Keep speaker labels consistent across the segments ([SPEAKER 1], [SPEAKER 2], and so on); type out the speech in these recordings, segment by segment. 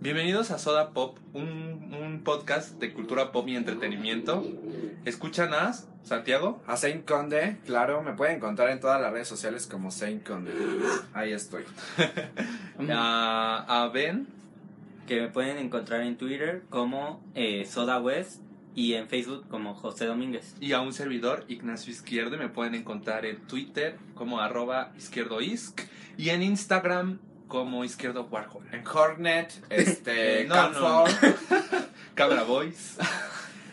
[SPEAKER 1] Bienvenidos a Soda Pop, un, un podcast de cultura pop y entretenimiento. Escuchan a Santiago.
[SPEAKER 2] A Saint Conde, claro, me pueden encontrar en todas las redes sociales como Saint Conde. Ahí estoy.
[SPEAKER 1] a, a Ben.
[SPEAKER 3] que me pueden encontrar en Twitter como eh, Soda West y en Facebook como José Domínguez.
[SPEAKER 1] Y a un servidor, Ignacio Izquierdo, y me pueden encontrar en Twitter como arroba izquierdoisc y en Instagram como izquierdo Warhol.
[SPEAKER 2] En Hornet, este,
[SPEAKER 1] No,
[SPEAKER 2] Camfor.
[SPEAKER 1] Cabra Boys.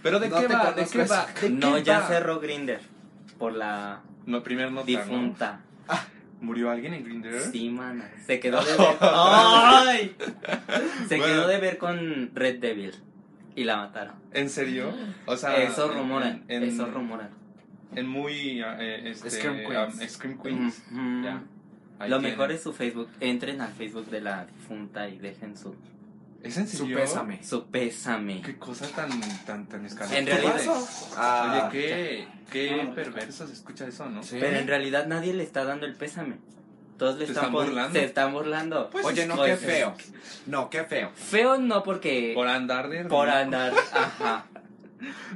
[SPEAKER 1] Pero ¿de
[SPEAKER 2] No
[SPEAKER 1] qué
[SPEAKER 2] te
[SPEAKER 1] va? ¿De
[SPEAKER 2] conozco
[SPEAKER 1] qué
[SPEAKER 2] eso.
[SPEAKER 1] va? ¿De
[SPEAKER 3] No,
[SPEAKER 1] qué
[SPEAKER 3] ya
[SPEAKER 1] va?
[SPEAKER 3] cerró Grinder por la
[SPEAKER 1] No, primer nota, ¿no? ¿Eh?
[SPEAKER 3] difunta.
[SPEAKER 1] ¿Murió alguien en Grindr?
[SPEAKER 3] Sí, mana. Se quedó de ver. ¡Ay! Se
[SPEAKER 1] Bueno.
[SPEAKER 3] quedó de ver con Red Devil y la mataron.
[SPEAKER 1] ¿En serio? O sea,
[SPEAKER 3] eso
[SPEAKER 1] Ah, en-
[SPEAKER 3] rumoran,
[SPEAKER 1] en- en-
[SPEAKER 3] eso rumoran.
[SPEAKER 1] En muy. eh, este,
[SPEAKER 2] Scream Queens.
[SPEAKER 1] um, Scream Queens.
[SPEAKER 3] Ujú.
[SPEAKER 1] Ya. Ahí
[SPEAKER 3] Lo
[SPEAKER 1] tienen.
[SPEAKER 3] mejor es su Facebook. Entren al Facebook de la difunta y dejen su,
[SPEAKER 1] ¿Es en
[SPEAKER 2] Su
[SPEAKER 1] serio?
[SPEAKER 2] pésame.
[SPEAKER 3] su pésame.
[SPEAKER 1] Qué cosa tan, tan, tan escalofriante.
[SPEAKER 3] En realidad-
[SPEAKER 1] Oye,
[SPEAKER 2] Ah,
[SPEAKER 1] qué, qué perverso se escucha eso, ¿no?
[SPEAKER 2] sí.
[SPEAKER 3] Pero en realidad nadie le está dando el pésame. Todos le
[SPEAKER 1] ¿Eh? Se
[SPEAKER 3] están,
[SPEAKER 1] están
[SPEAKER 3] pon-
[SPEAKER 1] burlando.
[SPEAKER 3] Se están burlando.
[SPEAKER 1] Pues
[SPEAKER 2] Oye, no, qué
[SPEAKER 3] Pues-
[SPEAKER 2] feo. No, qué feo.
[SPEAKER 3] Feo no porque
[SPEAKER 1] Por
[SPEAKER 3] por,
[SPEAKER 1] andar de.
[SPEAKER 3] andar, ajá.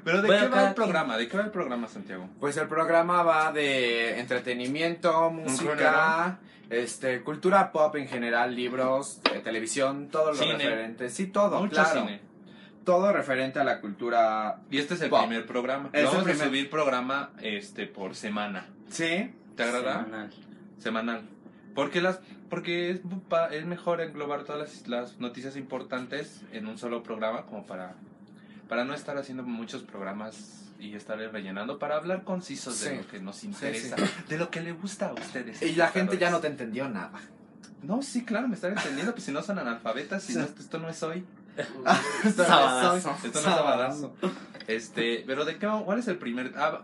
[SPEAKER 1] Pero ¿de
[SPEAKER 3] Bueno,
[SPEAKER 1] qué va
[SPEAKER 3] cada
[SPEAKER 1] el
[SPEAKER 3] quien.
[SPEAKER 1] programa? ¿De qué va el programa, Santiago?
[SPEAKER 2] Pues el programa va de entretenimiento, música, este, cultura pop en general, libros, eh, televisión, todo lo
[SPEAKER 1] Cine.
[SPEAKER 2] referente. Sí, todo,
[SPEAKER 1] Mucho
[SPEAKER 2] claro.
[SPEAKER 1] cine.
[SPEAKER 2] Todo referente a la cultura.
[SPEAKER 1] Y este es el
[SPEAKER 2] Pop.
[SPEAKER 1] primer programa.
[SPEAKER 2] Es el
[SPEAKER 1] Vamos
[SPEAKER 2] primer-
[SPEAKER 1] a subir programa este, por semana.
[SPEAKER 2] Sí.
[SPEAKER 1] ¿Te agrada?
[SPEAKER 3] Semanal.
[SPEAKER 1] Semanal. Porque, las, porque es, pa- es mejor englobar todas las, las noticias importantes en un solo programa, como para, para no estar haciendo muchos programas y estar rellenando, para hablar concisos
[SPEAKER 2] Sí.
[SPEAKER 1] de lo que nos interesa, de lo que le gusta a ustedes.
[SPEAKER 2] Y la gente ya no
[SPEAKER 1] espectadores.
[SPEAKER 2] te entendió nada.
[SPEAKER 1] No, sí, claro, me están entendiendo, pues si no son analfabetas, si no, esto no es hoy.
[SPEAKER 3] Sabadazo.
[SPEAKER 1] Esto no es sabadazo. Este, pero ¿de qué va- ¿Cuál es el primer...? ah,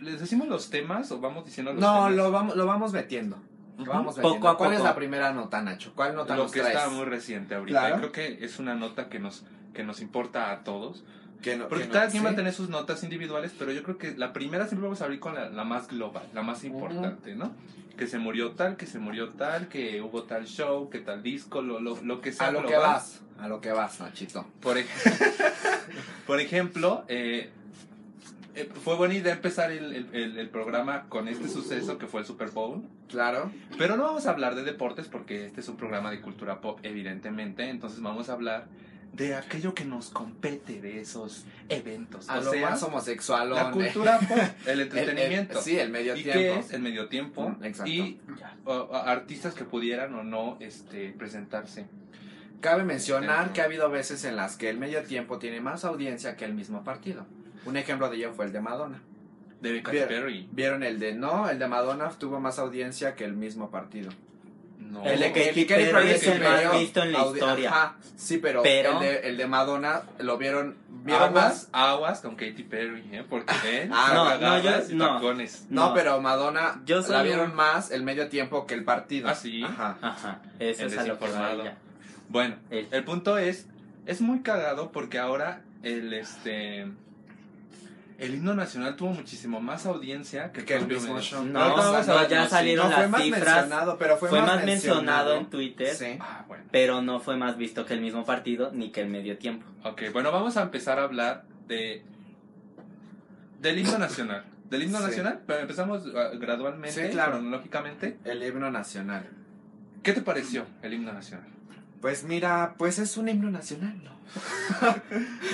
[SPEAKER 1] ¿Les decimos los temas o vamos diciendo los
[SPEAKER 2] No,
[SPEAKER 1] temas?
[SPEAKER 2] lo vamos, lo vamos metiendo. Lo
[SPEAKER 1] Ujú.
[SPEAKER 2] vamos
[SPEAKER 3] Poco
[SPEAKER 2] metiendo.
[SPEAKER 3] a
[SPEAKER 2] ¿Cuál
[SPEAKER 3] poco.
[SPEAKER 2] es la primera nota, Nacho? ¿Cuál nota
[SPEAKER 1] lo
[SPEAKER 2] nos
[SPEAKER 1] que
[SPEAKER 2] traes?
[SPEAKER 1] está muy reciente ahorita.
[SPEAKER 2] Claro.
[SPEAKER 1] Y creo que es una nota que nos, que nos importa a todos.
[SPEAKER 2] Que no-
[SPEAKER 1] Porque
[SPEAKER 2] que no-
[SPEAKER 1] cada quien
[SPEAKER 2] sí.
[SPEAKER 1] va a tener sus notas individuales, pero yo creo que la primera siempre vamos a abrir con la, la más global, la más importante, ¿no? Que se murió tal, que se murió tal, que hubo tal show, que tal disco, lo, lo, lo que sea.
[SPEAKER 2] A lo que
[SPEAKER 1] global.
[SPEAKER 2] vas, a lo que vas, Nachito.
[SPEAKER 1] Por, ej- Por ejemplo, eh, eh, fue buena idea empezar el, el- el- el programa con este suceso que fue el Super Bowl.
[SPEAKER 2] Claro.
[SPEAKER 1] Pero no vamos a hablar de deportes porque este es un programa de cultura pop, evidentemente. Entonces vamos a hablar de aquello que nos compete de esos eventos.
[SPEAKER 2] A
[SPEAKER 1] o
[SPEAKER 2] lo
[SPEAKER 1] sea,
[SPEAKER 2] más homosexual. eh,
[SPEAKER 1] la cultura pop, el entretenimiento.
[SPEAKER 2] sí, el medio
[SPEAKER 1] ¿Y
[SPEAKER 2] tiempo.
[SPEAKER 1] qué es? El medio tiempo.
[SPEAKER 2] Mm, exacto.
[SPEAKER 1] Y o- o artistas que pudieran o no este, presentarse.
[SPEAKER 2] Cabe mencionar
[SPEAKER 1] Exacto.
[SPEAKER 2] que ha habido veces en las que el medio tiempo tiene más audiencia que el mismo partido. Un ejemplo de ello fue el de Madonna.
[SPEAKER 1] De Katy
[SPEAKER 2] Bien.
[SPEAKER 1] Perry.
[SPEAKER 2] ¿Vieron el de no? El de Madonna tuvo más audiencia que el mismo partido.
[SPEAKER 1] No.
[SPEAKER 3] El de
[SPEAKER 2] Katy
[SPEAKER 3] Katy Perry
[SPEAKER 2] Perry
[SPEAKER 1] es el
[SPEAKER 2] superior
[SPEAKER 3] más visto en la
[SPEAKER 2] audi-
[SPEAKER 3] historia.
[SPEAKER 2] Ajá, sí, pero,
[SPEAKER 3] Pero-
[SPEAKER 2] El, de, el de Madonna lo vieron, vieron más
[SPEAKER 1] Aguas, aguas con Katy Perry, ¿eh? Porque ven,
[SPEAKER 2] Ah,
[SPEAKER 1] no,
[SPEAKER 2] no,
[SPEAKER 3] no, yo-
[SPEAKER 1] y
[SPEAKER 3] no.
[SPEAKER 1] tacones.
[SPEAKER 2] No,
[SPEAKER 3] No.
[SPEAKER 2] pero Madonna
[SPEAKER 3] Yo
[SPEAKER 2] la
[SPEAKER 3] soy
[SPEAKER 2] vieron
[SPEAKER 3] un-
[SPEAKER 2] más el medio tiempo que el partido.
[SPEAKER 1] ¿Ah, sí?
[SPEAKER 2] Ajá.
[SPEAKER 3] Ajá. Eso
[SPEAKER 1] El
[SPEAKER 3] es a lo que va
[SPEAKER 1] desinformado.
[SPEAKER 3] ella.
[SPEAKER 1] Bueno,
[SPEAKER 3] El-
[SPEAKER 1] el punto es, es muy cagado porque ahora el este el himno nacional tuvo muchísimo más audiencia que,
[SPEAKER 2] Que el
[SPEAKER 1] propio
[SPEAKER 2] mismo
[SPEAKER 1] medio.
[SPEAKER 2] show. pues,
[SPEAKER 3] No,
[SPEAKER 1] Ahorita vamos a
[SPEAKER 3] no,
[SPEAKER 1] ver
[SPEAKER 3] ya
[SPEAKER 1] los-
[SPEAKER 3] salieron
[SPEAKER 2] No, fue
[SPEAKER 3] las
[SPEAKER 2] más
[SPEAKER 3] cifras.
[SPEAKER 2] mencionado, pero fue,
[SPEAKER 3] Fue más mencionado en Twitter,
[SPEAKER 2] Sí.
[SPEAKER 1] Ah, bueno.
[SPEAKER 3] pero no fue más visto que el mismo partido ni que el medio tiempo.
[SPEAKER 1] Ok, bueno, vamos a empezar a hablar de del himno nacional. Del himno
[SPEAKER 2] Sí.
[SPEAKER 1] nacional, pero empezamos ah, gradualmente,
[SPEAKER 2] Sí, claro.
[SPEAKER 1] cronológicamente.
[SPEAKER 2] El himno nacional.
[SPEAKER 1] ¿Qué te pareció el himno nacional?
[SPEAKER 2] Pues mira, pues es un himno nacional, ¿no?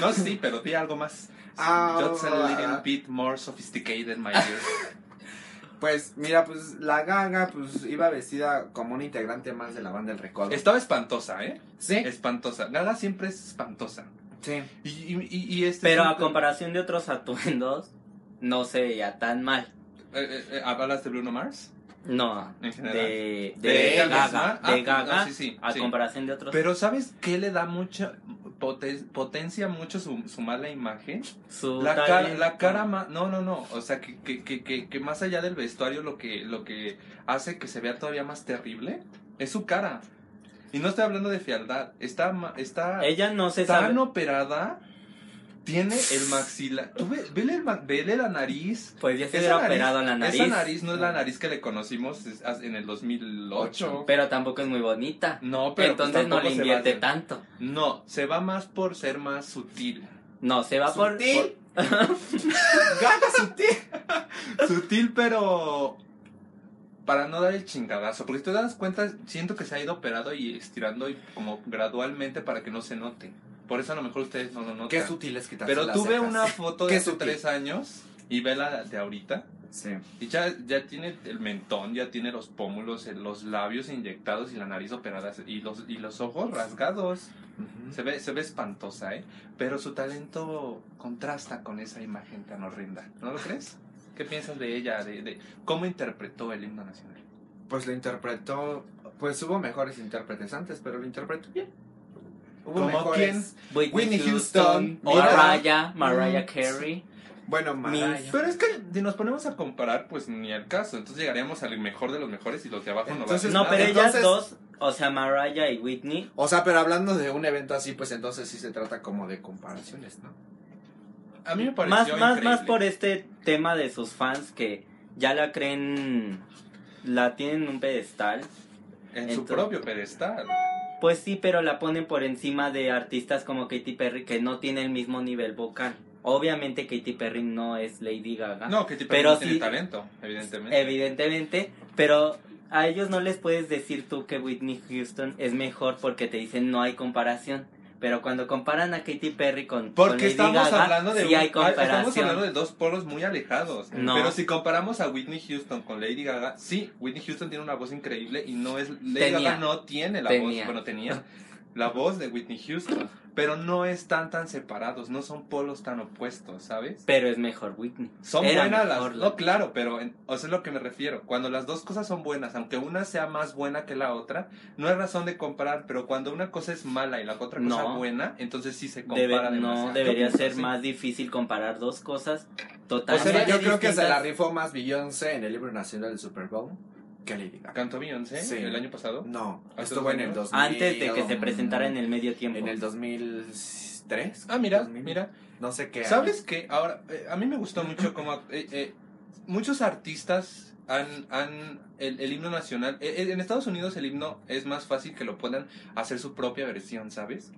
[SPEAKER 1] No, sí, pero di algo más.
[SPEAKER 2] Ah,
[SPEAKER 1] Just a little
[SPEAKER 2] ah.
[SPEAKER 1] bit more sophisticated, my dear.
[SPEAKER 2] Pues mira, pues la gaga pues iba vestida como un integrante más de la banda El Recodo.
[SPEAKER 1] Estaba espantosa, ¿eh?
[SPEAKER 2] Sí,
[SPEAKER 1] Espantosa. Gaga siempre es espantosa.
[SPEAKER 2] sí.
[SPEAKER 1] Y, y- y- y este
[SPEAKER 3] Pero
[SPEAKER 1] es un-
[SPEAKER 3] a comparación de otros atuendos, no se veía tan mal.
[SPEAKER 1] Eh, eh, eh, ¿Hablas de Bruno Mars?
[SPEAKER 3] No,
[SPEAKER 1] En general.
[SPEAKER 3] de, de,
[SPEAKER 1] ¿De ella
[SPEAKER 3] Gaga.
[SPEAKER 1] misma? Ah,
[SPEAKER 3] De Gaga,
[SPEAKER 1] no, sí, sí,
[SPEAKER 3] a
[SPEAKER 1] sí.
[SPEAKER 3] comparación de otros.
[SPEAKER 1] Pero ¿sabes qué le da mucha poten- potencia mucho su, su mala imagen?
[SPEAKER 3] su
[SPEAKER 1] La, cara-
[SPEAKER 3] talento-
[SPEAKER 1] la cara ma- no, no, no, o sea, que, que, que, que, que más allá del vestuario lo que, lo que hace que se vea todavía más terrible es su cara. Y no estoy hablando de fialdad, está, ma- está
[SPEAKER 3] Ella no se
[SPEAKER 1] tan
[SPEAKER 3] sabe.
[SPEAKER 1] operada, tiene el maxilar, tú ve- vele, el ma- vele la nariz.
[SPEAKER 3] Pues ya se
[SPEAKER 1] Esa
[SPEAKER 3] hubiera operado en la nariz.
[SPEAKER 1] Esa nariz no es la nariz que le conocimos es- as- en el 2008.
[SPEAKER 3] Pero tampoco es muy bonita.
[SPEAKER 1] no, pero pues
[SPEAKER 3] Entonces no
[SPEAKER 1] tampoco
[SPEAKER 3] le
[SPEAKER 1] se va a
[SPEAKER 3] invierte
[SPEAKER 1] hacer.
[SPEAKER 3] tanto.
[SPEAKER 1] No, se va más por ser más sutil.
[SPEAKER 3] No, se va por,
[SPEAKER 2] Sutil.
[SPEAKER 3] por-
[SPEAKER 2] Gaga sutil.
[SPEAKER 1] Sutil, pero para no dar el chingadazo. Porque si te das cuenta, siento que se ha ido operado y estirando y como gradualmente para que no se note. Por eso a lo mejor ustedes no lo notan.
[SPEAKER 2] Qué sutil es quitarse
[SPEAKER 1] pero
[SPEAKER 2] las
[SPEAKER 1] tú ve
[SPEAKER 2] cejas.
[SPEAKER 1] una foto de
[SPEAKER 2] Qué
[SPEAKER 1] hace
[SPEAKER 2] sutil.
[SPEAKER 1] tres años y ve la de ahorita.
[SPEAKER 2] Sí.
[SPEAKER 1] Y ya, ya tiene el mentón, ya tiene los pómulos, eh, los labios inyectados y la nariz operada y los, y los ojos rasgados. Se ve, se ve espantosa, ¿eh? Pero su talento contrasta con esa imagen tan horrenda, ¿no lo crees? ¿Qué piensas de ella, de, de cómo interpretó el himno nacional?
[SPEAKER 2] Pues lo interpretó. Pues hubo mejores intérpretes antes, pero lo interpretó bien. Hubo
[SPEAKER 1] ¿Como
[SPEAKER 2] mejores. Whitney
[SPEAKER 3] Whitney
[SPEAKER 2] Houston,
[SPEAKER 3] Houston,
[SPEAKER 2] Ora.
[SPEAKER 3] Mariah,
[SPEAKER 1] Mm.
[SPEAKER 3] Mariah Carey.
[SPEAKER 2] Bueno,
[SPEAKER 3] Mis-
[SPEAKER 2] Mariah.
[SPEAKER 1] Pero es que si nos ponemos a comparar, pues ni al caso. Entonces llegaríamos al mejor de los mejores y los de abajo no van a
[SPEAKER 2] Entonces,
[SPEAKER 1] ser
[SPEAKER 3] No,
[SPEAKER 1] nada.
[SPEAKER 3] pero
[SPEAKER 2] entonces-
[SPEAKER 3] ellas dos, o sea, Mariah y Whitney,
[SPEAKER 2] O sea, pero hablando de un evento así, pues entonces sí se trata como de comparaciones, ¿no?
[SPEAKER 1] A mí me pareció
[SPEAKER 3] más, más, más
[SPEAKER 1] increíble.
[SPEAKER 3] por este tema de sus fans que ya la creen, la tienen en un pedestal.
[SPEAKER 1] En su
[SPEAKER 3] Entonces-
[SPEAKER 1] propio pedestal.
[SPEAKER 3] Pues sí, pero la ponen por encima de artistas como Katy Perry que no tiene el mismo nivel vocal. Obviamente Katy Perry no es Lady Gaga.
[SPEAKER 1] No, que tipo
[SPEAKER 3] Pero
[SPEAKER 1] no tiene
[SPEAKER 3] sí- Eh,
[SPEAKER 1] talento, evidentemente.
[SPEAKER 3] Evidentemente, pero a ellos no les puedes decir tú que Whitney Houston es mejor porque te dicen no hay comparación. Pero cuando comparan a Katy Perry con, con
[SPEAKER 1] Porque
[SPEAKER 3] Lady
[SPEAKER 1] estamos
[SPEAKER 3] Gaga,
[SPEAKER 1] hablando de
[SPEAKER 3] sí
[SPEAKER 1] un- ah,
[SPEAKER 3] hay
[SPEAKER 1] estamos
[SPEAKER 3] comparación.
[SPEAKER 1] hablando de dos polos muy alejados.
[SPEAKER 3] No.
[SPEAKER 1] Pero si comparamos a Whitney Houston con Lady Gaga, sí, Whitney Houston tiene una voz increíble y no es Lady
[SPEAKER 3] Tenía.
[SPEAKER 1] Gaga no tiene la
[SPEAKER 3] Tenía.
[SPEAKER 1] voz, bueno, tenía la voz de Whitney Houston, pero no están tan separados, no son polos tan opuestos, ¿sabes?
[SPEAKER 3] Pero es mejor Whitney.
[SPEAKER 1] Son
[SPEAKER 3] Era
[SPEAKER 1] buenas
[SPEAKER 3] mejor
[SPEAKER 1] las,
[SPEAKER 3] la-
[SPEAKER 1] no claro, pero en- o sea, es lo que me refiero. Cuando las dos cosas son buenas, aunque una sea más buena que la otra, no hay razón de comparar. Pero cuando una cosa es mala y la otra cosa
[SPEAKER 3] No.
[SPEAKER 1] buena, entonces sí se
[SPEAKER 3] Debe-
[SPEAKER 1] compara demasiado.
[SPEAKER 3] no,
[SPEAKER 1] ¿Qué
[SPEAKER 3] debería
[SPEAKER 1] opinas?
[SPEAKER 3] ser
[SPEAKER 1] Sí.
[SPEAKER 3] más difícil comparar dos cosas
[SPEAKER 2] O
[SPEAKER 3] totalmente
[SPEAKER 2] sea, yo creo que se la
[SPEAKER 3] distintas.
[SPEAKER 2] rifó más Beyoncé en el libro nacional del Super Bowl que Lady Gaga.
[SPEAKER 1] ¿Cantó Beyoncé
[SPEAKER 2] Sí. Mm,
[SPEAKER 1] el año pasado?
[SPEAKER 2] No,
[SPEAKER 1] ¿Hace
[SPEAKER 2] estuvo
[SPEAKER 1] dos
[SPEAKER 2] en el
[SPEAKER 1] años?
[SPEAKER 2] 2000.
[SPEAKER 3] Antes de que se presentara en el medio tiempo.
[SPEAKER 2] En el 2003.
[SPEAKER 1] Ah, mira,
[SPEAKER 2] 2000,
[SPEAKER 1] mira.
[SPEAKER 2] No sé qué. año.
[SPEAKER 1] ¿Sabes qué? Ahora, eh, a mí me gustó mucho cómo... eh, eh, muchos artistas han... han el, el himno nacional... eh, eh, en Estados Unidos el himno es más fácil que lo puedan hacer su propia versión, ¿sabes?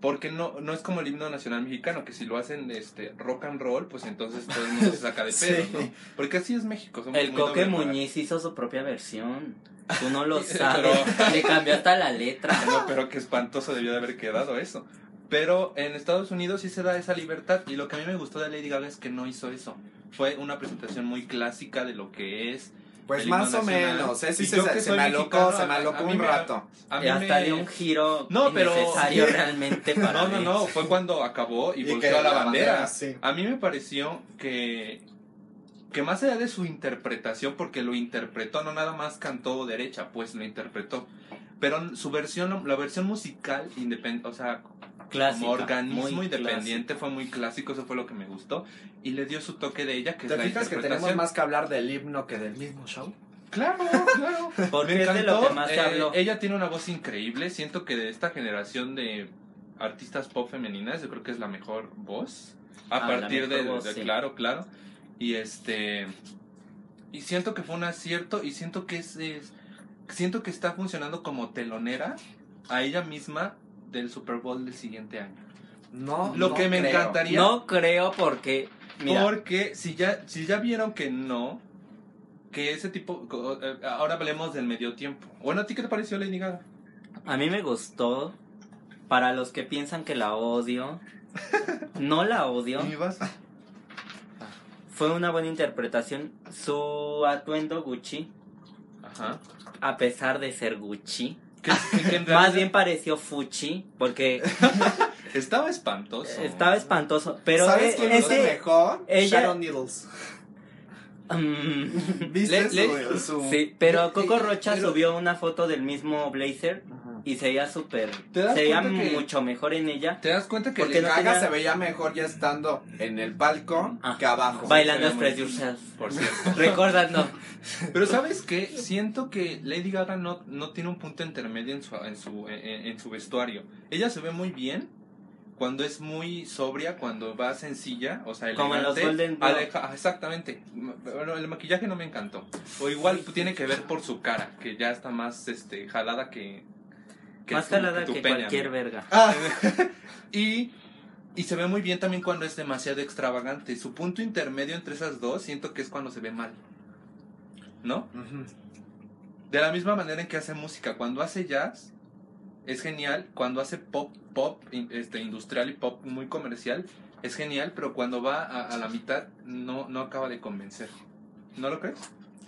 [SPEAKER 1] Porque no, no es como el himno nacional mexicano, que si lo hacen este rock and roll, pues entonces todo el mundo se saca de pedo,
[SPEAKER 2] Sí.
[SPEAKER 1] ¿no? Porque así es México. somos
[SPEAKER 3] El
[SPEAKER 1] muy
[SPEAKER 3] Coque
[SPEAKER 1] doble moral.
[SPEAKER 3] Muñiz hizo su propia versión. Tú no lo
[SPEAKER 1] Sí,
[SPEAKER 3] sabes. Le cambió hasta la letra.
[SPEAKER 1] No, pero qué espantoso debió de haber quedado eso. Pero en Estados Unidos sí se da esa libertad y lo que a mí me gustó de Lady Gaga es que no hizo eso. Fue una presentación muy clásica de lo que es.
[SPEAKER 2] Pues
[SPEAKER 1] el
[SPEAKER 2] más
[SPEAKER 1] himno
[SPEAKER 2] o
[SPEAKER 1] nacional.
[SPEAKER 2] menos. eh, sí
[SPEAKER 1] Y
[SPEAKER 2] se,
[SPEAKER 1] yo
[SPEAKER 2] se,
[SPEAKER 1] que
[SPEAKER 2] me
[SPEAKER 1] soy
[SPEAKER 2] alocó,
[SPEAKER 1] mexicano,
[SPEAKER 2] se me
[SPEAKER 1] a- a
[SPEAKER 2] alocó
[SPEAKER 1] mí
[SPEAKER 2] un
[SPEAKER 1] me-
[SPEAKER 2] rato.
[SPEAKER 1] A mí
[SPEAKER 3] Y hasta
[SPEAKER 1] me-
[SPEAKER 3] dio un giro
[SPEAKER 1] No, pero-
[SPEAKER 3] innecesario realmente para
[SPEAKER 1] No, no,
[SPEAKER 3] mí.
[SPEAKER 1] no, fue cuando acabó y, volteó a la, bandera. A mí me pareció que que más allá de su interpretación, porque lo interpretó, no nada más cantó derecha, pues lo interpretó. Pero su versión, la versión musical independiente, o sea,
[SPEAKER 3] Clásica,
[SPEAKER 1] como organismo
[SPEAKER 3] muy
[SPEAKER 1] independiente fue muy clásico, eso fue lo que me gustó y le dio su toque de ella que
[SPEAKER 2] ¿Te
[SPEAKER 1] es la
[SPEAKER 2] fijas que tenemos
[SPEAKER 1] interpretación.
[SPEAKER 2] más que hablar del himno que del mismo show?
[SPEAKER 1] Claro, claro.
[SPEAKER 3] clásica. Porque
[SPEAKER 1] Me
[SPEAKER 3] es de lo
[SPEAKER 1] encantó,
[SPEAKER 3] que más
[SPEAKER 1] eh,
[SPEAKER 3] se habló.
[SPEAKER 1] Ella tiene una voz increíble, siento que de esta generación de artistas pop femeninas yo creo que es la mejor voz a
[SPEAKER 3] Ah, la
[SPEAKER 1] partir de,
[SPEAKER 3] mejor voz,
[SPEAKER 1] de-
[SPEAKER 3] sí.
[SPEAKER 1] claro, claro. Y este y siento que fue un acierto y siento que es, es- siento que está funcionando como telonera a ella misma del Super Bowl del siguiente año.
[SPEAKER 2] No.
[SPEAKER 1] Lo
[SPEAKER 2] no
[SPEAKER 1] que me
[SPEAKER 2] creo.
[SPEAKER 1] encantaría
[SPEAKER 3] No creo porque. Mira,
[SPEAKER 1] porque si ya, si ya vieron que no, que ese tipo. co- eh, Ahora hablemos del medio tiempo. Bueno, ¿a ti qué te pareció Lady Gaga?
[SPEAKER 3] a mí me gustó. Para los que piensan que la odio, no la odio.
[SPEAKER 1] vas?
[SPEAKER 3] Fue una buena interpretación. Su atuendo Gucci,
[SPEAKER 1] Ajá.
[SPEAKER 3] a pesar de ser Gucci,
[SPEAKER 1] Que- que- que en
[SPEAKER 3] más
[SPEAKER 1] realidad
[SPEAKER 3] bien pareció Fuchi, porque
[SPEAKER 1] Estaba espantoso.
[SPEAKER 3] estaba espantoso. Pero
[SPEAKER 2] ¿Sabes
[SPEAKER 3] e-
[SPEAKER 2] quién
[SPEAKER 3] ese-
[SPEAKER 2] es mejor?
[SPEAKER 3] ella-
[SPEAKER 2] Sharon Needles.
[SPEAKER 3] Mm.
[SPEAKER 2] ¿Viste
[SPEAKER 1] Le-
[SPEAKER 2] su-
[SPEAKER 1] le-
[SPEAKER 2] su-
[SPEAKER 3] Sí, pero Coco
[SPEAKER 1] Pero-
[SPEAKER 3] Rocha subió una foto del mismo blazer y se veía súper.
[SPEAKER 1] ¿Te das
[SPEAKER 3] Se veía
[SPEAKER 1] cuenta que-
[SPEAKER 3] mucho mejor en ella.
[SPEAKER 1] ¿Te das cuenta que
[SPEAKER 3] ¿Por
[SPEAKER 1] el-
[SPEAKER 3] qué
[SPEAKER 2] Porque
[SPEAKER 3] no
[SPEAKER 2] Gaga
[SPEAKER 3] tenía-
[SPEAKER 2] se veía mejor ya estando en el palco
[SPEAKER 3] Ah,
[SPEAKER 2] que abajo.
[SPEAKER 3] Bailando
[SPEAKER 1] se veía
[SPEAKER 3] Express Yourself.
[SPEAKER 1] Por cierto.
[SPEAKER 3] Recordando.
[SPEAKER 1] Pero ¿sabes qué? Siento que Lady Gaga no, no tiene un punto intermedio en su, en, su, en, en su vestuario. Ella se ve muy bien cuando es muy sobria, cuando va sencilla, o sea,
[SPEAKER 3] Como en los
[SPEAKER 1] elegante.
[SPEAKER 3] Golden Globe.
[SPEAKER 1] Aleja- ah, exactamente. Bueno, el maquillaje no me encantó. O igual tiene que ver por su cara, que ya está más este, jalada que...
[SPEAKER 3] Más
[SPEAKER 1] tu-
[SPEAKER 3] calada
[SPEAKER 1] tu
[SPEAKER 3] que
[SPEAKER 1] peña,
[SPEAKER 3] cualquier
[SPEAKER 1] amigo.
[SPEAKER 3] verga.
[SPEAKER 2] Ah,
[SPEAKER 1] Y, y se ve muy bien también cuando es demasiado extravagante. Su punto intermedio entre esas dos siento que es cuando se ve mal. ¿No?
[SPEAKER 2] ujú.
[SPEAKER 1] De la misma manera en que hace música, cuando hace jazz es genial, cuando hace pop, pop, in- este, industrial y pop muy comercial es genial, pero cuando va a, a la mitad no, no acaba de convencer. ¿No lo crees?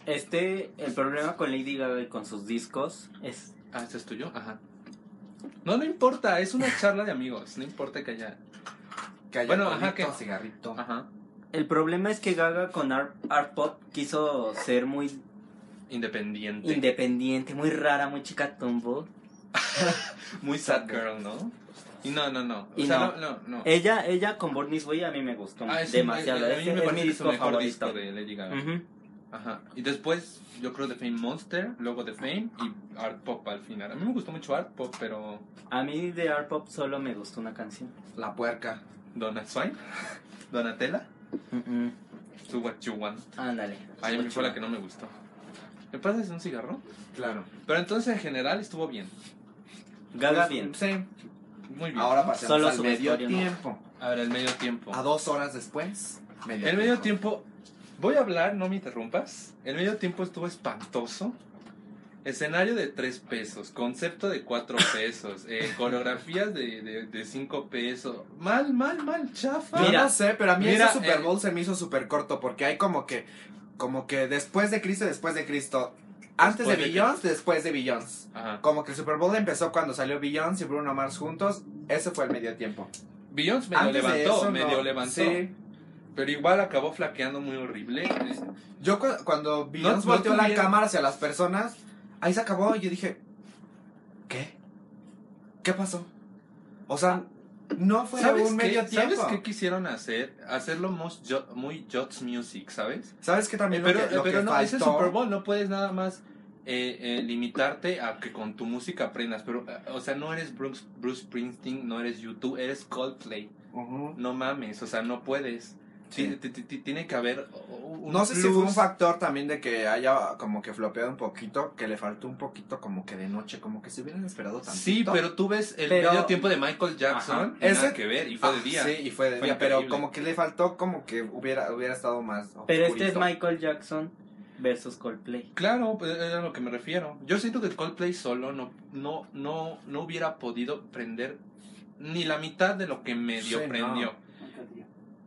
[SPEAKER 3] Este, el problema con Lady Gaga y con sus discos es.
[SPEAKER 1] Ah, este es tuyo, ajá. No, no importa, es una charla de amigos, no importa que haya.
[SPEAKER 2] Que haya
[SPEAKER 1] Bueno, ajá,
[SPEAKER 2] polvito,
[SPEAKER 1] que-
[SPEAKER 2] cigarrito.
[SPEAKER 1] Ajá,
[SPEAKER 3] El problema es que Gaga con art, art pop quiso ser muy
[SPEAKER 1] independiente.
[SPEAKER 3] independiente, muy rara, muy chica tumbo.
[SPEAKER 1] muy sad girl, ¿no? Y no, no, no. O
[SPEAKER 3] Y
[SPEAKER 1] sea,
[SPEAKER 3] no.
[SPEAKER 1] no, no. no.
[SPEAKER 3] Ella, ella con Born This Way a mí me gustó
[SPEAKER 1] Ah, es un-
[SPEAKER 3] demasiado.
[SPEAKER 1] eh, a mí
[SPEAKER 3] Ese
[SPEAKER 1] me
[SPEAKER 3] es
[SPEAKER 1] parece
[SPEAKER 3] mi
[SPEAKER 1] que es su
[SPEAKER 3] disco
[SPEAKER 1] mejor
[SPEAKER 3] favorito.
[SPEAKER 1] disco de Lady Gaga.
[SPEAKER 3] Ujú.
[SPEAKER 1] Ajá. Y después, yo creo The Fame Monster, luego The Fame y Art Pop al final. A mí me gustó mucho Art Pop, pero.
[SPEAKER 3] A mí de art pop solo me gustó una canción.
[SPEAKER 2] La puerca.
[SPEAKER 1] Donna Swain, Donatella,
[SPEAKER 3] Mm, mm.
[SPEAKER 1] Do What You Want.
[SPEAKER 3] Ándale.
[SPEAKER 1] A mí fue la que no me gustó. ¿Me pasas un cigarro?
[SPEAKER 2] Claro.
[SPEAKER 1] Pero entonces en general estuvo bien.
[SPEAKER 3] Gaga bien.
[SPEAKER 2] Sí.
[SPEAKER 1] Muy bien.
[SPEAKER 2] Ahora pasemos
[SPEAKER 3] Solo
[SPEAKER 2] al
[SPEAKER 3] su
[SPEAKER 2] medio
[SPEAKER 3] vestuario, ¿no?
[SPEAKER 2] tiempo.
[SPEAKER 1] A ver, el medio tiempo.
[SPEAKER 2] A dos horas después.
[SPEAKER 1] El medio tiempo, voy a hablar, no me interrumpas. El medio tiempo estuvo espantoso. Escenario de 3 pesos, concepto de 4 pesos, eh, coreografías de, de, 5 pesos. Mal, mal, mal, chafa.
[SPEAKER 2] Yo
[SPEAKER 3] Mira,
[SPEAKER 2] no sé, pero a mí
[SPEAKER 1] mira,
[SPEAKER 2] ese Super
[SPEAKER 1] eh,
[SPEAKER 2] Bowl se me hizo súper corto porque hay como que, como que después de Cristo, después de Cristo, antes
[SPEAKER 1] Después
[SPEAKER 2] de
[SPEAKER 1] de
[SPEAKER 2] Billions, después de Billions.
[SPEAKER 1] Ajá.
[SPEAKER 2] Como que el Super Bowl empezó cuando salió Billions y Bruno Mars juntos. Ese fue el medio tiempo.
[SPEAKER 1] Billions medio
[SPEAKER 2] Antes de
[SPEAKER 1] levantó,
[SPEAKER 2] eso, no.
[SPEAKER 1] medio levantó.
[SPEAKER 2] Sí.
[SPEAKER 1] Pero igual acabó flaqueando muy horrible.
[SPEAKER 2] Yo cu- cuando Beyoncé
[SPEAKER 1] no
[SPEAKER 2] volteó la
[SPEAKER 1] tuvieron-
[SPEAKER 2] cámara hacia las personas, ahí se acabó y yo dije, ¿qué? ¿Qué pasó? O sea, no fue
[SPEAKER 1] ¿Sabes,
[SPEAKER 2] un
[SPEAKER 1] qué,
[SPEAKER 2] medio tiempo.
[SPEAKER 1] ¿Sabes qué quisieron hacer? Hacerlo mos- jo- muy Jots Music, ¿sabes?
[SPEAKER 2] ¿Sabes qué
[SPEAKER 1] Eh,
[SPEAKER 2] también
[SPEAKER 1] pero
[SPEAKER 2] lo que, lo
[SPEAKER 1] pero
[SPEAKER 2] que
[SPEAKER 1] no, ese
[SPEAKER 2] faltó?
[SPEAKER 1] Super Bowl no puedes nada más eh, eh, limitarte a que con tu música aprendas. Pero, eh, o sea, no eres Bruce, Bruce Springsteen, no eres YouTube, eres Coldplay.
[SPEAKER 2] Ujú.
[SPEAKER 1] No mames, o sea, no puedes.
[SPEAKER 2] Sí.
[SPEAKER 1] Ti- ti- ti- ti- Tiene que haber un
[SPEAKER 2] No sé si fue un
[SPEAKER 1] plus.
[SPEAKER 2] factor también de que haya como que flopeado un poquito, que le faltó un poquito como que de noche, como que se hubieran esperado tantito.
[SPEAKER 1] Sí, pero tú ves el
[SPEAKER 3] Pero-
[SPEAKER 1] medio tiempo de Michael Jackson.
[SPEAKER 2] Ajá.
[SPEAKER 1] y Nada
[SPEAKER 2] Ese-
[SPEAKER 1] que ver, y fue
[SPEAKER 2] Ah,
[SPEAKER 1] de día.
[SPEAKER 2] Sí, y fue de
[SPEAKER 1] Fue
[SPEAKER 2] día, pero
[SPEAKER 1] increíble.
[SPEAKER 2] como que le faltó como que hubiera, hubiera estado más
[SPEAKER 3] Pero este es
[SPEAKER 2] oscurito.
[SPEAKER 3] Michael Jackson versus Coldplay.
[SPEAKER 1] Claro, pues, era a lo que me refiero. Yo siento que Coldplay solo no, no, no, no hubiera podido prender ni la mitad de lo que medio
[SPEAKER 2] Sí, no.
[SPEAKER 1] prendió.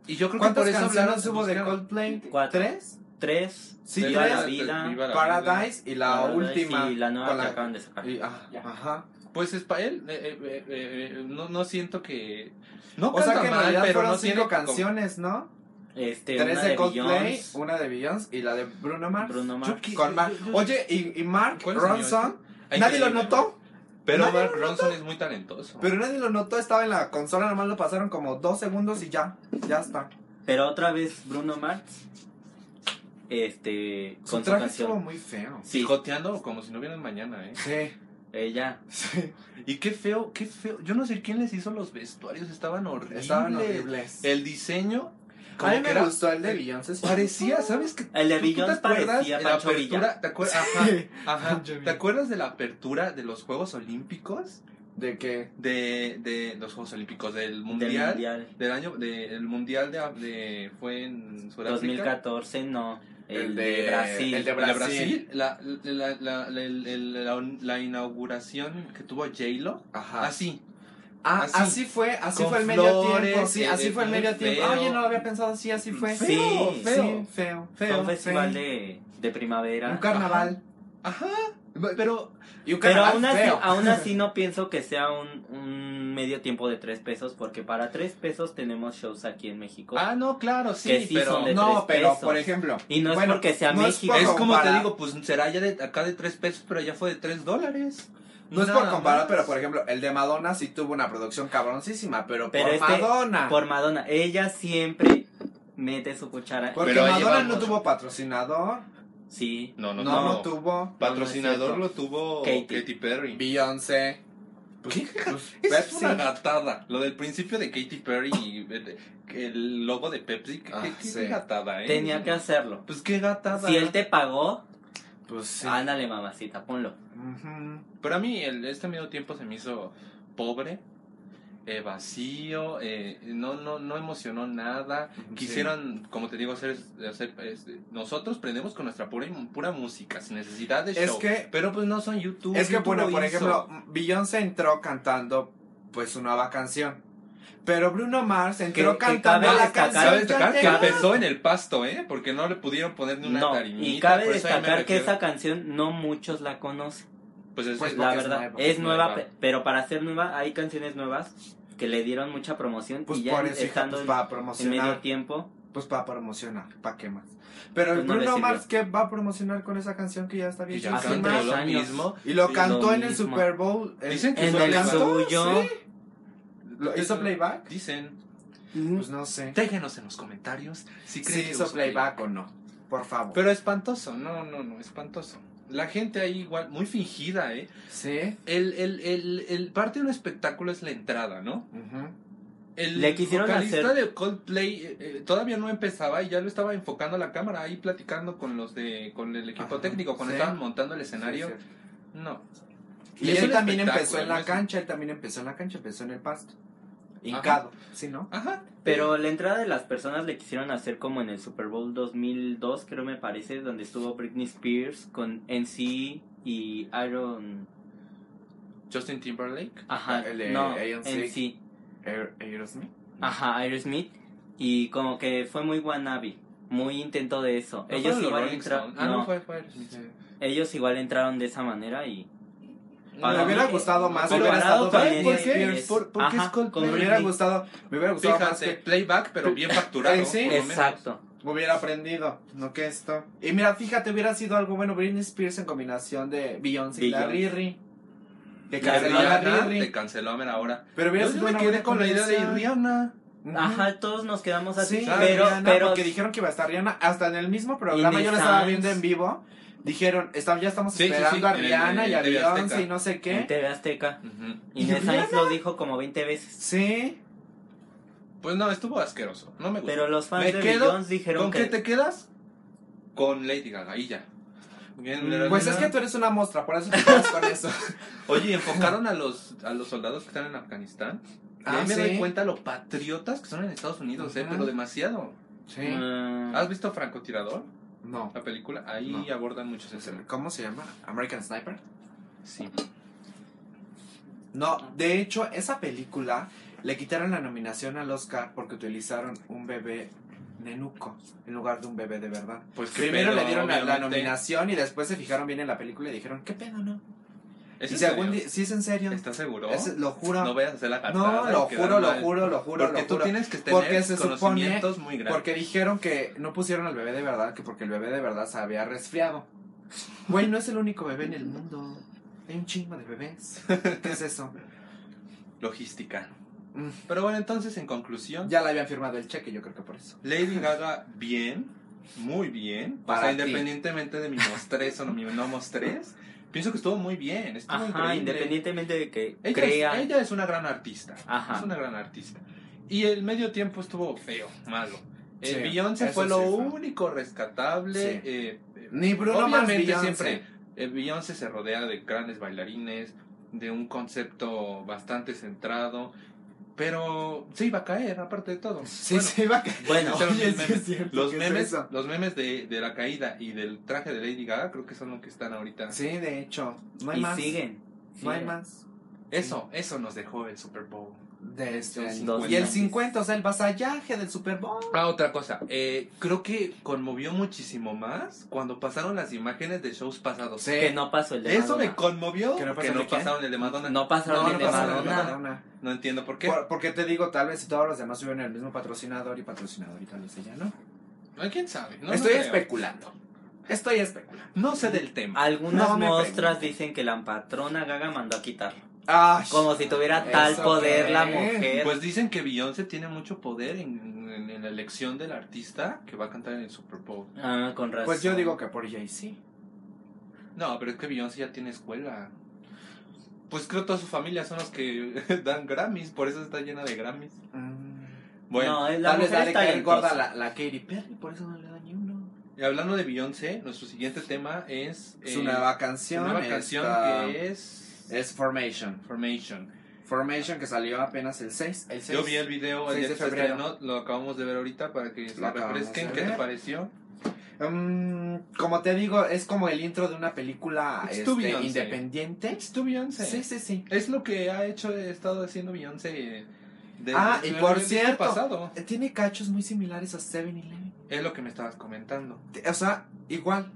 [SPEAKER 1] Y yo creo que por
[SPEAKER 2] ¿Cuántas
[SPEAKER 1] eso hablaron
[SPEAKER 2] canciones hubo de Coldplay?
[SPEAKER 3] Cuatro.
[SPEAKER 2] ¿Tres?
[SPEAKER 3] Tres.
[SPEAKER 2] Sí,
[SPEAKER 3] Viva
[SPEAKER 2] tres.
[SPEAKER 3] la vida.
[SPEAKER 1] Viva la vida.
[SPEAKER 2] Paradise y la
[SPEAKER 3] Paradise
[SPEAKER 2] última.
[SPEAKER 3] Y la nueva
[SPEAKER 2] con
[SPEAKER 3] que
[SPEAKER 2] la-
[SPEAKER 3] acaban de sacar.
[SPEAKER 2] y- ah, ajá.
[SPEAKER 1] Pues es para él. eh, eh, eh, eh, no, no siento que. No
[SPEAKER 2] O sea
[SPEAKER 1] canta
[SPEAKER 2] que en
[SPEAKER 1] mal,
[SPEAKER 2] realidad
[SPEAKER 1] pero
[SPEAKER 2] fueron
[SPEAKER 1] no tiene
[SPEAKER 2] cinco
[SPEAKER 1] como-
[SPEAKER 2] canciones, ¿no?
[SPEAKER 3] Este,
[SPEAKER 2] Tres
[SPEAKER 3] una
[SPEAKER 2] de
[SPEAKER 3] de
[SPEAKER 2] Coldplay,
[SPEAKER 3] Beyoncé,
[SPEAKER 2] una de Beyoncé y la de Bruno Mars.
[SPEAKER 3] Bruno Mars.
[SPEAKER 1] qui-
[SPEAKER 2] Con Mar-
[SPEAKER 1] yo- yo-
[SPEAKER 2] Oye, y, y Mark
[SPEAKER 1] ¿Cuál es el mío
[SPEAKER 2] Ronson,
[SPEAKER 1] Ay,
[SPEAKER 2] nadie lo
[SPEAKER 1] increíble.
[SPEAKER 2] notó,
[SPEAKER 1] Pero
[SPEAKER 2] Nadie
[SPEAKER 1] Mark Ronson es muy talentoso.
[SPEAKER 2] pero nadie lo notó, estaba en la consola, nomás lo pasaron como dos segundos y ya, ya está.
[SPEAKER 3] Pero otra vez Bruno Mars. Este,
[SPEAKER 2] Su
[SPEAKER 3] con su
[SPEAKER 2] traje estuvo
[SPEAKER 3] canción.
[SPEAKER 2] muy feo.
[SPEAKER 3] Sí,
[SPEAKER 1] Pijoteando como si no vieran mañana, ¿eh?
[SPEAKER 2] Sí,
[SPEAKER 3] ella.
[SPEAKER 2] sí,
[SPEAKER 1] Y qué feo, qué feo. Yo no sé quién les hizo los vestuarios, estaban horribles.
[SPEAKER 2] estaban horribles.
[SPEAKER 1] El diseño.
[SPEAKER 2] A
[SPEAKER 1] como
[SPEAKER 2] mí
[SPEAKER 1] que
[SPEAKER 2] me
[SPEAKER 1] era-
[SPEAKER 2] gustó el de Beyoncé. sí.
[SPEAKER 1] Parecía, ¿sabes qué?
[SPEAKER 3] El de
[SPEAKER 1] ¿Tú- tú te
[SPEAKER 3] Beyoncé
[SPEAKER 1] acuerdas
[SPEAKER 3] parecía
[SPEAKER 1] de la
[SPEAKER 3] Pancho Villa.
[SPEAKER 1] apertura? ¿Te acuerdas?
[SPEAKER 2] Sí.
[SPEAKER 1] Ajá, ajá.
[SPEAKER 2] Pancho Villa.
[SPEAKER 1] ¿Te acuerdas de la apertura de los Juegos Olímpicos?
[SPEAKER 2] De que
[SPEAKER 1] De, de los Juegos Olímpicos, del
[SPEAKER 3] Del
[SPEAKER 1] Mundial. Del,
[SPEAKER 3] mundial.
[SPEAKER 1] año, de- el Mundial de, de- fue en Sudáfrica.
[SPEAKER 3] 2014, no. El,
[SPEAKER 2] El
[SPEAKER 3] de,
[SPEAKER 2] de-
[SPEAKER 3] Brasil.
[SPEAKER 2] el de
[SPEAKER 1] La
[SPEAKER 2] Brasil.
[SPEAKER 1] Brasil, la, la, la, la- el- el- la- la inauguración que tuvo J-Lo,
[SPEAKER 2] Ajá.
[SPEAKER 1] así,
[SPEAKER 2] Ah,
[SPEAKER 1] Así.
[SPEAKER 2] así, fue, así
[SPEAKER 1] Con
[SPEAKER 2] fue el medio
[SPEAKER 1] flores,
[SPEAKER 2] tiempo. Sí,
[SPEAKER 1] eh,
[SPEAKER 2] así fue el
[SPEAKER 1] muy
[SPEAKER 2] medio tiempo.
[SPEAKER 1] feo.
[SPEAKER 2] Ah, yo no lo había pensado, sí, así fue.
[SPEAKER 3] Sí,
[SPEAKER 2] feo,
[SPEAKER 3] sí.
[SPEAKER 2] feo, feo,
[SPEAKER 3] Fue
[SPEAKER 2] feo,
[SPEAKER 3] un festival
[SPEAKER 2] feo.
[SPEAKER 3] de, de primavera.
[SPEAKER 2] Un carnaval.
[SPEAKER 1] ajá, pero
[SPEAKER 2] Y un
[SPEAKER 3] Pero
[SPEAKER 2] carnaval
[SPEAKER 3] aún así,
[SPEAKER 2] feo.
[SPEAKER 3] aún así no pienso que sea un, un medio tiempo de tres pesos, porque para tres pesos tenemos shows aquí en México.
[SPEAKER 1] Ah, no, claro, sí,
[SPEAKER 3] Que sí
[SPEAKER 1] pero...
[SPEAKER 3] son de tres
[SPEAKER 2] No, pero
[SPEAKER 3] pesos.
[SPEAKER 2] por ejemplo.
[SPEAKER 3] Y no es
[SPEAKER 2] bueno,
[SPEAKER 3] porque sea
[SPEAKER 2] no es
[SPEAKER 3] México.
[SPEAKER 2] por
[SPEAKER 1] Es como te
[SPEAKER 2] comparar-
[SPEAKER 1] digo, pues será ya de acá de 3 pesos, pero ya fue de 3 dólares.
[SPEAKER 2] No es por
[SPEAKER 1] Nada
[SPEAKER 2] comparar,
[SPEAKER 1] más.
[SPEAKER 2] pero por ejemplo, el de Madonna sí tuvo una producción cabroncísima, pero,
[SPEAKER 3] Pero
[SPEAKER 2] por
[SPEAKER 3] este-
[SPEAKER 2] Madonna.
[SPEAKER 3] Por Madonna. Ella siempre mete su cuchara.
[SPEAKER 2] Porque
[SPEAKER 1] Pero ahí
[SPEAKER 2] Madonna
[SPEAKER 1] llevamos-
[SPEAKER 2] no tuvo patrocinador,
[SPEAKER 3] Sí.
[SPEAKER 1] No,
[SPEAKER 2] no,
[SPEAKER 1] no,
[SPEAKER 2] no,
[SPEAKER 1] no.
[SPEAKER 2] tuvo
[SPEAKER 1] Patrocinador
[SPEAKER 3] No, no
[SPEAKER 1] lo tuvo
[SPEAKER 3] Katy.
[SPEAKER 1] Katy, Perry.
[SPEAKER 2] Beyoncé,
[SPEAKER 1] ¿Qué?
[SPEAKER 2] pues,
[SPEAKER 1] Es
[SPEAKER 2] Pepsi.
[SPEAKER 1] una gatada. Lo del principio de Katy Perry y eh, el logo de Pepsi. ¿Qué,
[SPEAKER 2] Ah,
[SPEAKER 1] qué- qué
[SPEAKER 2] sí.
[SPEAKER 1] gatada, eh?
[SPEAKER 3] Tenía que hacerlo.
[SPEAKER 1] Pues qué gatada.
[SPEAKER 3] Si él te pagó,
[SPEAKER 2] Pues sí.
[SPEAKER 3] ándale mamacita, ponlo.
[SPEAKER 2] Ujú.
[SPEAKER 1] Pero a mí el- este medio tiempo se me hizo pobre, eh, vacío, eh, no, no, no emocionó nada. Quisieron, como te digo, hacer, hacer es- nosotros prendemos con nuestra pura, pura música, sin necesidad de
[SPEAKER 2] Es
[SPEAKER 1] show.
[SPEAKER 2] que-
[SPEAKER 1] pero pues no son YouTube.
[SPEAKER 2] Es que,
[SPEAKER 1] YouTube
[SPEAKER 2] bueno,
[SPEAKER 1] lo
[SPEAKER 2] por
[SPEAKER 1] hizo.
[SPEAKER 2] ejemplo, Beyoncé entró cantando pues su nueva canción. Pero Bruno Mars entró
[SPEAKER 3] Que- que
[SPEAKER 2] cantando
[SPEAKER 3] cabe
[SPEAKER 2] la
[SPEAKER 3] destacar-
[SPEAKER 2] canción.
[SPEAKER 1] Cabe destacar
[SPEAKER 2] que
[SPEAKER 1] que
[SPEAKER 2] llegó.
[SPEAKER 1] empezó en el pasto, ¿eh? Porque no le pudieron poner ni una
[SPEAKER 3] No,
[SPEAKER 1] tarimita.
[SPEAKER 3] y cabe
[SPEAKER 1] por eso ahí me
[SPEAKER 3] destacar que
[SPEAKER 1] refiero.
[SPEAKER 3] esa canción no muchos la conocen,
[SPEAKER 1] Pues es-
[SPEAKER 2] pues,
[SPEAKER 1] es-
[SPEAKER 3] la
[SPEAKER 2] porque es
[SPEAKER 3] verdad.
[SPEAKER 2] nueva,
[SPEAKER 3] Es nueva,
[SPEAKER 1] nueva.
[SPEAKER 3] pe- pero para ser nueva hay canciones nuevas que le dieron mucha promoción
[SPEAKER 2] Pues
[SPEAKER 3] y ya
[SPEAKER 2] por eso, hija,
[SPEAKER 3] estando
[SPEAKER 2] pues,
[SPEAKER 3] en-
[SPEAKER 2] para
[SPEAKER 3] en medio
[SPEAKER 2] promocionar.
[SPEAKER 3] tiempo,
[SPEAKER 2] Pues para promocionar, ¿para qué más? Pero el
[SPEAKER 3] Pues no le
[SPEAKER 2] Bruno
[SPEAKER 3] sirvió.
[SPEAKER 2] Mars, ¿qué va a promocionar con esa canción que ya está bien?
[SPEAKER 1] y ya
[SPEAKER 3] hace
[SPEAKER 1] cantó
[SPEAKER 3] tres
[SPEAKER 1] lo
[SPEAKER 3] años.
[SPEAKER 1] mismo.
[SPEAKER 2] Y lo
[SPEAKER 1] Sí,
[SPEAKER 2] cantó
[SPEAKER 3] lo
[SPEAKER 2] en el
[SPEAKER 3] mismo.
[SPEAKER 2] Super Bowl. el-
[SPEAKER 1] Dicen que
[SPEAKER 3] en
[SPEAKER 1] hizo
[SPEAKER 3] el
[SPEAKER 1] playback.
[SPEAKER 3] suyo,
[SPEAKER 2] Sí. ¿Lo hizo playback?
[SPEAKER 1] Dicen.
[SPEAKER 2] Pues no sé.
[SPEAKER 1] Déjenos en los comentarios si
[SPEAKER 2] Si
[SPEAKER 1] creen que
[SPEAKER 2] hizo
[SPEAKER 1] uso
[SPEAKER 2] playback o no. Por favor.
[SPEAKER 1] Pero espantoso, no, no, no, espantoso. La gente ahí igual, muy fingida, ¿eh?
[SPEAKER 2] sí.
[SPEAKER 1] El, el, el, el parte de un espectáculo es la entrada, ¿no?
[SPEAKER 2] Ujú.
[SPEAKER 1] El
[SPEAKER 3] Le quisieron
[SPEAKER 1] vocalista
[SPEAKER 3] hacer-
[SPEAKER 1] de Coldplay eh, eh, todavía no empezaba y ya lo estaba enfocando la cámara ahí platicando con los de con el equipo
[SPEAKER 2] Ajá,
[SPEAKER 1] técnico cuando
[SPEAKER 2] sí.
[SPEAKER 1] estaban montando el escenario.
[SPEAKER 2] Sí, sí.
[SPEAKER 1] No.
[SPEAKER 2] Y,
[SPEAKER 1] es
[SPEAKER 2] él
[SPEAKER 1] un
[SPEAKER 2] también
[SPEAKER 1] espectáculo,
[SPEAKER 2] empezó en
[SPEAKER 1] ¿no?
[SPEAKER 2] la
[SPEAKER 1] Es-
[SPEAKER 2] cancha, él también empezó en la cancha, empezó en el pasto.
[SPEAKER 1] Ajá.
[SPEAKER 2] Hincado, ¿sí, no?
[SPEAKER 1] Ajá.
[SPEAKER 3] pero la entrada de las personas le quisieron hacer como en el Super Bowl 2002, creo me parece, donde estuvo Britney Spears con NC y Aaron,
[SPEAKER 1] Justin Timberlake.
[SPEAKER 3] ajá,
[SPEAKER 2] El de
[SPEAKER 3] no,
[SPEAKER 2] A&C.
[SPEAKER 3] NC,
[SPEAKER 2] Aer- Er, Aerosmith.
[SPEAKER 3] ajá, Aerosmith y como que fue muy wannabe, muy intento de eso.
[SPEAKER 1] ¿No
[SPEAKER 3] Ellos
[SPEAKER 1] fueron los
[SPEAKER 3] igual
[SPEAKER 1] Rolling
[SPEAKER 3] entraron,
[SPEAKER 1] Stones? Ah, no,
[SPEAKER 3] no,
[SPEAKER 1] fue, fue Aerosmith.
[SPEAKER 2] Sí.
[SPEAKER 3] ellos igual entraron de esa manera y
[SPEAKER 2] Me
[SPEAKER 3] Para
[SPEAKER 2] hubiera
[SPEAKER 3] mí,
[SPEAKER 2] gustado más, me
[SPEAKER 1] pero
[SPEAKER 2] hubiera
[SPEAKER 3] comparado
[SPEAKER 2] estado
[SPEAKER 3] con
[SPEAKER 2] Britney
[SPEAKER 3] Britney
[SPEAKER 2] Spears.
[SPEAKER 3] Spears.
[SPEAKER 1] por- porque es Coldplay.
[SPEAKER 3] con
[SPEAKER 2] Me hubiera
[SPEAKER 3] Britney.
[SPEAKER 2] gustado, me hubiera gustado más
[SPEAKER 1] Fíjate,
[SPEAKER 2] que
[SPEAKER 1] playback, pero bien facturado.
[SPEAKER 2] Eh, sí.
[SPEAKER 1] por lo menos.
[SPEAKER 3] Exacto.
[SPEAKER 2] hubiera aprendido, no que esto. Y mira, fíjate, hubiera sido algo bueno Britney Spears en combinación de Beyoncé y la
[SPEAKER 3] Beyoncé.
[SPEAKER 2] Riri. Que
[SPEAKER 3] La
[SPEAKER 2] canceló a la
[SPEAKER 1] Rihanna
[SPEAKER 2] Riri.
[SPEAKER 1] te canceló a mera hora.
[SPEAKER 2] Pero hubiera
[SPEAKER 1] Yo
[SPEAKER 2] sido
[SPEAKER 1] me
[SPEAKER 2] una
[SPEAKER 1] quedé
[SPEAKER 2] buena
[SPEAKER 1] con la idea de
[SPEAKER 2] combinación.
[SPEAKER 1] Rihanna.
[SPEAKER 2] Ujú.
[SPEAKER 3] Ajá, todos nos quedamos así,
[SPEAKER 2] Sí,
[SPEAKER 3] pero,
[SPEAKER 2] Rihanna, pues,
[SPEAKER 3] pero
[SPEAKER 2] porque dijeron que iba a estar Rihanna hasta en el mismo programa,
[SPEAKER 3] In the
[SPEAKER 2] yo lo estaba
[SPEAKER 3] Times.
[SPEAKER 2] viendo en vivo. Dijeron, está- ya estamos
[SPEAKER 1] Sí, sí,
[SPEAKER 2] esperando
[SPEAKER 1] sí,
[SPEAKER 2] a
[SPEAKER 1] en el-
[SPEAKER 2] Rihanna
[SPEAKER 1] en
[SPEAKER 2] y a
[SPEAKER 1] TV
[SPEAKER 2] Beyoncé
[SPEAKER 1] Azteca.
[SPEAKER 2] y no sé
[SPEAKER 3] en
[SPEAKER 2] qué.
[SPEAKER 3] TV Azteca.
[SPEAKER 1] Ujú.
[SPEAKER 3] Inés
[SPEAKER 2] ¿Y
[SPEAKER 3] Sainz lo dijo como 20 veces.
[SPEAKER 2] Sí.
[SPEAKER 1] Pues no, estuvo asqueroso. No
[SPEAKER 2] Pues,
[SPEAKER 1] me gustó.
[SPEAKER 3] Pero los fans
[SPEAKER 1] Me
[SPEAKER 3] de
[SPEAKER 1] quedo
[SPEAKER 3] Beyoncé dijeron
[SPEAKER 1] ¿Con qué
[SPEAKER 3] que mm,
[SPEAKER 1] te quedas? Con Lady Gaga y ya. Mm, Bien, la
[SPEAKER 2] Pues
[SPEAKER 1] verdad.
[SPEAKER 2] es que tú eres una mostra, por eso te quedas con eso.
[SPEAKER 1] Oye, enfocaron a los, a los soldados que están en Afganistán. Y
[SPEAKER 2] Ah,
[SPEAKER 1] ahí me
[SPEAKER 2] sí.
[SPEAKER 1] doy cuenta lo patriotas que son en Estados Unidos, ¿eh?
[SPEAKER 2] Ajá.
[SPEAKER 1] Pero demasiado.
[SPEAKER 2] Sí.
[SPEAKER 1] Ah.
[SPEAKER 3] Mm,
[SPEAKER 1] ¿Has visto Francotirador?
[SPEAKER 2] No.
[SPEAKER 1] La película. Ahí
[SPEAKER 2] No.
[SPEAKER 1] abordan muchos ese tema.
[SPEAKER 2] ¿Cómo se llama? ¿American Sniper?
[SPEAKER 1] Sí.
[SPEAKER 2] No, de hecho, esa película le quitaron la nominación al Oscar porque utilizaron un bebé nenuco en lugar de un bebé de verdad.
[SPEAKER 1] Pues qué
[SPEAKER 2] Primero
[SPEAKER 1] pedo,
[SPEAKER 2] le dieron la, la
[SPEAKER 1] obviamente.
[SPEAKER 2] nominación y después se fijaron bien en la película y dijeron, ¿qué pedo, no?
[SPEAKER 1] ¿Es
[SPEAKER 2] Y
[SPEAKER 1] en
[SPEAKER 2] según,
[SPEAKER 1] serio?
[SPEAKER 2] di- sí es en serio.
[SPEAKER 1] ¿Estás seguro?
[SPEAKER 2] Es- lo juro.
[SPEAKER 1] No vayas a hacer la
[SPEAKER 2] No,
[SPEAKER 1] jartada y
[SPEAKER 2] lo
[SPEAKER 1] quedar
[SPEAKER 2] juro, lo
[SPEAKER 1] mal.
[SPEAKER 2] juro, lo juro,
[SPEAKER 1] Porque
[SPEAKER 2] lo
[SPEAKER 1] tú
[SPEAKER 2] juro.
[SPEAKER 1] tienes que tener
[SPEAKER 2] Porque se supone-
[SPEAKER 1] conocimientos muy grandes.
[SPEAKER 2] Porque dijeron que no pusieron al bebé de verdad, que porque el bebé de verdad se había resfriado. Güey, no es el único bebé en el mundo. Hay un chingo de bebés. ¿Qué es eso?
[SPEAKER 1] Logística.
[SPEAKER 2] Mm.
[SPEAKER 1] Pero bueno, entonces, en conclusión,
[SPEAKER 2] Ya le habían firmado el cheque, yo creo que por eso.
[SPEAKER 1] Lady Gaga, bien, muy bien.
[SPEAKER 2] Para
[SPEAKER 1] o sea,
[SPEAKER 2] ti.
[SPEAKER 1] independientemente de mi mostrez o no mi no mostrez, pienso que estuvo muy bien. Estuvo
[SPEAKER 3] Ajá,
[SPEAKER 1] increíble.
[SPEAKER 3] independientemente de que
[SPEAKER 1] Ella,
[SPEAKER 3] crea.
[SPEAKER 1] Es, ella es una gran artista.
[SPEAKER 3] Ajá.
[SPEAKER 1] Es una gran artista. Y el medio tiempo estuvo feo, malo. El
[SPEAKER 2] Sí,
[SPEAKER 1] Beyoncé
[SPEAKER 2] eso
[SPEAKER 1] fue
[SPEAKER 2] sí
[SPEAKER 1] lo
[SPEAKER 2] fue.
[SPEAKER 1] único rescatable.
[SPEAKER 2] Sí.
[SPEAKER 1] eh, eh,
[SPEAKER 2] Ni Bruno Mars,
[SPEAKER 1] Obviamente
[SPEAKER 2] Beyoncé.
[SPEAKER 1] siempre eh, Beyoncé se rodea de grandes bailarines, de un concepto bastante centrado, pero se iba a caer, aparte de todo.
[SPEAKER 2] Sí,
[SPEAKER 1] Bueno,
[SPEAKER 2] se iba a caer.
[SPEAKER 3] Bueno,
[SPEAKER 1] hicieron
[SPEAKER 2] Oye,
[SPEAKER 1] los
[SPEAKER 2] sí
[SPEAKER 1] memes.
[SPEAKER 2] es cierto,
[SPEAKER 1] Los
[SPEAKER 2] ¿qué es
[SPEAKER 1] memes,
[SPEAKER 2] eso?
[SPEAKER 1] los memes de, de la caída y del traje de Lady Gaga creo que son los que están ahorita.
[SPEAKER 2] Sí, de hecho. No hay
[SPEAKER 3] y
[SPEAKER 2] más.
[SPEAKER 3] siguen.
[SPEAKER 2] No hay
[SPEAKER 3] siguen.
[SPEAKER 2] más.
[SPEAKER 1] Eso, eso nos dejó el Super Bowl.
[SPEAKER 2] De este
[SPEAKER 1] Son
[SPEAKER 2] año.
[SPEAKER 1] 50.
[SPEAKER 2] Y el 50, o sea, el vasallaje del Super Bowl.
[SPEAKER 1] Ah, otra cosa. eh, creo que conmovió muchísimo más cuando pasaron las imágenes de shows pasados.
[SPEAKER 2] Sí.
[SPEAKER 3] Que no pasó el de
[SPEAKER 1] Eso me
[SPEAKER 3] Madonna.
[SPEAKER 1] conmovió.
[SPEAKER 2] ¿Que no
[SPEAKER 1] Que
[SPEAKER 2] pasaron
[SPEAKER 1] no
[SPEAKER 2] de quién?
[SPEAKER 1] pasaron el de Madonna.
[SPEAKER 3] No pasaron
[SPEAKER 1] No,
[SPEAKER 3] el
[SPEAKER 1] no
[SPEAKER 3] de
[SPEAKER 1] pasaron el de
[SPEAKER 3] Madonna.
[SPEAKER 2] Madonna.
[SPEAKER 1] No entiendo por qué.
[SPEAKER 2] Por- porque te digo, tal vez si todos los demás tuvieron el mismo patrocinador y patrocinador y tal vez ella no.
[SPEAKER 1] Ay, ¿Quién sabe? No, no
[SPEAKER 2] Estoy
[SPEAKER 1] creo.
[SPEAKER 2] especulando. Estoy especulando.
[SPEAKER 1] No sé del tema.
[SPEAKER 3] Algunas
[SPEAKER 2] No me
[SPEAKER 3] mostras
[SPEAKER 2] preguntes.
[SPEAKER 3] dicen que la patrona Gaga mandó a quitarlo.
[SPEAKER 2] Ay,
[SPEAKER 3] Como si tuviera tal
[SPEAKER 2] ¿eso
[SPEAKER 3] poder
[SPEAKER 2] qué?
[SPEAKER 3] la mujer.
[SPEAKER 1] Pues dicen que Beyoncé tiene mucho poder en, en- en la elección del artista que va a cantar en el Super Bowl.
[SPEAKER 3] ah, con razón.
[SPEAKER 2] Pues yo digo que por Jay-Z.
[SPEAKER 1] No, pero es que Beyoncé ya tiene escuela. Pues creo que toda su familia son los que dan Grammys, por eso está llena de Grammys. Bueno,
[SPEAKER 3] no, es la
[SPEAKER 2] Mm. Tal vez
[SPEAKER 3] mujer
[SPEAKER 2] la de
[SPEAKER 3] está
[SPEAKER 2] caer gorda la, la Katy Perry, por eso no le da ni uno.
[SPEAKER 1] y hablando de Beyoncé, nuestro siguiente tema es...
[SPEAKER 2] Su
[SPEAKER 1] eh,
[SPEAKER 2] nueva
[SPEAKER 1] su
[SPEAKER 2] canción.
[SPEAKER 1] nueva canción
[SPEAKER 2] esta-
[SPEAKER 1] que es...
[SPEAKER 2] es Formation.
[SPEAKER 1] Formation.
[SPEAKER 2] Formation que salió apenas el 6. El 6.
[SPEAKER 1] Yo vi el video el
[SPEAKER 2] Seis
[SPEAKER 1] día
[SPEAKER 2] de
[SPEAKER 1] que se
[SPEAKER 2] febrero.
[SPEAKER 1] estrenó, lo acabamos de ver ahorita para que se
[SPEAKER 2] Lo acabamos
[SPEAKER 1] refresquen.
[SPEAKER 2] de
[SPEAKER 1] ¿Qué te
[SPEAKER 2] ver.
[SPEAKER 1] pareció?
[SPEAKER 2] Mm, como te digo, es como el intro de una película
[SPEAKER 1] It's tu
[SPEAKER 2] este,
[SPEAKER 1] Beyoncé.
[SPEAKER 2] independiente.
[SPEAKER 1] It's to Beyoncé.
[SPEAKER 2] Sí, sí, sí.
[SPEAKER 1] Es lo que ha hecho, ha estado haciendo Beyoncé. eh, desde
[SPEAKER 2] Ah, y
[SPEAKER 1] el
[SPEAKER 2] por
[SPEAKER 1] año
[SPEAKER 2] cierto.
[SPEAKER 1] pasado.
[SPEAKER 2] Eh, Tiene cachos muy similares a 7-Eleven.
[SPEAKER 1] Es lo que me estabas comentando.
[SPEAKER 2] Te- O sea, igual.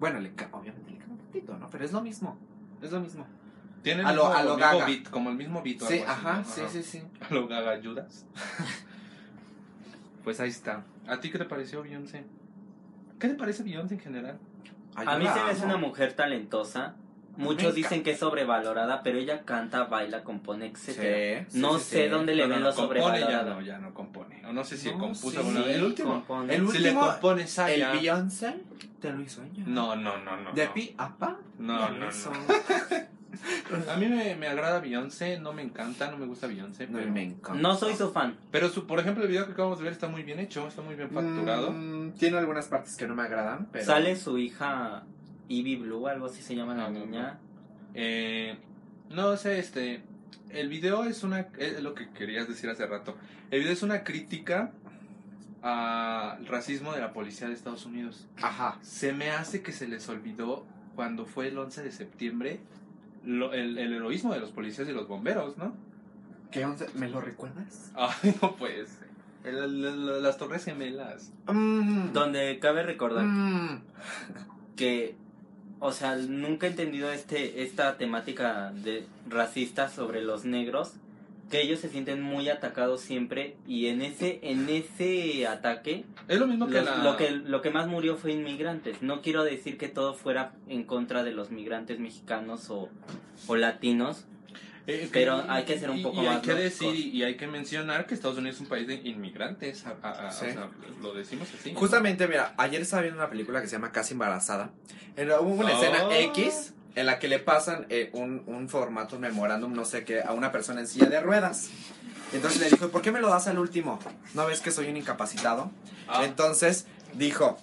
[SPEAKER 2] Bueno, le ca- obviamente le cambia un poquito, ¿no? Pero es lo mismo. Es lo mismo.
[SPEAKER 1] Tiene
[SPEAKER 2] A
[SPEAKER 1] el
[SPEAKER 2] lo-
[SPEAKER 1] mismo,
[SPEAKER 2] a lo
[SPEAKER 1] el mismo
[SPEAKER 2] Gaga.
[SPEAKER 1] beat, como el mismo beat. o
[SPEAKER 2] Sí,
[SPEAKER 1] algo así,
[SPEAKER 2] ajá,
[SPEAKER 1] ¿no?
[SPEAKER 2] sí, sí, sí.
[SPEAKER 1] A lo Gaga ayudas. pues ahí está. ¿A ti qué te pareció Beyoncé? ¿Qué te parece Beyoncé en general?
[SPEAKER 2] Ay,
[SPEAKER 3] A
[SPEAKER 2] yo
[SPEAKER 3] mí
[SPEAKER 2] la
[SPEAKER 3] se me hace
[SPEAKER 2] amo.
[SPEAKER 3] una mujer talentosa.
[SPEAKER 2] Me
[SPEAKER 3] Muchos
[SPEAKER 2] encanta.
[SPEAKER 3] dicen que es sobrevalorada, pero ella canta, baila, compone,
[SPEAKER 2] Sí,
[SPEAKER 3] etc.
[SPEAKER 2] sí,
[SPEAKER 3] no
[SPEAKER 2] sí,
[SPEAKER 3] sé
[SPEAKER 2] sí.
[SPEAKER 3] dónde le
[SPEAKER 1] No, no,
[SPEAKER 3] ven
[SPEAKER 1] no,
[SPEAKER 3] lo
[SPEAKER 1] compone ya no,
[SPEAKER 3] sobrevalorado.
[SPEAKER 1] ya no compone. O No sé si
[SPEAKER 2] No,
[SPEAKER 1] compuso
[SPEAKER 2] sí,
[SPEAKER 1] alguna vez. El último.
[SPEAKER 3] compone.
[SPEAKER 2] El
[SPEAKER 1] Si le
[SPEAKER 2] último,
[SPEAKER 1] compone Saya.
[SPEAKER 2] El Beyoncé te lo hizo ella.
[SPEAKER 1] No, no, no, no.
[SPEAKER 2] De
[SPEAKER 1] no.
[SPEAKER 2] pi a pa.
[SPEAKER 1] No,
[SPEAKER 2] te
[SPEAKER 1] no,
[SPEAKER 2] lo
[SPEAKER 1] no.
[SPEAKER 2] hizo.
[SPEAKER 1] A mí me, me agrada Beyoncé, no me encanta, no me gusta Beyoncé.
[SPEAKER 2] No,
[SPEAKER 1] pero-
[SPEAKER 2] me encanta.
[SPEAKER 3] No soy su fan.
[SPEAKER 1] Pero su, por ejemplo, el video que acabamos de ver está muy bien hecho, está muy bien facturado.
[SPEAKER 2] Mm, tiene algunas partes que no me agradan, pero.
[SPEAKER 3] Sale su hija Ivy Blue, algo así se llama la
[SPEAKER 2] Ah,
[SPEAKER 1] No, no,
[SPEAKER 3] niña.
[SPEAKER 1] Eh, no sé, este. El video es una. Es lo que querías decir hace rato. El video es una crítica al racismo de la policía de Estados Unidos.
[SPEAKER 2] Ajá.
[SPEAKER 1] Se me hace que se les olvidó cuando fue el 11 de septiembre lo- el, el heroísmo de los policías y los bomberos, ¿no?
[SPEAKER 2] ¿Qué once? ¿Me lo recuerdas?
[SPEAKER 1] Ay, no pues. El- el- el- las Torres Gemelas.
[SPEAKER 2] Mm,
[SPEAKER 3] Donde cabe recordar
[SPEAKER 2] mm,
[SPEAKER 3] que, o sea, nunca he entendido este, esta temática de racista sobre los negros, que ellos se sienten muy atacados siempre y en ese, en ese ataque
[SPEAKER 1] Es lo mismo que
[SPEAKER 3] los-
[SPEAKER 1] la.
[SPEAKER 3] lo, que, lo que más murió fue inmigrantes. No quiero decir que todo fuera en contra de los migrantes mexicanos o, o latinos.
[SPEAKER 1] Eh,
[SPEAKER 3] Pero hay que ser un poco
[SPEAKER 1] y hay
[SPEAKER 3] más
[SPEAKER 1] que
[SPEAKER 3] lógicos.
[SPEAKER 1] decir y hay que mencionar que Estados Unidos es un país de inmigrantes. a- a- a-
[SPEAKER 2] Sí.
[SPEAKER 1] o sea, lo decimos así.
[SPEAKER 2] Justamente, mira, ayer estaba viendo una película que se llama Casi Embarazada. En la- Hubo una escena
[SPEAKER 1] Oh.
[SPEAKER 2] X en la que le pasan eh, un, un formato, un memorándum, no sé qué, a una persona en silla de ruedas. Entonces le dijo, ¿por qué me lo das al último? ¿No ves que soy un incapacitado?
[SPEAKER 1] Ah,
[SPEAKER 2] Entonces dijo,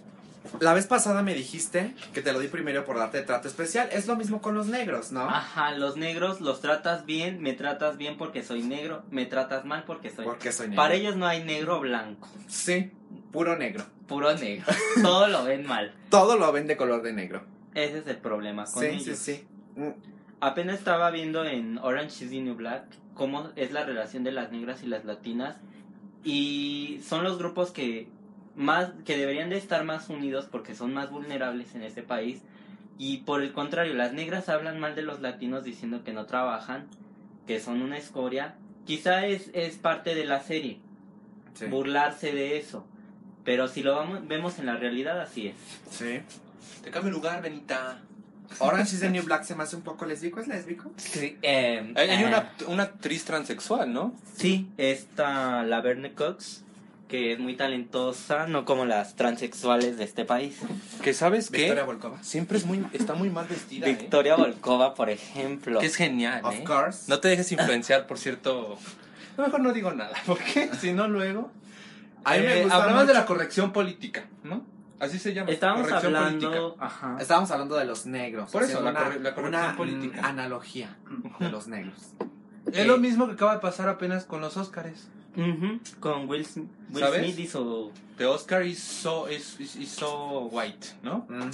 [SPEAKER 2] la vez pasada me dijiste que te lo di primero por darte trato especial. Es lo mismo con los negros, ¿no?
[SPEAKER 3] Ajá, los negros los tratas bien, me tratas bien porque soy negro, me tratas mal porque soy...
[SPEAKER 2] Porque soy negro.
[SPEAKER 3] Para ellos no hay negro o blanco,
[SPEAKER 2] Sí, puro negro.
[SPEAKER 3] puro negro. todo lo ven mal.
[SPEAKER 2] Todo lo ven de color de negro.
[SPEAKER 3] Ese es el problema Ah, con
[SPEAKER 2] Sí,
[SPEAKER 3] ellos.
[SPEAKER 2] sí, sí. Mm,
[SPEAKER 3] Apenas estaba viendo en Orange is the New Black cómo es la relación de las negras y las latinas y son los grupos que más que deberían de estar más unidos porque son más vulnerables en este país y por el contrario las negras hablan mal de los latinos diciendo que no trabajan, que son una escoria. Quizá es, es parte de la serie
[SPEAKER 2] sí,
[SPEAKER 3] burlarse de eso, pero si lo vamos- vemos en la realidad así es.
[SPEAKER 2] sí.
[SPEAKER 1] Te cambio el lugar, Benita.
[SPEAKER 2] Orange is the New Black se me hace un poco lesbico, ¿es lesbico?
[SPEAKER 1] Hay, hay
[SPEAKER 3] Ah.
[SPEAKER 1] una, una actriz transexual, ¿no?
[SPEAKER 3] Sí, está la Verne Cox, que es muy talentosa, no como las transexuales de este país.
[SPEAKER 1] Que sabes
[SPEAKER 2] Victoria
[SPEAKER 1] que
[SPEAKER 2] Volkova.
[SPEAKER 1] siempre es muy, está muy mal vestida. ¿eh?
[SPEAKER 3] Victoria Volkova, por ejemplo.
[SPEAKER 1] Que es genial.
[SPEAKER 2] Of
[SPEAKER 1] ¿eh?
[SPEAKER 2] course.
[SPEAKER 1] No te dejes influenciar, por cierto. A lo Mejor no digo nada, porque si no luego.
[SPEAKER 2] A mí me
[SPEAKER 1] Eh,
[SPEAKER 2] gusta
[SPEAKER 1] hablabas de
[SPEAKER 2] mucho-
[SPEAKER 1] la corrección política, ¿no? Así se llama.
[SPEAKER 3] Estábamos
[SPEAKER 1] corrección
[SPEAKER 3] hablando... Ajá.
[SPEAKER 2] Estábamos hablando de los negros.
[SPEAKER 1] Por eso,
[SPEAKER 2] haciendo
[SPEAKER 1] la corre- la corrección
[SPEAKER 2] una, mm,
[SPEAKER 1] política.
[SPEAKER 2] analogía de los negros.
[SPEAKER 1] política. Es lo mismo que acaba de pasar apenas con los Óscares.
[SPEAKER 3] Ujú, Con Will, Sm- Will
[SPEAKER 1] ¿Sabes?
[SPEAKER 3] Smith hizo...
[SPEAKER 1] The Oscar is so, is, is- is so white, ¿no?
[SPEAKER 2] Mm,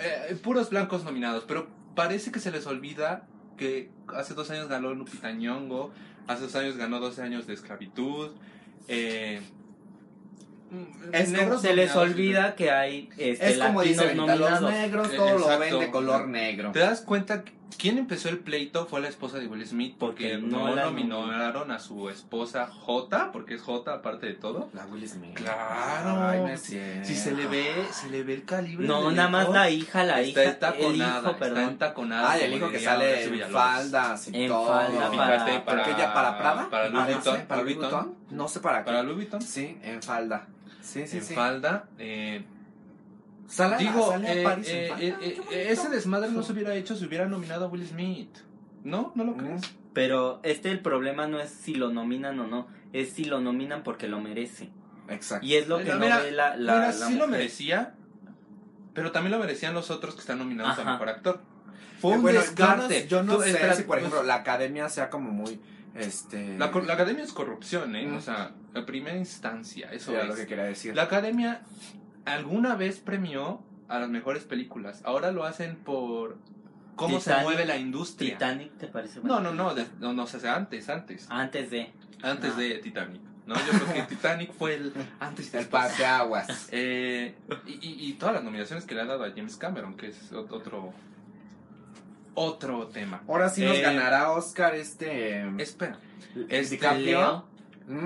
[SPEAKER 1] Eh, puros blancos nominados, pero parece que se les olvida que hace dos años ganó Lupita Nyong'o, hace dos años ganó 12 años de esclavitud. eh,
[SPEAKER 3] Es que
[SPEAKER 1] negros
[SPEAKER 3] se les
[SPEAKER 1] nominados,
[SPEAKER 3] olvida que hay este,
[SPEAKER 2] Es como dice
[SPEAKER 3] latinos
[SPEAKER 2] Benita, los
[SPEAKER 3] nominados.
[SPEAKER 2] negros
[SPEAKER 1] Eh,
[SPEAKER 2] todo lo
[SPEAKER 1] exacto.
[SPEAKER 2] ven de color negro.
[SPEAKER 1] ¿Te das cuenta que quién empezó el pleito? Fue la esposa de Will Smith porque
[SPEAKER 3] Porque
[SPEAKER 1] no,
[SPEAKER 3] no la
[SPEAKER 1] nominaron a su esposa J, porque es J aparte de todo.
[SPEAKER 2] La Will Smith.
[SPEAKER 1] Claro.
[SPEAKER 2] Ay, no es cierto.
[SPEAKER 1] Si se le ve, se le ve el calibre.
[SPEAKER 3] No,
[SPEAKER 1] del
[SPEAKER 3] nada más
[SPEAKER 1] hijo.
[SPEAKER 3] la hija, la
[SPEAKER 1] está
[SPEAKER 3] hija, el
[SPEAKER 1] entaconada,
[SPEAKER 3] hijo,
[SPEAKER 1] está
[SPEAKER 3] perdón. Ah,
[SPEAKER 1] entaconada.
[SPEAKER 2] Ay, el
[SPEAKER 1] ah, como
[SPEAKER 2] hijo que
[SPEAKER 1] diría
[SPEAKER 2] sale
[SPEAKER 1] Horacio
[SPEAKER 2] en
[SPEAKER 1] Villalobos.
[SPEAKER 2] faldas y
[SPEAKER 3] En
[SPEAKER 2] todo.
[SPEAKER 3] falda para-
[SPEAKER 1] Fíjate,
[SPEAKER 3] para-
[SPEAKER 2] ¿Para qué ya? ¿Para Prada?
[SPEAKER 1] para Louis
[SPEAKER 2] Parece,
[SPEAKER 1] Vuitton,
[SPEAKER 2] ¿Para
[SPEAKER 1] para
[SPEAKER 2] Louis
[SPEAKER 1] Louis
[SPEAKER 2] Vuitton? No sé para qué.
[SPEAKER 1] Para Louis Vuitton,
[SPEAKER 2] Sí, en falda. Sí, sí,
[SPEAKER 1] en
[SPEAKER 2] sí.
[SPEAKER 1] falda. eh,
[SPEAKER 2] Sale, a-
[SPEAKER 1] digo,
[SPEAKER 2] sale a
[SPEAKER 1] eh,
[SPEAKER 2] París
[SPEAKER 1] eh,
[SPEAKER 2] en falda.
[SPEAKER 1] eh,
[SPEAKER 2] Ay, qué
[SPEAKER 1] eh,
[SPEAKER 2] bonito.
[SPEAKER 1] ese desmadre no se hubiera hecho si hubiera nominado a Will Smith. ¿No? ¿No
[SPEAKER 2] Mm.
[SPEAKER 1] lo crees?
[SPEAKER 3] Pero este el problema no es si lo nominan o no, es si lo nominan porque lo merece.
[SPEAKER 2] Exacto.
[SPEAKER 3] Y es lo que
[SPEAKER 1] Mira,
[SPEAKER 3] no
[SPEAKER 1] mira,
[SPEAKER 3] ve la, la,
[SPEAKER 1] Mira,
[SPEAKER 3] la
[SPEAKER 1] sí lo
[SPEAKER 3] mujer.
[SPEAKER 1] merecía, pero también lo merecían los otros que están nominados a
[SPEAKER 3] Ajá.
[SPEAKER 1] mejor actor. Fue un
[SPEAKER 2] Eh, bueno,
[SPEAKER 1] descarte.
[SPEAKER 2] Yo no, yo no
[SPEAKER 1] Tú,
[SPEAKER 2] sé
[SPEAKER 1] espera,
[SPEAKER 2] si, por ejemplo,
[SPEAKER 1] pues,
[SPEAKER 2] la academia sea como muy, este...
[SPEAKER 1] la, cor- la academia es corrupción, ¿eh?
[SPEAKER 2] Mm.
[SPEAKER 1] O sea, en primera instancia, eso
[SPEAKER 2] era
[SPEAKER 1] es.
[SPEAKER 2] lo que quería decir.
[SPEAKER 1] La academia alguna vez premió a las mejores películas. Ahora lo hacen por cómo se
[SPEAKER 3] Titanic.
[SPEAKER 1] mueve la industria.
[SPEAKER 3] Titanic te parece
[SPEAKER 1] No, no,
[SPEAKER 3] bueno.
[SPEAKER 1] no, de- no, no, o sea, antes, antes.
[SPEAKER 3] Antes de
[SPEAKER 1] Antes
[SPEAKER 3] Ah.
[SPEAKER 1] de Titanic. No, yo creo que Titanic fue el antes y
[SPEAKER 2] El
[SPEAKER 1] después.
[SPEAKER 2] parteaguas.
[SPEAKER 1] Eh, y, y- y todas las nominaciones que le ha dado a James Cameron, que es ot- otro otro tema.
[SPEAKER 2] Ahora sí nos
[SPEAKER 1] Eh,
[SPEAKER 2] ganará Oscar este...
[SPEAKER 1] Espera,
[SPEAKER 2] Es
[SPEAKER 1] este,
[SPEAKER 3] Leo.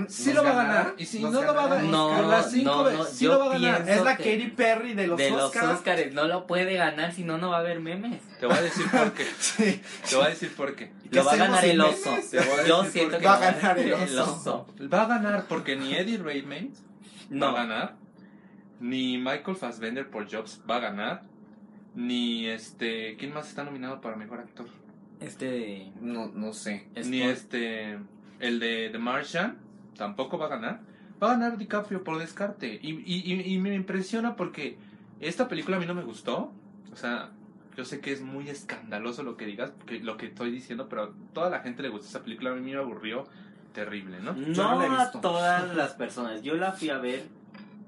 [SPEAKER 1] sí lo va a ganar. Y si no lo va a ganar,
[SPEAKER 3] No,
[SPEAKER 1] por las cinco
[SPEAKER 3] no,
[SPEAKER 1] veces,
[SPEAKER 3] no,
[SPEAKER 1] sí
[SPEAKER 3] yo
[SPEAKER 1] lo va a ganar.
[SPEAKER 3] pienso-
[SPEAKER 2] Es la
[SPEAKER 3] que-
[SPEAKER 2] Katy Perry de los
[SPEAKER 3] de los
[SPEAKER 2] Oscars.
[SPEAKER 3] Óscares, no lo puede ganar, si no, no va a haber memes.
[SPEAKER 1] Te voy a decir por qué.
[SPEAKER 2] Sí.
[SPEAKER 1] Te voy a decir por qué.
[SPEAKER 3] Lo va a
[SPEAKER 2] hacemos
[SPEAKER 3] ganar
[SPEAKER 2] sin
[SPEAKER 3] el oso.
[SPEAKER 2] memes?
[SPEAKER 1] Te voy a
[SPEAKER 3] Yo
[SPEAKER 1] decir
[SPEAKER 3] siento
[SPEAKER 1] por
[SPEAKER 3] que
[SPEAKER 1] qué.
[SPEAKER 3] lo
[SPEAKER 2] Va a ganar el oso.
[SPEAKER 1] Va a ganar porque ni Eddie Redmayne va
[SPEAKER 3] No,
[SPEAKER 1] a ganar, ni Michael Fassbender por Jobs va a ganar, ni este, ¿quién más está nominado para mejor actor?
[SPEAKER 3] este.
[SPEAKER 2] No, no sé.
[SPEAKER 3] es
[SPEAKER 1] ni
[SPEAKER 3] por-
[SPEAKER 1] este, el de The Martian tampoco va a ganar. Va a ganar DiCaprio por descarte y, y, y- y me impresiona porque esta película a mí no me gustó, o sea. Yo sé que es muy escandaloso lo que digas, que- lo que estoy diciendo, pero a toda la gente le gusta esa película, a mí me aburrió terrible, ¿no?
[SPEAKER 2] Yo no
[SPEAKER 3] No,
[SPEAKER 2] la he
[SPEAKER 3] a
[SPEAKER 2] visto.
[SPEAKER 3] todas las personas. Yo la fui a ver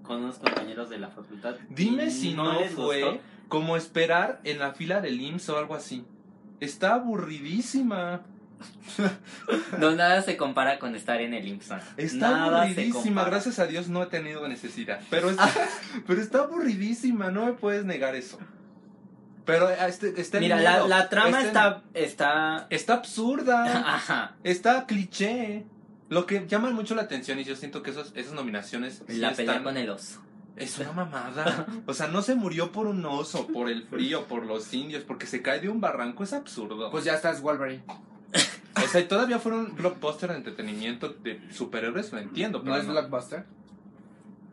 [SPEAKER 3] con unos compañeros de la facultad.
[SPEAKER 1] Dime
[SPEAKER 3] y
[SPEAKER 1] si no,
[SPEAKER 3] les
[SPEAKER 1] fue
[SPEAKER 3] gustó.
[SPEAKER 1] como esperar en la fila del IMSS o algo así. Está aburridísima.
[SPEAKER 3] No, nada se compara con estar en el IMSA.
[SPEAKER 1] Está
[SPEAKER 3] nada se
[SPEAKER 1] aburridísima.
[SPEAKER 3] compara.
[SPEAKER 1] Gracias a Dios no he tenido necesidad. Pero está, pero está aburridísima. No me puedes negar eso. Pero eh, este, está en
[SPEAKER 3] Mira, la,
[SPEAKER 1] miedo.
[SPEAKER 3] la trama
[SPEAKER 1] en-
[SPEAKER 3] está. Ah. está...
[SPEAKER 1] Está absurda.
[SPEAKER 3] Ajá.
[SPEAKER 1] está cliché. Lo que llama mucho la atención, y yo siento que esos, esas nominaciones sí
[SPEAKER 3] La pelea
[SPEAKER 1] están-
[SPEAKER 3] con el oso.
[SPEAKER 1] Es una mamada. O sea, no se murió por un oso, por el frío, por los indios, porque se cae de un barranco. Es absurdo.
[SPEAKER 2] Pues ya está, es Wolverine.
[SPEAKER 1] O sea, y todavía fue un blockbuster de entretenimiento de superhéroes, lo entiendo, pero no
[SPEAKER 2] ¿No es Blockbuster?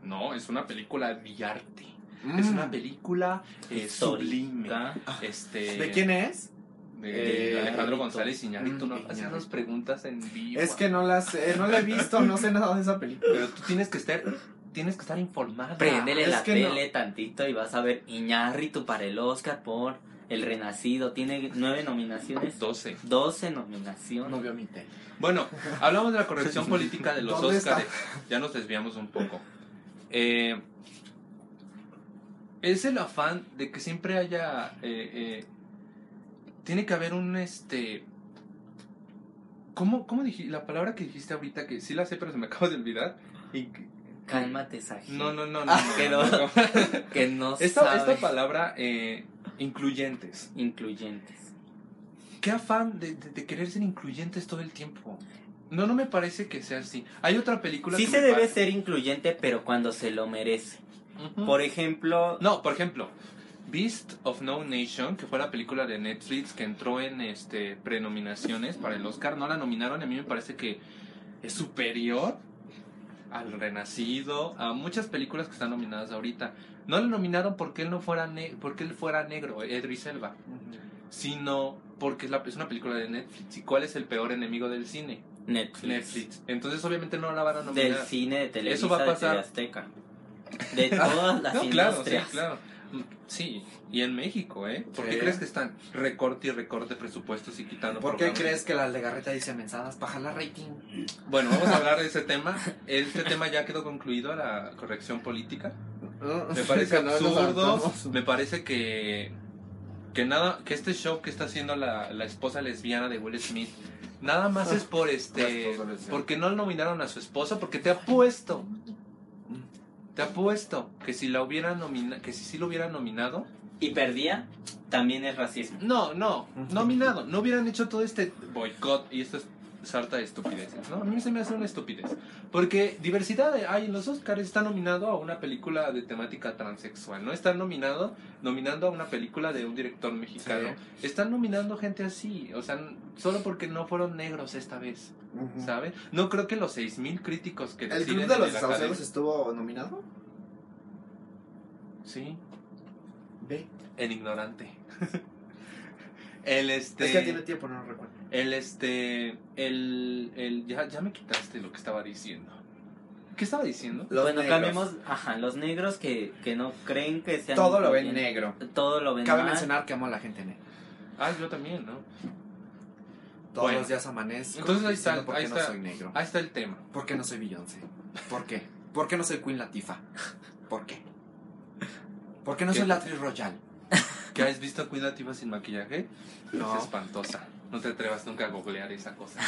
[SPEAKER 1] no, es una película de arte. Es
[SPEAKER 2] Mm. Ah,
[SPEAKER 1] una película eh, sublime.
[SPEAKER 3] Histórica.
[SPEAKER 1] Este,
[SPEAKER 2] ¿De quién es?
[SPEAKER 1] de- de
[SPEAKER 2] Eh,
[SPEAKER 1] Alejandro
[SPEAKER 3] Iñárritu.
[SPEAKER 1] González Iñárritu.
[SPEAKER 2] Mm,
[SPEAKER 1] No, haces
[SPEAKER 2] Iñárritu.
[SPEAKER 1] unas preguntas en vivo.
[SPEAKER 2] Es que no la sé, no la he visto, no sé nada de esa película.
[SPEAKER 1] Pero tú tienes que estar, tienes que estar informada.
[SPEAKER 3] Préndele
[SPEAKER 2] es
[SPEAKER 3] la
[SPEAKER 2] que
[SPEAKER 3] tele tantito y vas a ver Iñárritu para el Oscar por El Renacido. Tiene nueve nominaciones.
[SPEAKER 1] 12.
[SPEAKER 3] 12 nominaciones.
[SPEAKER 2] No vio mi tele.
[SPEAKER 1] Bueno, hablamos de la corrección política de los
[SPEAKER 2] ¿Dónde está?
[SPEAKER 1] Óscares. Ya nos desviamos un poco. Eh, es el afán de que siempre haya. eh, eh, tiene que haber un este. ¿Cómo, cómo dijiste? La palabra que dijiste ahorita, que sí la sé, pero se me acaba de olvidar. Y-
[SPEAKER 3] Cálmate, Saji.
[SPEAKER 1] No, no, no, no.
[SPEAKER 3] Ah,
[SPEAKER 1] no,
[SPEAKER 3] quedó.
[SPEAKER 1] no, no.
[SPEAKER 3] Que no
[SPEAKER 1] Esta,
[SPEAKER 3] sabes.
[SPEAKER 1] esta palabra, eh, incluyentes.
[SPEAKER 3] Incluyentes.
[SPEAKER 1] qué afán de, de- de querer ser incluyentes todo el tiempo. No, no me parece que sea así. Hay otra película
[SPEAKER 3] Sí
[SPEAKER 1] que
[SPEAKER 3] se
[SPEAKER 1] me
[SPEAKER 3] debe
[SPEAKER 1] pasa.
[SPEAKER 3] ser incluyente, pero cuando se lo merece.
[SPEAKER 1] Ujú.
[SPEAKER 3] Por ejemplo,
[SPEAKER 1] No, por ejemplo, Beast of No Nation, que fue la película de Netflix que entró en este prenominaciones para el Oscar, no la nominaron. A mí me parece que es superior al Renacido, a muchas películas que están nominadas ahorita. No la nominaron porque él no fuera ne- porque él fuera negro, Edris Elba, sino porque es, la- es una película de Netflix. ¿Y cuál es el peor enemigo del cine?
[SPEAKER 3] Netflix.
[SPEAKER 1] Netflix. Entonces obviamente no la van a
[SPEAKER 3] Del
[SPEAKER 1] nominar.
[SPEAKER 3] cine, de Televisa,
[SPEAKER 1] Eso va a pasar. Ah,
[SPEAKER 3] de TV Azteca. De todas las
[SPEAKER 1] No, claro, sí,
[SPEAKER 3] industrias.
[SPEAKER 1] claro. Mm, Sí, y en México, ¿eh? ¿Por
[SPEAKER 2] Sí.
[SPEAKER 1] qué crees que están recorte y recorte presupuestos y quitando
[SPEAKER 2] ¿Por qué
[SPEAKER 1] programas?
[SPEAKER 2] crees que la legarreta dice mensadas para jalar rating?
[SPEAKER 1] Bueno, vamos a hablar de ese tema. Este tema ya quedó concluido la corrección política. Me parece
[SPEAKER 2] Que no nos
[SPEAKER 1] absurdo,
[SPEAKER 2] saltamos.
[SPEAKER 1] me parece que que nada, que este show que está haciendo la, la esposa lesbiana de Will Smith, nada más es por
[SPEAKER 2] La
[SPEAKER 1] este,
[SPEAKER 2] esposa lesbiana.
[SPEAKER 1] porque no nominaron a su esposa, porque te apuesto, te apuesto que si la hubiera nominado, que si sí lo hubieran nominado,
[SPEAKER 3] Y perdía, también es racismo.
[SPEAKER 1] no, no, nominado, no hubieran hecho todo este boicot y esta sarta de estupideces, ¿no? A mí se me hace una estupidez, porque diversidad de- hay en los Oscars está nominado a una película de temática transexual, no está nominado, nominando a una película de un director mexicano, están nominando gente así, o sea, n- solo porque no fueron negros esta vez,
[SPEAKER 4] Ujú.
[SPEAKER 1] ¿sabes? No creo que los 6.000 críticos que
[SPEAKER 4] ¿El Club
[SPEAKER 1] deciden
[SPEAKER 4] de los
[SPEAKER 1] en la
[SPEAKER 4] Desahuciados
[SPEAKER 1] academia-
[SPEAKER 4] estuvo nominado?
[SPEAKER 1] Sí,
[SPEAKER 4] Ve.
[SPEAKER 1] el ignorante. el este...
[SPEAKER 4] Es que tiene tiempo, no lo recuerdo.
[SPEAKER 1] El este. El. el ya, ya me quitaste lo que estaba diciendo. ¿Qué estaba diciendo?
[SPEAKER 4] Los
[SPEAKER 3] bueno,
[SPEAKER 4] negros.
[SPEAKER 3] cambiemos, ajá, los negros que, que no creen que sean...
[SPEAKER 2] Todo lo ven
[SPEAKER 3] bien.
[SPEAKER 2] negro.
[SPEAKER 3] Todo lo ven
[SPEAKER 2] Cabe
[SPEAKER 3] mal.
[SPEAKER 2] mencionar que amo a la gente negra.
[SPEAKER 1] Ah, yo también, ¿no?
[SPEAKER 2] Todos
[SPEAKER 1] Bueno.
[SPEAKER 2] los días amanezco.
[SPEAKER 1] Entonces ahí está,
[SPEAKER 2] diciendo por qué
[SPEAKER 1] ahí
[SPEAKER 2] no
[SPEAKER 1] está.
[SPEAKER 2] soy negro.
[SPEAKER 1] Ahí está el tema.
[SPEAKER 2] ¿Por qué no soy Beyoncé? ¿Por qué? ¿Por qué no soy Queen Latifa? ¿Por qué? ¿Por qué no
[SPEAKER 1] ¿Qué?
[SPEAKER 2] soy Latrice Royal?
[SPEAKER 1] ¿Que has visto a Queen Latifah sin maquillaje?
[SPEAKER 2] No.
[SPEAKER 1] Es espantosa. No te atrevas nunca a googlear esa cosa.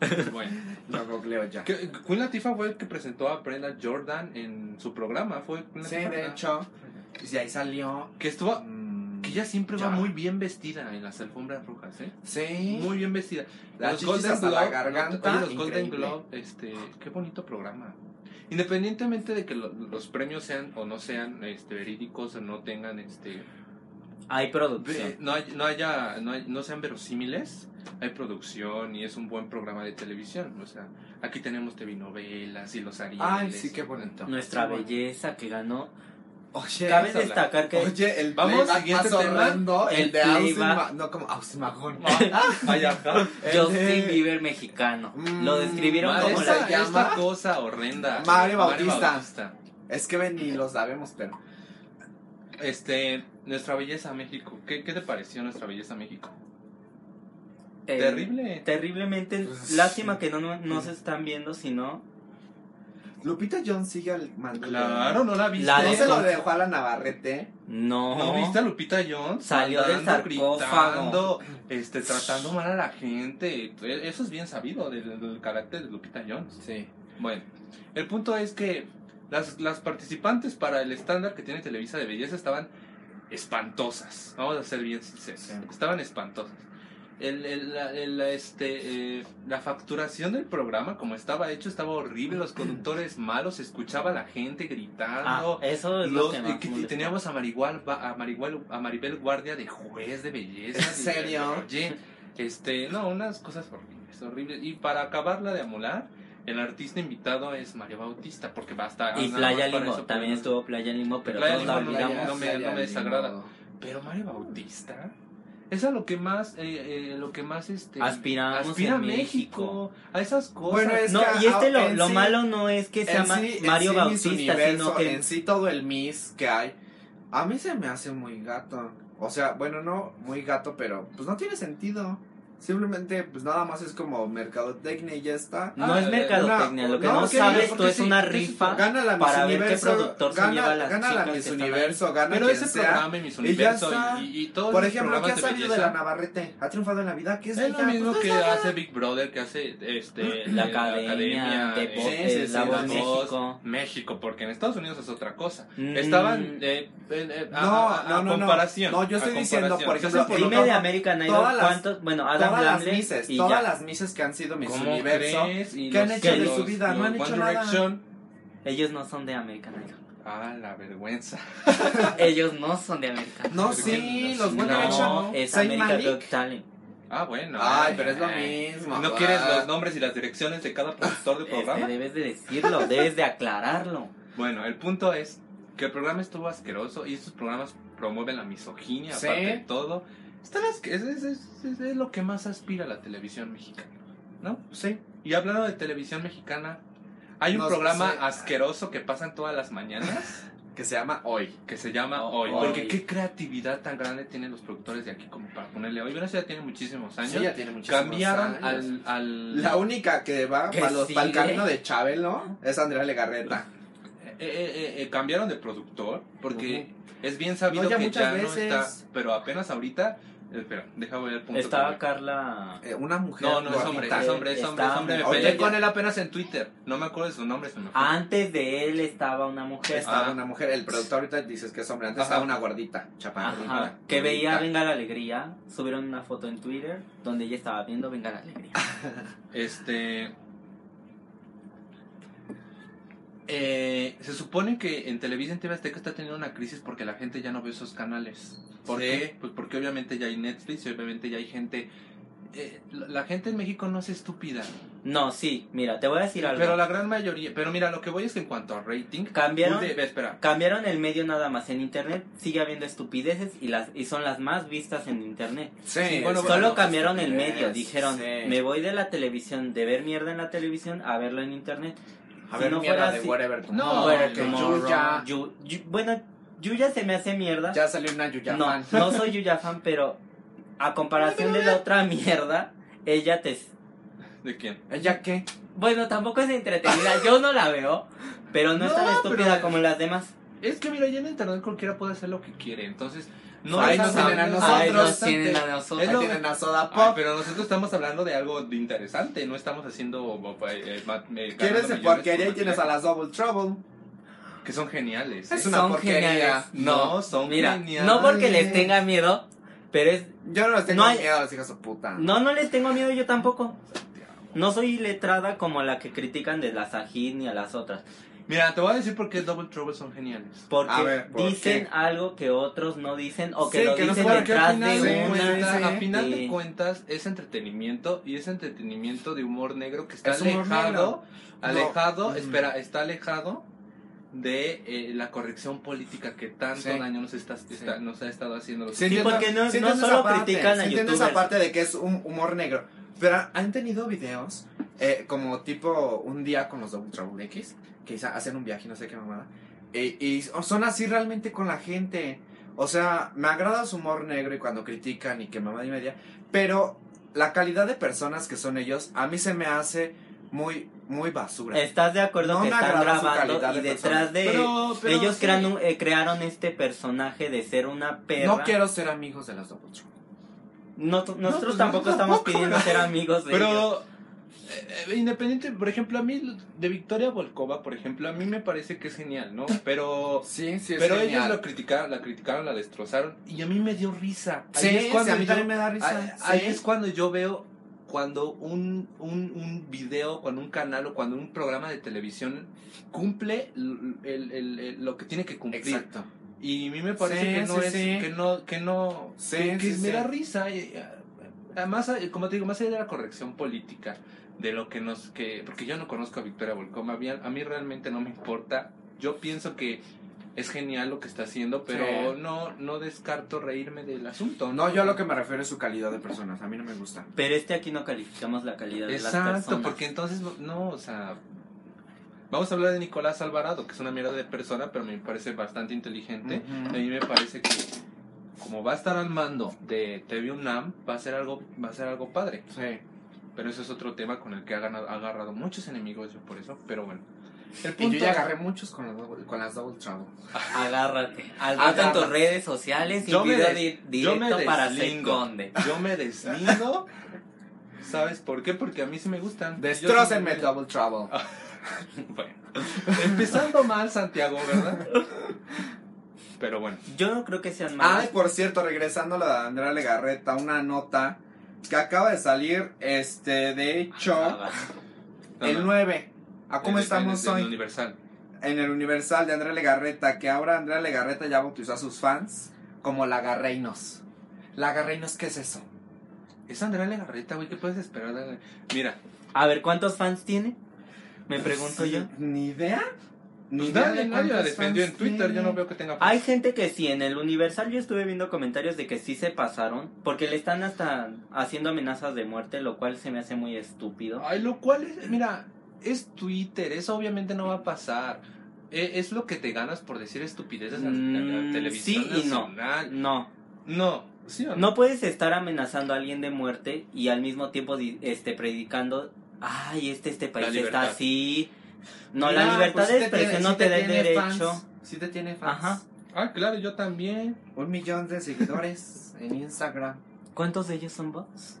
[SPEAKER 1] bueno.
[SPEAKER 2] Lo googleo ya.
[SPEAKER 1] Que- Queen Latifah fue el que presentó a Brenda Jordan en su programa. Fue Queen
[SPEAKER 2] Sí,
[SPEAKER 1] Latifah,
[SPEAKER 2] de
[SPEAKER 1] ¿verdad?
[SPEAKER 2] hecho. Y ahí salió.
[SPEAKER 1] Ah. Que estuvo.
[SPEAKER 2] mm,
[SPEAKER 1] Que ella siempre va
[SPEAKER 2] Ya.
[SPEAKER 1] muy bien vestida en las alfombras rojas, ¿eh?
[SPEAKER 2] Sí.
[SPEAKER 1] Muy bien vestida.
[SPEAKER 2] Las
[SPEAKER 1] los
[SPEAKER 2] chichis
[SPEAKER 1] Golden
[SPEAKER 2] hasta
[SPEAKER 1] Globe,
[SPEAKER 2] la garganta,
[SPEAKER 1] oye, los Golden
[SPEAKER 2] increíble.
[SPEAKER 1] Globe, este, qué bonito programa. Independientemente de que lo- los premios sean o no sean este, verídicos o no tengan este
[SPEAKER 3] Hay
[SPEAKER 1] ve-
[SPEAKER 3] producción.
[SPEAKER 1] no hay- no haya no, hay- no sean verosímiles, hay producción y es un buen programa de televisión, o sea, aquí tenemos TV novelas y los Arieles.
[SPEAKER 2] Ay, sí, qué bonito.
[SPEAKER 3] Nuestra
[SPEAKER 2] Sí, bueno.
[SPEAKER 3] belleza que ganó.
[SPEAKER 2] Oye,
[SPEAKER 3] Cabe
[SPEAKER 1] esa la-
[SPEAKER 3] destacar que...
[SPEAKER 2] Oye, el
[SPEAKER 1] Vamos,
[SPEAKER 2] playback
[SPEAKER 1] siguiente
[SPEAKER 2] más
[SPEAKER 1] tema.
[SPEAKER 2] horrendo, el,
[SPEAKER 3] El
[SPEAKER 2] de Austin
[SPEAKER 3] playback.
[SPEAKER 2] Ma- no como Austin Mahone.
[SPEAKER 1] Ay, ajá.
[SPEAKER 2] El
[SPEAKER 3] Justin
[SPEAKER 2] de-
[SPEAKER 3] Bieber mexicano.
[SPEAKER 2] Mm,
[SPEAKER 3] lo describieron
[SPEAKER 1] Ma,
[SPEAKER 2] Madre,
[SPEAKER 3] como
[SPEAKER 1] eh, esa-
[SPEAKER 3] la...
[SPEAKER 2] esa- llama?
[SPEAKER 1] esta cosa horrenda.
[SPEAKER 2] Mario Bautista.
[SPEAKER 1] Bautista.
[SPEAKER 2] Es que ven, ni lo sabemos, pero
[SPEAKER 1] Este, Nuestra Belleza México. ¿Qué, ¿Qué te pareció Nuestra Belleza México?
[SPEAKER 3] eh,
[SPEAKER 1] Terrible.
[SPEAKER 3] Terriblemente.
[SPEAKER 2] Pues,
[SPEAKER 3] Lástima
[SPEAKER 2] sí.
[SPEAKER 3] que no, no, no se están viendo, sino...
[SPEAKER 2] Lupita Jones sigue al mando.
[SPEAKER 1] Claro, Ah, no la viste.
[SPEAKER 3] La
[SPEAKER 2] No
[SPEAKER 3] de-
[SPEAKER 2] se lo dejó a la Navarrete.
[SPEAKER 3] No.
[SPEAKER 1] ¿No viste a Lupita Jones?
[SPEAKER 3] Salió del
[SPEAKER 1] Andando,
[SPEAKER 3] sarcófago.
[SPEAKER 1] gritando, este, tratando mal a la gente. E- Eso es bien sabido del, del carácter de Lupita Jones.
[SPEAKER 2] Sí.
[SPEAKER 1] Bueno, el punto es que las, las participantes para el estándar que tiene Televisa de belleza estaban espantosas. Vamos a ser bien sinceros.
[SPEAKER 2] Sí.
[SPEAKER 1] Estaban espantosas. El, el- la, el- la, este, eh, la facturación del programa, como estaba hecho, estaba horrible. Los conductores malos, se escuchaba a la gente
[SPEAKER 3] Ah,
[SPEAKER 1] gritando.
[SPEAKER 3] eso es lo
[SPEAKER 1] Los-
[SPEAKER 3] que
[SPEAKER 1] y
[SPEAKER 3] más
[SPEAKER 1] que- y
[SPEAKER 3] molesta.
[SPEAKER 1] teníamos a Marigual, a Marigual- a Maribel Guardia de juez de belleza.
[SPEAKER 2] ¿En
[SPEAKER 1] Y-
[SPEAKER 2] serio?
[SPEAKER 1] Oye, este, no, unas cosas horribles, horribles. Y para acabarla de amolar, el artista invitado es Mario Bautista, porque basta.
[SPEAKER 3] Y
[SPEAKER 1] ah, nada
[SPEAKER 3] Playa
[SPEAKER 1] más para
[SPEAKER 3] Limo,
[SPEAKER 1] eso,
[SPEAKER 3] también
[SPEAKER 1] pero-
[SPEAKER 3] estuvo Playa Limo, pero
[SPEAKER 1] Playa
[SPEAKER 3] todos la
[SPEAKER 1] Limo no la
[SPEAKER 3] olvidamos.
[SPEAKER 1] no me- no me desagrada.
[SPEAKER 2] ni modo.
[SPEAKER 1] Pero Mario Bautista es a lo que más, eh, eh, lo que más, este,
[SPEAKER 3] Aspiramos
[SPEAKER 1] aspira a
[SPEAKER 3] en
[SPEAKER 1] México, a esas cosas.
[SPEAKER 2] Bueno, es-
[SPEAKER 3] No,
[SPEAKER 2] que
[SPEAKER 3] y este
[SPEAKER 2] a-
[SPEAKER 3] lo,
[SPEAKER 2] en
[SPEAKER 3] lo
[SPEAKER 2] sí-
[SPEAKER 3] malo no es que se
[SPEAKER 2] En
[SPEAKER 3] llama
[SPEAKER 2] sí- en
[SPEAKER 3] Mario
[SPEAKER 2] sí, Miss
[SPEAKER 3] Bautista,
[SPEAKER 2] Universo,
[SPEAKER 3] sino que
[SPEAKER 2] En sí, todo el Miss que hay. A mí se me hace muy gato. O sea, bueno, no muy gato, pero pues no tiene sentido. Simplemente, pues nada más es como mercadotecnia y ya está.
[SPEAKER 3] no
[SPEAKER 1] Ah,
[SPEAKER 3] es mercadotecnia.
[SPEAKER 2] no,
[SPEAKER 3] lo que
[SPEAKER 2] no,
[SPEAKER 3] no,
[SPEAKER 2] porque-
[SPEAKER 3] sabes tú
[SPEAKER 2] porque
[SPEAKER 3] es
[SPEAKER 2] sí,
[SPEAKER 3] una
[SPEAKER 2] porque sí,
[SPEAKER 3] rifa.
[SPEAKER 2] Gana la Miss
[SPEAKER 3] para ver qué
[SPEAKER 2] Universo.
[SPEAKER 3] productor se
[SPEAKER 2] gana,
[SPEAKER 3] lleva las
[SPEAKER 2] gana la
[SPEAKER 3] chicas que
[SPEAKER 2] Miss
[SPEAKER 3] están ahí.
[SPEAKER 2] Universo, gana
[SPEAKER 1] Pero
[SPEAKER 2] quien
[SPEAKER 1] ese
[SPEAKER 2] sea.
[SPEAKER 1] programa y mis
[SPEAKER 2] y ya
[SPEAKER 1] universo
[SPEAKER 2] está.
[SPEAKER 1] y, y, y todos
[SPEAKER 2] Por
[SPEAKER 1] los
[SPEAKER 2] ejemplo, ¿qué ha
[SPEAKER 1] programas de
[SPEAKER 2] salido de
[SPEAKER 1] belleza.
[SPEAKER 2] la Navarrete? Ha triunfado en la vida. ¿Qué es,
[SPEAKER 1] Es lo
[SPEAKER 2] ella?
[SPEAKER 1] mismo
[SPEAKER 2] Pues,
[SPEAKER 1] que
[SPEAKER 2] no es nada.
[SPEAKER 1] hace Big Brother, que hace este,
[SPEAKER 3] La academia, de
[SPEAKER 1] eh,
[SPEAKER 3] voz,
[SPEAKER 2] sí, sí,
[SPEAKER 3] la
[SPEAKER 2] sí,
[SPEAKER 3] voz
[SPEAKER 2] la
[SPEAKER 3] México.
[SPEAKER 1] México, porque en Estados Unidos es otra cosa.
[SPEAKER 3] Mm.
[SPEAKER 1] Estaban eh, eh, eh, a-
[SPEAKER 2] No,
[SPEAKER 1] a, a-
[SPEAKER 2] no,
[SPEAKER 1] a
[SPEAKER 2] no, no.
[SPEAKER 1] comparación.
[SPEAKER 2] No, yo
[SPEAKER 1] a
[SPEAKER 2] estoy diciendo,
[SPEAKER 1] comparación.
[SPEAKER 2] por
[SPEAKER 1] Se
[SPEAKER 2] ejemplo,
[SPEAKER 1] hacen
[SPEAKER 2] no,
[SPEAKER 3] Dime
[SPEAKER 2] no,
[SPEAKER 3] de
[SPEAKER 2] no.
[SPEAKER 3] American Idol
[SPEAKER 2] Todas las-
[SPEAKER 3] cuántos, bueno, Adam
[SPEAKER 2] Todas las
[SPEAKER 3] Lambert
[SPEAKER 2] misses,
[SPEAKER 3] y
[SPEAKER 2] todas
[SPEAKER 3] ya.
[SPEAKER 2] las misses que han sido Miss
[SPEAKER 1] ¿Cómo
[SPEAKER 2] Universo.
[SPEAKER 1] crees? Y
[SPEAKER 2] ¿Qué han
[SPEAKER 1] los-
[SPEAKER 2] hecho
[SPEAKER 3] de
[SPEAKER 1] los-
[SPEAKER 2] su vida? No han
[SPEAKER 1] los
[SPEAKER 2] hecho
[SPEAKER 1] One
[SPEAKER 2] nada.
[SPEAKER 1] Direction.
[SPEAKER 3] Ellos no son de American Idol.
[SPEAKER 1] Ah, la vergüenza.
[SPEAKER 3] Ellos no son de American Idol.
[SPEAKER 2] No, sí, los One
[SPEAKER 1] No,
[SPEAKER 2] Direction.
[SPEAKER 3] es
[SPEAKER 2] Zayn
[SPEAKER 3] American
[SPEAKER 2] Malik.
[SPEAKER 3] Got Talent.
[SPEAKER 1] Ah, bueno.
[SPEAKER 2] Ay, pero es lo
[SPEAKER 1] ay.
[SPEAKER 2] mismo.
[SPEAKER 1] ¿No
[SPEAKER 2] Ah.
[SPEAKER 1] quieres los nombres y las direcciones de cada productor de
[SPEAKER 3] Este,
[SPEAKER 1] programa?
[SPEAKER 3] debes de decirlo, debes de aclararlo.
[SPEAKER 1] Bueno, el punto es que el programa estuvo asqueroso y estos programas promueven la misoginia,
[SPEAKER 2] Sí.
[SPEAKER 1] aparte de todo. Están asque- es, es- es- es- es lo que más aspira la televisión mexicana, ¿no?
[SPEAKER 2] Sí.
[SPEAKER 1] Y hablando de televisión mexicana, hay un
[SPEAKER 2] Nos-
[SPEAKER 1] programa
[SPEAKER 2] sí.
[SPEAKER 1] asqueroso que pasan todas las mañanas
[SPEAKER 2] Que se llama Hoy.
[SPEAKER 1] que se llama
[SPEAKER 3] Oh,
[SPEAKER 1] Hoy.
[SPEAKER 3] Hoy.
[SPEAKER 1] Porque qué creatividad tan grande tienen los productores de aquí como para ponerle Hoy. Bueno, eso ya tiene muchísimos años.
[SPEAKER 2] Sí, ya tiene muchísimos
[SPEAKER 1] Cambiaron
[SPEAKER 2] años.
[SPEAKER 1] al, al-
[SPEAKER 2] La única que va
[SPEAKER 3] Que
[SPEAKER 2] para, los- para el
[SPEAKER 3] sigue.
[SPEAKER 2] camino de Chabelo es Andrea Legarreta.
[SPEAKER 1] eh, eh, eh, cambiaron de productor porque es bien sabido
[SPEAKER 2] No, ya
[SPEAKER 1] que
[SPEAKER 2] muchas
[SPEAKER 1] ya
[SPEAKER 2] veces.
[SPEAKER 1] no está, pero apenas ahorita, espera, deja ver el punto. que
[SPEAKER 3] Estaba
[SPEAKER 1] voy.
[SPEAKER 3] Carla.
[SPEAKER 2] Eh, una mujer.
[SPEAKER 1] No, no es
[SPEAKER 2] gordita.
[SPEAKER 1] hombre,
[SPEAKER 3] ahorita,
[SPEAKER 1] es hombre, es
[SPEAKER 3] eh,
[SPEAKER 1] hombre, es
[SPEAKER 3] está-
[SPEAKER 1] hombre. Me
[SPEAKER 3] Oye,
[SPEAKER 1] peleé
[SPEAKER 3] ya-
[SPEAKER 1] con él apenas en Twitter. No me acuerdo de su nombre, se me fue.
[SPEAKER 3] Antes de él estaba una mujer.
[SPEAKER 2] Estaba
[SPEAKER 1] Ah.
[SPEAKER 2] una mujer. El productor ahorita dices que es hombre. Antes
[SPEAKER 1] Ajá.
[SPEAKER 2] estaba una gordita, chaparrita.
[SPEAKER 3] Ajá, que veía
[SPEAKER 2] gordita.
[SPEAKER 3] Venga la Alegría. Subieron una foto en Twitter donde ella estaba viendo Venga la Alegría.
[SPEAKER 1] Este. eh, se supone que en Televisa en TV Azteca está teniendo una crisis porque la gente ya no ve esos canales. ¿Por
[SPEAKER 2] Sí.
[SPEAKER 1] qué? Pues porque obviamente ya hay Netflix y obviamente ya hay gente. eh, la, la gente en México no es estúpida,
[SPEAKER 3] No, sí, mira, te voy a decir algo.
[SPEAKER 1] pero la gran mayoría. Pero mira, lo que voy es que en cuanto a rating,
[SPEAKER 3] Cambiaron.
[SPEAKER 1] pude- ve, espera,
[SPEAKER 3] Cambiaron el medio nada más. En internet sigue habiendo estupideces y las y son las más vistas en internet.
[SPEAKER 2] Sí,
[SPEAKER 1] Sí, bueno,
[SPEAKER 2] sí.
[SPEAKER 3] Solo
[SPEAKER 1] no,
[SPEAKER 3] cambiaron el
[SPEAKER 2] estupidez,
[SPEAKER 3] medio. Dijeron,
[SPEAKER 2] sí.
[SPEAKER 3] me voy de la televisión, de ver mierda en la televisión, a verlo en internet.
[SPEAKER 2] A
[SPEAKER 3] si
[SPEAKER 2] ver,
[SPEAKER 3] no
[SPEAKER 2] mierda
[SPEAKER 3] fuera
[SPEAKER 2] de
[SPEAKER 3] así-
[SPEAKER 2] Whatever Tomorrow.
[SPEAKER 1] No,
[SPEAKER 3] Where
[SPEAKER 2] que
[SPEAKER 3] Tomorrow,
[SPEAKER 2] Yuya-
[SPEAKER 3] Yu- Yu- bueno, Yuya se me hace mierda.
[SPEAKER 2] Ya salió una Yuya
[SPEAKER 3] no,
[SPEAKER 2] fan.
[SPEAKER 3] no soy Yuya fan, pero a comparación de la otra mierda, ella te...
[SPEAKER 1] ¿de quién?
[SPEAKER 2] ¿Ella qué?
[SPEAKER 3] Bueno, tampoco es entretenida, yo no la veo, pero no, es tan
[SPEAKER 1] No,
[SPEAKER 3] estúpida
[SPEAKER 1] pero-
[SPEAKER 3] como las demás.
[SPEAKER 1] Es que mira, ya en internet cualquiera puede hacer lo que quiere, entonces. No
[SPEAKER 2] Ahí
[SPEAKER 1] es
[SPEAKER 2] nos
[SPEAKER 1] tan-
[SPEAKER 2] tienen a
[SPEAKER 3] Ay,
[SPEAKER 2] nosotros.
[SPEAKER 3] nos tienen a
[SPEAKER 1] Es
[SPEAKER 3] nosotros.
[SPEAKER 2] Ahí
[SPEAKER 1] lo-
[SPEAKER 2] tienen a
[SPEAKER 1] Ay,
[SPEAKER 2] Soda Pop.
[SPEAKER 1] pero nosotros estamos hablando de algo de interesante, no estamos haciendo... eh, eh, ma- eh,
[SPEAKER 2] ¿Quieres
[SPEAKER 1] ganando
[SPEAKER 2] de
[SPEAKER 1] millones
[SPEAKER 2] porquería y
[SPEAKER 1] por
[SPEAKER 2] tienes a las Double Trouble?
[SPEAKER 1] material, Que son geniales. ¿eh?
[SPEAKER 2] Es una
[SPEAKER 3] Son
[SPEAKER 2] porquería.
[SPEAKER 3] geniales.
[SPEAKER 1] No, son
[SPEAKER 3] Mira,
[SPEAKER 1] geniales.
[SPEAKER 3] no porque
[SPEAKER 2] Mm.
[SPEAKER 3] les tenga miedo, pero es...
[SPEAKER 2] Yo no les tengo
[SPEAKER 3] No hay-
[SPEAKER 2] miedo a las hijas de puta.
[SPEAKER 3] No, no les tengo miedo yo tampoco. No soy letrada como la que critican de la Sajid ni a las otras.
[SPEAKER 1] Mira, te voy a decir por qué Double Trouble son geniales.
[SPEAKER 3] Porque
[SPEAKER 2] A ver, ¿por
[SPEAKER 3] dicen
[SPEAKER 2] qué?
[SPEAKER 3] algo que otros no dicen o que
[SPEAKER 2] Sí,
[SPEAKER 3] lo
[SPEAKER 2] que no
[SPEAKER 3] dicen
[SPEAKER 2] sé por qué
[SPEAKER 1] al
[SPEAKER 3] detrás
[SPEAKER 1] final,
[SPEAKER 2] opinan,
[SPEAKER 3] de
[SPEAKER 1] de
[SPEAKER 2] sí,
[SPEAKER 3] una.
[SPEAKER 1] cuentas,
[SPEAKER 2] sí,
[SPEAKER 1] a
[SPEAKER 2] sí.
[SPEAKER 1] final de
[SPEAKER 3] Sí.
[SPEAKER 1] cuentas es entretenimiento y es entretenimiento de humor negro que está
[SPEAKER 2] Es humor
[SPEAKER 1] alejado,
[SPEAKER 2] negro.
[SPEAKER 1] alejado,
[SPEAKER 2] No. Mm.
[SPEAKER 1] espera, está alejado de eh, la corrección política que tanto
[SPEAKER 2] Sí.
[SPEAKER 1] daño nos, está, está- nos ha estado haciendo los
[SPEAKER 2] Sí, entiendo-
[SPEAKER 3] porque no-
[SPEAKER 2] sí
[SPEAKER 3] no
[SPEAKER 2] entiendo
[SPEAKER 3] solo
[SPEAKER 2] esa parte,
[SPEAKER 3] critican a
[SPEAKER 2] sí entiendo esa
[SPEAKER 3] youtubers.
[SPEAKER 2] parte de que es un humor negro. Pero han tenido videos eh, como tipo un día con los Double Trouble X, que quizá hacen un viaje, no sé qué mamada. eh, y son así realmente con la gente. O sea, me agrada su humor negro y cuando critican y que mamada y media. Pero la calidad de personas que son ellos, a mí se me hace muy, muy basura.
[SPEAKER 3] ¿Estás de acuerdo
[SPEAKER 2] No
[SPEAKER 3] que
[SPEAKER 2] me
[SPEAKER 3] están
[SPEAKER 2] agrada su
[SPEAKER 3] grabando
[SPEAKER 2] calidad
[SPEAKER 3] y
[SPEAKER 2] de
[SPEAKER 3] detrás de
[SPEAKER 1] Pero- pero
[SPEAKER 3] ellos
[SPEAKER 1] sí.
[SPEAKER 3] crean un- eh, crearon este personaje de ser una perra?
[SPEAKER 2] no quiero ser amigos de las Double Trouble.
[SPEAKER 3] No- nosotros
[SPEAKER 1] No, pues,
[SPEAKER 3] tampoco
[SPEAKER 1] no,
[SPEAKER 3] estamos
[SPEAKER 1] tampoco,
[SPEAKER 3] pidiendo
[SPEAKER 1] ¿verdad?
[SPEAKER 3] ser amigos de ellos.
[SPEAKER 1] Pero eh, eh, independiente, por ejemplo, a mí de Victoria Volkova, por ejemplo, a mí me parece que es genial, ¿no? Pero
[SPEAKER 2] Sí, sí,
[SPEAKER 1] pero ellos lo criticaron, la criticaron, la destrozaron y a mí me dio risa. Ahí
[SPEAKER 2] Sí,
[SPEAKER 1] es
[SPEAKER 2] sí,
[SPEAKER 1] cuando
[SPEAKER 2] a mí
[SPEAKER 1] yo-
[SPEAKER 2] también me da
[SPEAKER 1] ahí-
[SPEAKER 2] risa.
[SPEAKER 1] ahí
[SPEAKER 2] Sí.
[SPEAKER 1] es cuando yo veo cuando un, un, un video, cuando un canal o cuando un programa de televisión cumple l- el- el- el- lo que tiene que cumplir.
[SPEAKER 2] Exacto.
[SPEAKER 1] Y a mí me parece
[SPEAKER 2] Sí,
[SPEAKER 1] que no
[SPEAKER 2] sí,
[SPEAKER 1] es
[SPEAKER 2] sí.
[SPEAKER 1] que no que no
[SPEAKER 2] Sí,
[SPEAKER 1] que, que
[SPEAKER 2] sí,
[SPEAKER 1] me
[SPEAKER 2] sí.
[SPEAKER 1] da risa. y, eh, Además, eh, como te digo, más allá de la corrección política de lo que nos que porque yo no conozco a Victoria Volcoma, a mí, a mí realmente no me importa. Yo pienso que es genial lo que está haciendo, pero
[SPEAKER 2] Sí.
[SPEAKER 1] no no descarto reírme del asunto.
[SPEAKER 2] No, yo a lo que me refiero es su calidad de personas. A mí no me gusta.
[SPEAKER 3] Pero este aquí no calificamos la calidad de las personas.
[SPEAKER 1] Exacto, porque entonces no, o sea, vamos a hablar de Nicolás Alvarado, que es una mierda de persona, pero me parece bastante inteligente. A mí me parece que como va a estar al mando de TV UNAM, va a ser algo, va a ser algo padre.
[SPEAKER 2] Sí.
[SPEAKER 1] Pero eso es otro tema con el que ha, ganado- ha agarrado muchos enemigos yo por eso. Pero bueno. El
[SPEAKER 2] Y
[SPEAKER 1] punto
[SPEAKER 2] yo ya agarré muchos con, los double- con las Double Trouble.
[SPEAKER 3] Agárrate. Al rato
[SPEAKER 2] Agárrate.
[SPEAKER 3] en tus redes sociales y
[SPEAKER 1] Yo me
[SPEAKER 3] video
[SPEAKER 1] des-
[SPEAKER 3] di-
[SPEAKER 1] yo me
[SPEAKER 3] directo para
[SPEAKER 1] deslindo.
[SPEAKER 3] Seconde.
[SPEAKER 1] Yo me deslindo. ¿Sabes por qué? Porque a mí sí me gustan.
[SPEAKER 2] Destrócenme
[SPEAKER 1] Yo
[SPEAKER 2] Double Trouble. Ah,
[SPEAKER 1] sí me- Bueno. Empezando mal, Santiago, ¿verdad? Pero bueno.
[SPEAKER 3] Yo no creo que sean malos.
[SPEAKER 2] Ay, por cierto, regresando a la de Andrea Legarreta, una nota que acaba de salir, este, de hecho,
[SPEAKER 3] Ah,
[SPEAKER 1] no,
[SPEAKER 2] el
[SPEAKER 1] no.
[SPEAKER 2] 9. ¿A cómo
[SPEAKER 1] Este, En-
[SPEAKER 2] estamos
[SPEAKER 1] en- en
[SPEAKER 2] hoy?
[SPEAKER 1] Universal.
[SPEAKER 2] En el Universal de Andrea Legarreta, que ahora Andrea Legarreta ya bautizó a sus fans como Lagarreinos. Lagarreinos, ¿qué es eso?
[SPEAKER 1] Es Andrea Legarreta, güey. ¿Qué puedes esperar? de- Mira,
[SPEAKER 3] A ver, ¿cuántos fans tiene? Me pregunto yo.
[SPEAKER 2] Ni idea. Ni
[SPEAKER 1] pues
[SPEAKER 2] idea
[SPEAKER 1] nadie,
[SPEAKER 2] de
[SPEAKER 1] nadie la
[SPEAKER 2] cuántos
[SPEAKER 1] defendió en
[SPEAKER 2] fans
[SPEAKER 1] Twitter. Yo
[SPEAKER 2] tiene.
[SPEAKER 1] no veo que tenga.
[SPEAKER 3] Hay gente que sí, en el Universal yo estuve viendo comentarios de que sí se pasaron, porque le están hasta haciendo amenazas de muerte, lo cual se me hace muy estúpido.
[SPEAKER 1] Ay, lo cual es, mira, es Twitter, eso obviamente no va a pasar. E- Es, lo que te ganas por decir estupideces en la- en la
[SPEAKER 3] Mm,
[SPEAKER 1] televisión
[SPEAKER 3] sí y no.
[SPEAKER 1] nacional.
[SPEAKER 3] No,
[SPEAKER 1] No, sí o no.
[SPEAKER 3] no puedes estar amenazando a alguien de muerte y al mismo tiempo di- este predicando, ay, este este país está
[SPEAKER 1] libertad.
[SPEAKER 3] así, No,
[SPEAKER 2] Mira,
[SPEAKER 3] la libertad
[SPEAKER 2] pues,
[SPEAKER 3] de
[SPEAKER 2] sí te
[SPEAKER 3] expresión
[SPEAKER 2] tiene-
[SPEAKER 3] no
[SPEAKER 2] sí
[SPEAKER 3] te da el
[SPEAKER 2] tiene
[SPEAKER 3] derecho.
[SPEAKER 2] fans, sí te tiene fans.
[SPEAKER 3] Ajá.
[SPEAKER 1] Ah, claro, yo también.
[SPEAKER 2] Un millón de seguidores en Instagram.
[SPEAKER 3] ¿Cuántos de ellos son bots?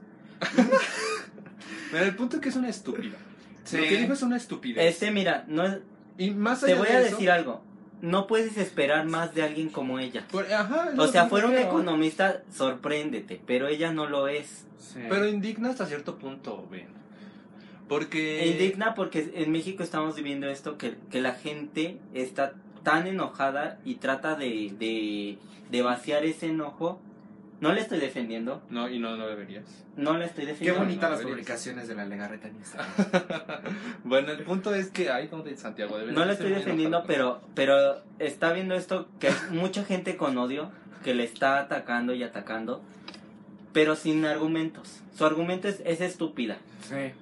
[SPEAKER 1] Pero el punto es que es una estúpida.
[SPEAKER 2] Sí.
[SPEAKER 1] Lo que dijo es una estupidez.
[SPEAKER 3] Este, mira, no es-
[SPEAKER 1] Y más allá
[SPEAKER 3] te voy
[SPEAKER 1] de
[SPEAKER 3] a
[SPEAKER 1] eso-
[SPEAKER 3] decir algo. No puedes esperar más de alguien como ella.
[SPEAKER 1] Por- ajá, es
[SPEAKER 3] O
[SPEAKER 1] lo
[SPEAKER 3] sea,
[SPEAKER 1] que
[SPEAKER 3] fuera un
[SPEAKER 1] creo.
[SPEAKER 3] economista, sorpréndete, pero ella no lo es.
[SPEAKER 2] Sí.
[SPEAKER 1] Pero indigna hasta cierto punto, Ben. Porque.
[SPEAKER 3] E indigna porque en México estamos viviendo esto que, que la gente está tan enojada y trata de, de, de vaciar ese enojo. No le estoy defendiendo,
[SPEAKER 1] No, y no, no deberías.
[SPEAKER 3] no le estoy
[SPEAKER 2] Qué
[SPEAKER 3] defendiendo.
[SPEAKER 2] bonitas
[SPEAKER 1] no,
[SPEAKER 2] las
[SPEAKER 1] no,
[SPEAKER 2] publicaciones de la Legarreta en Instagram.
[SPEAKER 1] bueno, el punto es que. Ay, no, de Santiago, de
[SPEAKER 3] No
[SPEAKER 1] verdad
[SPEAKER 3] lo
[SPEAKER 1] se
[SPEAKER 3] estoy
[SPEAKER 1] me
[SPEAKER 3] defendiendo,
[SPEAKER 1] enoja.
[SPEAKER 3] pero, pero está viendo esto que hay mucha gente con odio que le está atacando y atacando, pero sin argumentos. Su argumento es, es estúpida.
[SPEAKER 2] Sí.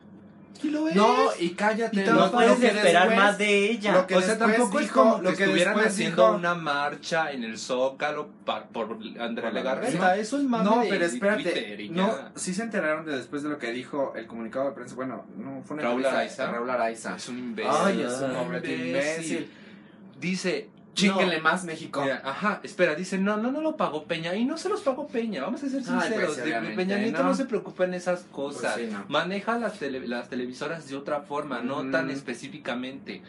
[SPEAKER 1] ¿Y lo es?
[SPEAKER 2] No, y cállate.
[SPEAKER 1] Y
[SPEAKER 2] lo-
[SPEAKER 3] No
[SPEAKER 1] tampoco
[SPEAKER 2] lo
[SPEAKER 3] puedes
[SPEAKER 2] que
[SPEAKER 3] esperar
[SPEAKER 2] después-
[SPEAKER 3] más de ella.
[SPEAKER 2] lo que
[SPEAKER 1] o sea,
[SPEAKER 2] después
[SPEAKER 1] tampoco es
[SPEAKER 2] dijo-
[SPEAKER 1] como
[SPEAKER 2] lo
[SPEAKER 1] que,
[SPEAKER 2] que
[SPEAKER 1] estuvieran
[SPEAKER 2] después
[SPEAKER 1] haciendo
[SPEAKER 2] dijo-
[SPEAKER 1] una marcha en el Zócalo pa- por Andrea
[SPEAKER 2] Por la
[SPEAKER 1] Legarreta.
[SPEAKER 2] marcha.
[SPEAKER 1] Eso es más
[SPEAKER 2] No,
[SPEAKER 1] de
[SPEAKER 2] pero
[SPEAKER 1] Twitter
[SPEAKER 2] espérate.
[SPEAKER 1] y
[SPEAKER 2] No,
[SPEAKER 1] ya.
[SPEAKER 2] sí se enteraron de después de lo que dijo el comunicado de prensa. Bueno, no fue una
[SPEAKER 1] Raúl
[SPEAKER 2] entrevista
[SPEAKER 1] Araiza.
[SPEAKER 2] de Raúl Araiza.
[SPEAKER 1] Es un imbécil.
[SPEAKER 2] Ay, es un
[SPEAKER 3] Ay,
[SPEAKER 2] completo imbécil.
[SPEAKER 1] Dice.
[SPEAKER 2] Chínguenle
[SPEAKER 1] no,
[SPEAKER 2] más México.
[SPEAKER 1] Mira, ajá, espera, dice, no, no, no lo pagó Peña. Y no se los pagó Peña, vamos a ser
[SPEAKER 2] Ay,
[SPEAKER 1] sinceros.
[SPEAKER 2] pues,
[SPEAKER 1] de-
[SPEAKER 2] obviamente,
[SPEAKER 1] Peña Nieto no.
[SPEAKER 2] ¿no?
[SPEAKER 1] se preocupa en esas cosas.
[SPEAKER 2] Pues, sí, no.
[SPEAKER 1] Maneja las, tele- las televisoras de otra forma, no
[SPEAKER 2] Mm.
[SPEAKER 1] tan específicamente.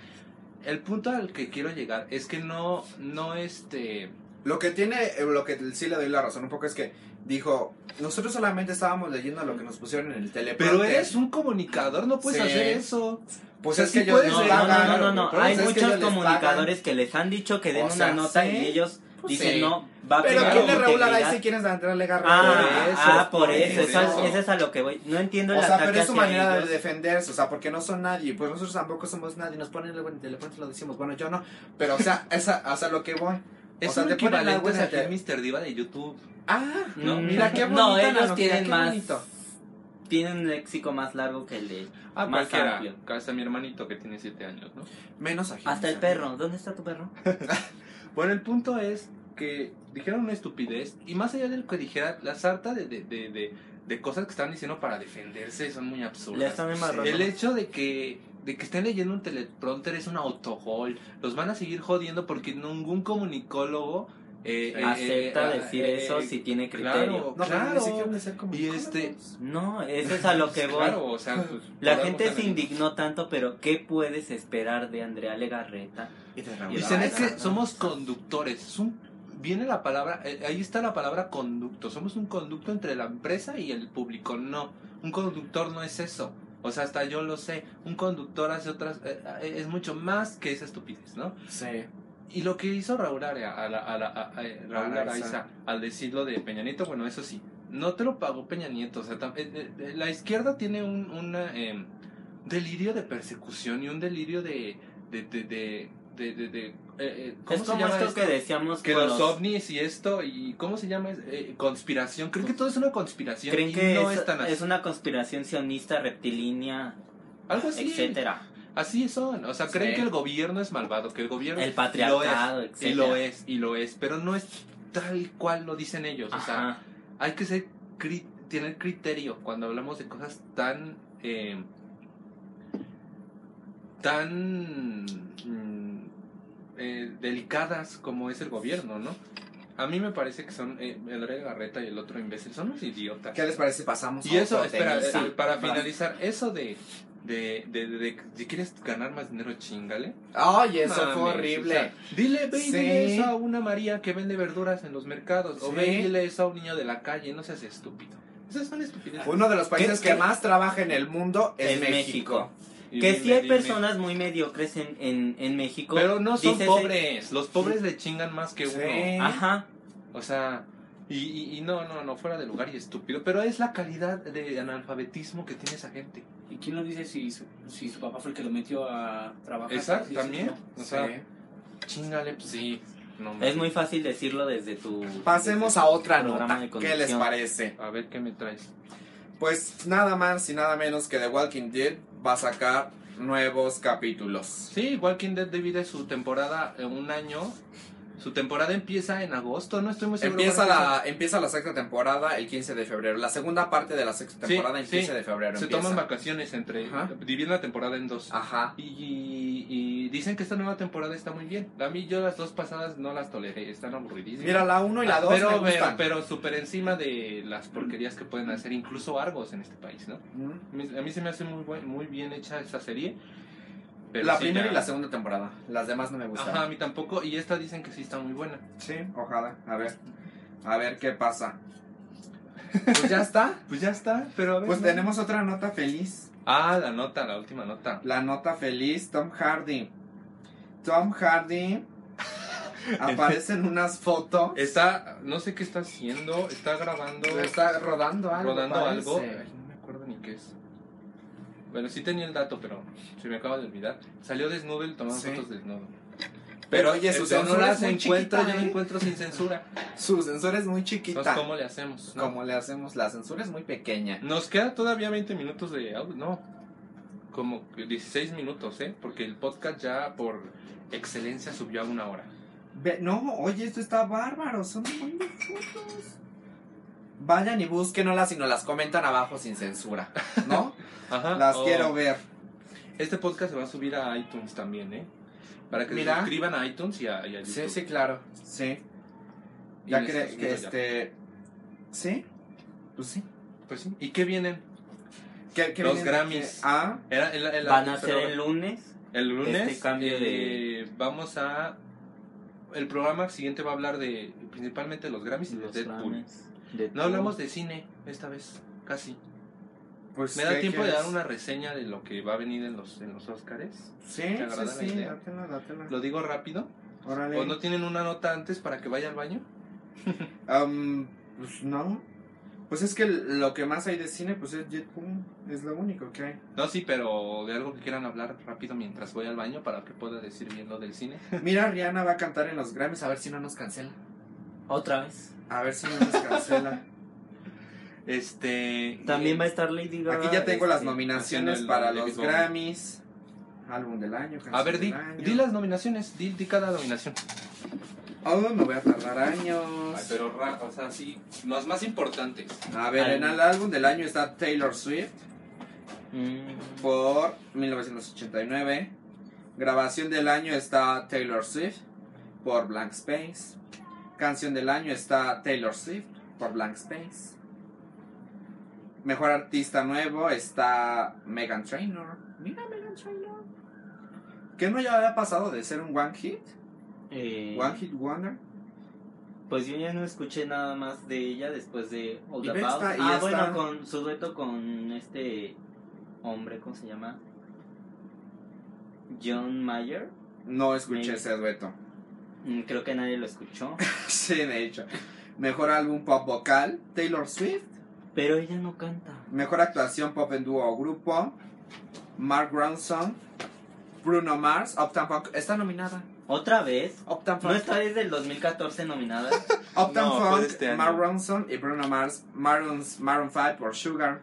[SPEAKER 1] El punto al que quiero llegar es que no, no este...
[SPEAKER 2] Lo que tiene, eh, lo que sí le doy la razón un poco es que dijo, nosotros solamente estábamos leyendo lo que nos pusieron en el teleprompter.
[SPEAKER 1] Pero eres un comunicador, no puedes
[SPEAKER 2] Sí.
[SPEAKER 1] hacer eso.
[SPEAKER 2] Pues
[SPEAKER 1] Sí,
[SPEAKER 2] es que
[SPEAKER 1] sí
[SPEAKER 2] ellos
[SPEAKER 1] puedes
[SPEAKER 3] No,
[SPEAKER 2] no,
[SPEAKER 1] leer.
[SPEAKER 3] no, no,
[SPEAKER 2] pagan,
[SPEAKER 3] no, no, no.
[SPEAKER 2] pues
[SPEAKER 3] Hay
[SPEAKER 2] es que
[SPEAKER 3] muchos
[SPEAKER 2] ellos les
[SPEAKER 3] comunicadores que les han dicho que den
[SPEAKER 2] O
[SPEAKER 3] una
[SPEAKER 2] sea,
[SPEAKER 3] nota
[SPEAKER 2] sí,
[SPEAKER 3] y ellos
[SPEAKER 2] pues
[SPEAKER 3] dicen
[SPEAKER 2] sí.
[SPEAKER 3] no,
[SPEAKER 2] pagan.
[SPEAKER 3] va
[SPEAKER 2] Pero
[SPEAKER 3] primero
[SPEAKER 2] ¿quién
[SPEAKER 3] mi
[SPEAKER 2] le regulará
[SPEAKER 3] integridad.
[SPEAKER 2] ahí si quieren entrarle garra?
[SPEAKER 3] Ah,
[SPEAKER 1] Por eso,
[SPEAKER 3] ah, por,
[SPEAKER 1] por
[SPEAKER 3] eso,
[SPEAKER 1] eso.
[SPEAKER 3] esa- esa es a lo que voy. No entiendo
[SPEAKER 2] o
[SPEAKER 3] el
[SPEAKER 2] sea,
[SPEAKER 3] ataque
[SPEAKER 2] pero es su
[SPEAKER 3] hacia
[SPEAKER 2] manera
[SPEAKER 3] ellos.
[SPEAKER 2] de defenderse, o sea, porque no son nadie, pues nosotros tampoco somos nadie, nos ponen luego en el teléfono y lo decimos, bueno, yo no, pero o sea, esa, o sea, lo que voy.
[SPEAKER 1] Es
[SPEAKER 2] o sea,
[SPEAKER 1] un
[SPEAKER 2] te ponen la
[SPEAKER 1] equivalente
[SPEAKER 2] buena
[SPEAKER 1] a
[SPEAKER 2] te-
[SPEAKER 1] Mr. Diva de YouTube.
[SPEAKER 2] Ah,
[SPEAKER 1] No,
[SPEAKER 3] Mm,
[SPEAKER 2] mira qué
[SPEAKER 3] No,
[SPEAKER 2] bonita
[SPEAKER 3] ellos
[SPEAKER 2] analogía,
[SPEAKER 3] tienen
[SPEAKER 2] qué
[SPEAKER 3] más.
[SPEAKER 2] bonito.
[SPEAKER 3] Tienen un léxico más largo que el de.
[SPEAKER 1] Ah,
[SPEAKER 3] Más
[SPEAKER 1] cualquiera.
[SPEAKER 3] amplio.
[SPEAKER 1] Hasta mi hermanito que tiene 7 años, ¿no?
[SPEAKER 2] menos ágil.
[SPEAKER 3] Hasta el perro. ¿Dónde está tu perro?
[SPEAKER 1] Bueno, el punto es que dijeron una estupidez y más allá de lo que dijera, la sarta de, de, de, de- de cosas que están diciendo para defenderse son muy
[SPEAKER 3] Le
[SPEAKER 1] absurdas.
[SPEAKER 3] están embarrando.
[SPEAKER 1] El hecho de que, de que estén leyendo un teleprompter es un autogol. Los van a seguir jodiendo porque ningún comunicólogo... eh, eh,
[SPEAKER 3] Acepta
[SPEAKER 1] eh,
[SPEAKER 3] decir
[SPEAKER 1] eh,
[SPEAKER 3] eso
[SPEAKER 1] eh,
[SPEAKER 3] si tiene criterio.
[SPEAKER 1] Claro,
[SPEAKER 2] No, pero ni siquiera
[SPEAKER 1] claro.
[SPEAKER 2] me sé cómo-
[SPEAKER 1] Y este-
[SPEAKER 3] No, eso es a lo que voy.
[SPEAKER 1] eh, Claro, o sea, pues,
[SPEAKER 3] La
[SPEAKER 1] por
[SPEAKER 3] gente
[SPEAKER 1] algo
[SPEAKER 3] se
[SPEAKER 1] están ahí.
[SPEAKER 3] indignó tanto, pero ¿qué puedes esperar de Andrea Legarreta?
[SPEAKER 2] Y de Raúl
[SPEAKER 1] Dicen es
[SPEAKER 2] Araiza.
[SPEAKER 1] que somos conductores. es un- viene la palabra, eh, ahí está la palabra conducto. Somos un conducto entre la empresa y el público. No, un conductor no es eso. O sea, hasta yo lo sé. Un conductor hace otras, eh, eh, es mucho más que esa estupidez, ¿no?
[SPEAKER 2] Sí.
[SPEAKER 1] Y lo que hizo Raúl, Area- a la- a la- a- a- eh, Raúl
[SPEAKER 2] Araiza.
[SPEAKER 1] Araiza al decir lo de Peña Nieto, bueno, eso sí, no te lo pagó Peña Nieto. O sea, tam- eh, eh, eh, la izquierda tiene un una, eh, delirio de persecución y un delirio de... de, de, de, de, de- de- eh, eh, ¿Cómo
[SPEAKER 3] es
[SPEAKER 1] se
[SPEAKER 3] como
[SPEAKER 1] llama
[SPEAKER 3] esto,
[SPEAKER 1] esto?
[SPEAKER 3] que decíamos
[SPEAKER 1] Que
[SPEAKER 3] con
[SPEAKER 1] los ovnis y esto, y ¿cómo se llama? Eh, conspiración. Creen que todo es una conspiración.
[SPEAKER 3] Creen
[SPEAKER 1] y
[SPEAKER 3] que
[SPEAKER 1] no
[SPEAKER 3] es,
[SPEAKER 1] es tan así.
[SPEAKER 3] es una conspiración sionista, reptilínea,
[SPEAKER 1] Algo así.
[SPEAKER 3] etcétera.
[SPEAKER 1] Así son. O sea, creen
[SPEAKER 2] Sí.
[SPEAKER 1] que el gobierno es malvado, que el gobierno
[SPEAKER 3] El patriarcado,
[SPEAKER 1] Y
[SPEAKER 3] etcétera.
[SPEAKER 1] lo es, y lo es, pero no es tal cual lo dicen ellos. O sea,
[SPEAKER 3] Ajá.
[SPEAKER 1] hay que ser cri- tener criterio cuando hablamos de cosas tan. eh, tan. mm, eh, delicadas como es el gobierno, ¿no? A mí me parece que son. eh, Andrea Garreta y el otro imbécil son unos idiotas.
[SPEAKER 2] ¿Qué les parece si pasamos
[SPEAKER 1] Y
[SPEAKER 2] a
[SPEAKER 1] eso,
[SPEAKER 2] otro
[SPEAKER 1] espera,
[SPEAKER 2] tema?
[SPEAKER 1] eh,
[SPEAKER 2] Sí.
[SPEAKER 1] para
[SPEAKER 2] Va.
[SPEAKER 1] finalizar, eso de. De, de, de- de- si quieres ganar más dinero, chingale.
[SPEAKER 2] Ay, eso
[SPEAKER 1] Mames,
[SPEAKER 2] fue
[SPEAKER 1] o sea,
[SPEAKER 2] horrible.
[SPEAKER 1] dile, ve y
[SPEAKER 2] Sí.
[SPEAKER 1] dile eso a una María que vende verduras en los mercados. O
[SPEAKER 2] Sí.
[SPEAKER 1] ve y dile eso a un niño de la calle. No seas estúpido. Esas son estupideces.
[SPEAKER 2] Uno de los países
[SPEAKER 3] ¿Qué-
[SPEAKER 2] que
[SPEAKER 3] qué?
[SPEAKER 2] más trabaja en el mundo es,
[SPEAKER 3] Es
[SPEAKER 2] México.
[SPEAKER 1] Y
[SPEAKER 3] que
[SPEAKER 1] dime,
[SPEAKER 3] sí hay
[SPEAKER 1] dime.
[SPEAKER 3] personas muy mediocres en, en, en México.
[SPEAKER 1] Pero no son
[SPEAKER 3] Dícese-
[SPEAKER 1] pobres. ¿eh? Los pobres le chingan más que
[SPEAKER 2] Sí.
[SPEAKER 1] uno.
[SPEAKER 3] Ajá.
[SPEAKER 1] O sea. Y, y- y no, no, no, fuera de lugar y estúpido. Pero es la calidad de analfabetismo que tiene esa gente.
[SPEAKER 5] ¿Y quién nos dice si su, si su papá fue el que lo metió a trabajar?
[SPEAKER 1] Exacto,
[SPEAKER 5] Sí, sí,
[SPEAKER 1] también.
[SPEAKER 5] sí.
[SPEAKER 1] O sea,
[SPEAKER 2] Sí.
[SPEAKER 1] chingale, pues sí. No,
[SPEAKER 3] Es
[SPEAKER 1] mames.
[SPEAKER 3] muy fácil decirlo desde tu.
[SPEAKER 2] Pasemos
[SPEAKER 3] desde
[SPEAKER 2] a
[SPEAKER 3] tu
[SPEAKER 2] otra
[SPEAKER 3] programa
[SPEAKER 2] nota.
[SPEAKER 3] de
[SPEAKER 2] ¿Qué les
[SPEAKER 3] conducción.
[SPEAKER 2] parece?
[SPEAKER 1] A ver qué me traes.
[SPEAKER 2] Pues nada más y nada menos que The Walking Dead va a sacar nuevos capítulos.
[SPEAKER 1] Sí, Walking Dead divide su temporada en un año Su temporada empieza en agosto, no estoy muy seguro.
[SPEAKER 2] Empieza
[SPEAKER 1] cuándo
[SPEAKER 2] la, empieza la sexta temporada el 15 de febrero. La segunda parte de la sexta
[SPEAKER 1] Sí,
[SPEAKER 2] temporada el
[SPEAKER 1] sí.
[SPEAKER 2] 15 de febrero.
[SPEAKER 1] Se
[SPEAKER 2] empieza.
[SPEAKER 1] toman vacaciones entre.
[SPEAKER 2] Ajá. Ah.
[SPEAKER 1] Dividen la temporada en dos.
[SPEAKER 2] Ajá.
[SPEAKER 1] Y, y- y dicen que esta nueva temporada está muy bien. A mí yo las dos pasadas no las toleré, están aburridísimas.
[SPEAKER 2] Mira, la 1 y la
[SPEAKER 1] Ah,
[SPEAKER 2] 2
[SPEAKER 1] pero,
[SPEAKER 2] me
[SPEAKER 1] pero,
[SPEAKER 2] gustan.
[SPEAKER 1] pero súper encima de las porquerías que pueden hacer incluso Argos en este país, ¿no?
[SPEAKER 2] Ujú.
[SPEAKER 1] A mí- A mí se me hace muy, buen- muy bien hecha esa serie. pero
[SPEAKER 2] la
[SPEAKER 1] sí
[SPEAKER 2] primera
[SPEAKER 1] ya-
[SPEAKER 2] y la segunda temporada. Las demás no me gustan.
[SPEAKER 1] Ajá, a mí tampoco. Y esta dicen que sí está muy buena.
[SPEAKER 2] Sí, ojalá. A ver. A ver qué pasa. Pues ya está.
[SPEAKER 1] Pues ya está, pero a ver.
[SPEAKER 2] Pues
[SPEAKER 1] ¿no?
[SPEAKER 2] tenemos otra nota feliz.
[SPEAKER 1] Ah, la nota, la última nota.
[SPEAKER 2] La nota feliz, Tom Hardy. Tom Hardy aparece en unas fotos.
[SPEAKER 1] Está, no sé qué está haciendo, está grabando,
[SPEAKER 2] Está rodando algo.
[SPEAKER 1] rodando algo.
[SPEAKER 2] parece.
[SPEAKER 1] Ay, no me acuerdo ni qué es. Bueno, sí tenía el dato, pero se me acaba de olvidar. Salió desnudo y tomando
[SPEAKER 2] Sí.
[SPEAKER 1] fotos desnudo.
[SPEAKER 2] Pero, oye, su
[SPEAKER 1] El que no
[SPEAKER 2] censura
[SPEAKER 1] la
[SPEAKER 2] es muy
[SPEAKER 1] encuentra,
[SPEAKER 2] chiquita,
[SPEAKER 1] yo la
[SPEAKER 2] ¿eh?
[SPEAKER 1] encuentro sin censura.
[SPEAKER 2] Su censura es muy chiquita.
[SPEAKER 1] Entonces, ¿cómo le hacemos? no?
[SPEAKER 2] Como le hacemos, la censura es muy pequeña.
[SPEAKER 1] Nos queda todavía 20 minutos de audio, no, como 16 minutos, ¿eh? Porque el podcast ya por excelencia subió a una hora.
[SPEAKER 2] Ve- no, oye, esto está bárbaro, son muy buenas fotos. Vayan y búsquenolas y nos las comentan abajo sin censura, ¿no?
[SPEAKER 1] Ajá. Oh.
[SPEAKER 2] las
[SPEAKER 1] o-
[SPEAKER 2] quiero ver.
[SPEAKER 1] Este podcast se va a subir a iTunes también, ¿eh? Para que
[SPEAKER 2] Mira.
[SPEAKER 1] se suscriban a iTunes y a, y a YouTube.
[SPEAKER 2] Sí, sí, claro. Sí.
[SPEAKER 1] Y
[SPEAKER 2] Ya
[SPEAKER 1] les
[SPEAKER 2] cre-
[SPEAKER 1] está
[SPEAKER 2] que
[SPEAKER 1] subiendo ya.
[SPEAKER 2] este. Sí. Pues sí.
[SPEAKER 1] Pues sí. ¿Y qué vienen?
[SPEAKER 2] ¿Qué- qué
[SPEAKER 1] Los
[SPEAKER 2] viene?
[SPEAKER 1] Grammys.
[SPEAKER 2] Ah,
[SPEAKER 1] Era- el- el-
[SPEAKER 3] Van a
[SPEAKER 1] el-
[SPEAKER 3] ser el lunes.
[SPEAKER 1] el lunes.
[SPEAKER 3] este cambio de-
[SPEAKER 1] eh, Vamos a... El programa siguiente va a hablar de principalmente los Grammys y de
[SPEAKER 3] los
[SPEAKER 1] Deadpool.
[SPEAKER 3] planes de
[SPEAKER 1] No hablamos de cine esta vez, casi.
[SPEAKER 2] pues.
[SPEAKER 1] ¿Me da
[SPEAKER 2] ¿qué
[SPEAKER 1] tiempo de
[SPEAKER 2] quieres?
[SPEAKER 1] dar una reseña de lo que va a venir en los, en los Oscars?
[SPEAKER 2] Sí,
[SPEAKER 1] agrada
[SPEAKER 2] sí,
[SPEAKER 1] la
[SPEAKER 2] sí.
[SPEAKER 1] idea?
[SPEAKER 2] Dátela, dátela.
[SPEAKER 1] ¿Lo digo rápido?
[SPEAKER 2] Órale.
[SPEAKER 1] ¿O no tienen una nota antes para que vaya al baño?
[SPEAKER 2] Am, pues no. Pues es que lo que más hay de cine, pues es Jetpool. Es lo único que hay.
[SPEAKER 1] No, sí, pero de algo que quieran hablar rápido mientras voy al baño para que pueda decir bien lo del cine.
[SPEAKER 2] Mira, Rihanna va a cantar en los Grammys, a ver si no nos cancela.
[SPEAKER 3] Otra vez.
[SPEAKER 2] A ver si no nos cancela.
[SPEAKER 1] Este.
[SPEAKER 3] También va a estar Lady Gaga.
[SPEAKER 2] Aquí ya tengo las
[SPEAKER 3] este,
[SPEAKER 1] haciendo
[SPEAKER 2] nominaciones
[SPEAKER 1] el-
[SPEAKER 2] para
[SPEAKER 1] el
[SPEAKER 2] los
[SPEAKER 1] David Bowie.
[SPEAKER 2] Grammys. Álbum del año, canción
[SPEAKER 1] A ver, di,
[SPEAKER 2] del año.
[SPEAKER 1] di las nominaciones, di, di cada nominación.
[SPEAKER 2] Oh, me voy a tardar años.
[SPEAKER 1] pero, o sea, sí, las más importantes.
[SPEAKER 2] A ver, en el álbum del año está Taylor Swift
[SPEAKER 3] mm,
[SPEAKER 2] por 1989. Grabación del año está Taylor Swift por Blank Space. Canción del año está Taylor Swift por Blank Space. Mejor artista nuevo está Megan Trainor. Mira Megan Trainor. Que no ya había pasado de ser un one hit,
[SPEAKER 3] eh,
[SPEAKER 2] one hit wonder.
[SPEAKER 3] Pues yo ya no escuché nada más de ella después de All
[SPEAKER 2] Y
[SPEAKER 3] the
[SPEAKER 2] ve,
[SPEAKER 3] About.
[SPEAKER 2] está- y
[SPEAKER 3] Ah,
[SPEAKER 2] está-
[SPEAKER 3] bueno, con su dueto con este hombre, ¿cómo se llama? John Mayer.
[SPEAKER 2] No escuché
[SPEAKER 3] Maybe.
[SPEAKER 2] ese dueto.
[SPEAKER 3] Mm, Creo que nadie lo escuchó.
[SPEAKER 2] Sí, de hecho. Mejor álbum pop vocal, Taylor Swift.
[SPEAKER 3] Pero ella no canta.
[SPEAKER 2] Mejor actuación pop en dúo o grupo, Mark Ronson. Bruno Mars, Uptown Funk. Está nominada.
[SPEAKER 3] ¿Otra vez?
[SPEAKER 2] Uptown
[SPEAKER 3] No
[SPEAKER 2] Funk.
[SPEAKER 3] está desde el 2014 nominada.
[SPEAKER 2] Uptown
[SPEAKER 1] No, fue
[SPEAKER 2] Funk,
[SPEAKER 1] de este año.
[SPEAKER 2] Mark Ronson y Bruno Mars. Maroon, Maroon 5 por Sugar.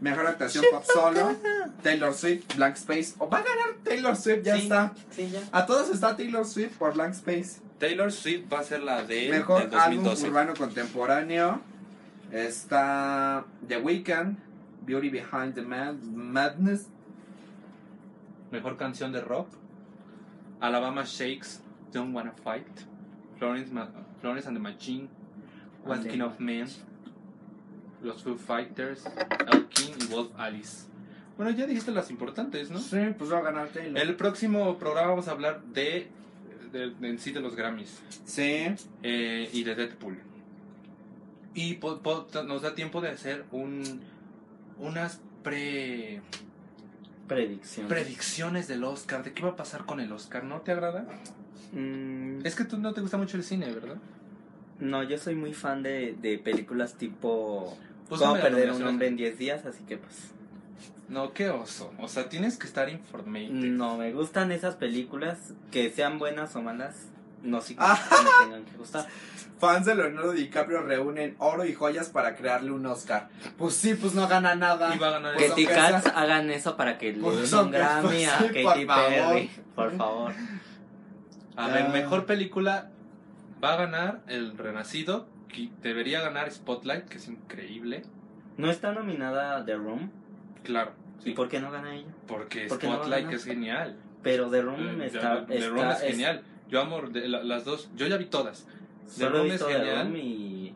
[SPEAKER 2] Mejor actuación pop solo, Taylor Swift, Blank Space. O va a ganar Taylor Swift, ya
[SPEAKER 3] Sí.
[SPEAKER 2] está.
[SPEAKER 3] sí, ya.
[SPEAKER 2] A todos está Taylor Swift por Blank Space.
[SPEAKER 1] Taylor Swift va a ser la de
[SPEAKER 2] Mejor
[SPEAKER 1] del
[SPEAKER 2] álbum
[SPEAKER 1] 2012.
[SPEAKER 2] urbano contemporáneo está The Weeknd, Beauty Behind the Mad Madness,
[SPEAKER 1] Mejor canción de rock. Alabama Shakes, Don't Wanna Fight. Florence, Ma- Florence and the Machine. One
[SPEAKER 3] And the
[SPEAKER 1] King of Men. Los Foo Fighters. El King y Wolf Alice. Bueno, ya dijiste las importantes, ¿no?
[SPEAKER 2] Sí, pues va a ganar Taylor.
[SPEAKER 1] El próximo programa vamos a hablar de, de- de- en sí de los Grammys
[SPEAKER 2] Sí,
[SPEAKER 1] eh, y de Deadpool. Y po- po- nos da tiempo de hacer un unas pre
[SPEAKER 3] Predicción.
[SPEAKER 1] predicciones del Oscar, de qué va a pasar con el Oscar, ¿no te agrada?
[SPEAKER 3] Mm,
[SPEAKER 1] Es que tú no te gusta mucho el cine, ¿verdad?
[SPEAKER 3] no, yo soy muy fan de, de películas tipo
[SPEAKER 2] Pues
[SPEAKER 1] Búscame
[SPEAKER 3] Cómo
[SPEAKER 1] Pues la
[SPEAKER 3] perder a un
[SPEAKER 1] nominación.
[SPEAKER 3] hombre en 10 días, así que pues.
[SPEAKER 1] No, qué oso. O sea, tienes que estar informate.
[SPEAKER 3] No, me gustan esas películas que sean buenas o malas. No sé
[SPEAKER 2] Ah.
[SPEAKER 3] me tengan que gustar.
[SPEAKER 2] fans de Leonardo DiCaprio reúnen oro y joyas para crearle un Oscar. Pues sí, pues no gana nada.
[SPEAKER 1] Y va a ganar
[SPEAKER 3] Que
[SPEAKER 2] Pues
[SPEAKER 1] el-
[SPEAKER 2] aunque
[SPEAKER 3] t Cats
[SPEAKER 2] sea-
[SPEAKER 3] hagan eso para que le
[SPEAKER 2] Pues
[SPEAKER 3] den un
[SPEAKER 2] aunque-
[SPEAKER 3] Grammy a
[SPEAKER 2] sí, por
[SPEAKER 3] Katy Perry, por favor.
[SPEAKER 1] A
[SPEAKER 4] Ah.
[SPEAKER 1] ver, mejor película va a ganar El Renacido, que debería ganar Spotlight, que es increíble.
[SPEAKER 3] ¿No está nominada The Room?
[SPEAKER 1] Claro,
[SPEAKER 3] ¿Y por qué no gana ella?
[SPEAKER 1] porque
[SPEAKER 3] ¿Por qué no va a
[SPEAKER 1] Spotlight
[SPEAKER 3] ganar?
[SPEAKER 1] es genial.
[SPEAKER 3] Pero The Room
[SPEAKER 1] Eh,
[SPEAKER 3] está...
[SPEAKER 1] The
[SPEAKER 3] está-
[SPEAKER 1] Room es
[SPEAKER 3] es-
[SPEAKER 1] genial. Yo amo de la- las dos, yo ya vi todas, The
[SPEAKER 3] solo
[SPEAKER 1] Room
[SPEAKER 3] he
[SPEAKER 1] es
[SPEAKER 3] visto The
[SPEAKER 1] genial.
[SPEAKER 3] Room y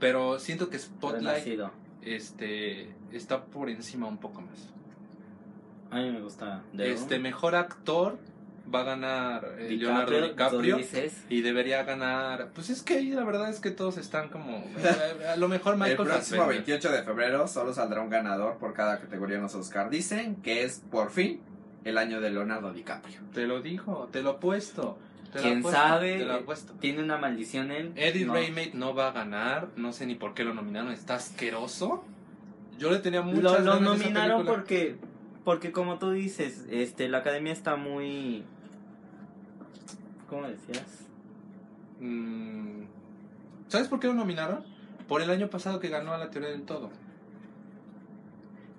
[SPEAKER 1] pero siento que Spotlight
[SPEAKER 3] Renacido.
[SPEAKER 1] este, está por encima un poco más.
[SPEAKER 3] A mí me gusta The
[SPEAKER 1] Este
[SPEAKER 3] Room.
[SPEAKER 1] mejor actor va a ganar eh, Leonardo
[SPEAKER 3] ¿tú
[SPEAKER 1] DiCaprio.
[SPEAKER 3] dices?
[SPEAKER 1] Y debería ganar. Pues es que ahí la verdad es que todos están como. eh, A lo mejor
[SPEAKER 2] El
[SPEAKER 1] Michael
[SPEAKER 2] próximo
[SPEAKER 1] Fassbender.
[SPEAKER 2] 28 de febrero solo saldrá un ganador por cada categoría en los Oscar. Dicen que es por fin el año de Leonardo DiCaprio.
[SPEAKER 1] Te lo dijo, te lo he puesto. Te lo
[SPEAKER 3] ¿Quién
[SPEAKER 1] apuesto,
[SPEAKER 3] sabe?
[SPEAKER 1] Te lo apuesto.
[SPEAKER 3] Tiene una maldición él.
[SPEAKER 1] Eddie
[SPEAKER 3] No.
[SPEAKER 1] Raymate no va a ganar. No sé ni por qué lo nominaron. Está asqueroso. Yo le tenía muchas
[SPEAKER 3] Lo,
[SPEAKER 1] ganas
[SPEAKER 3] lo
[SPEAKER 1] a esa
[SPEAKER 3] nominaron
[SPEAKER 1] película.
[SPEAKER 3] porque, porque como tú dices, este, la academia está muy... ¿Cómo decías?
[SPEAKER 1] Mm, ¿Sabes por qué lo nominaron? Por el año pasado que ganó a la teoría del todo.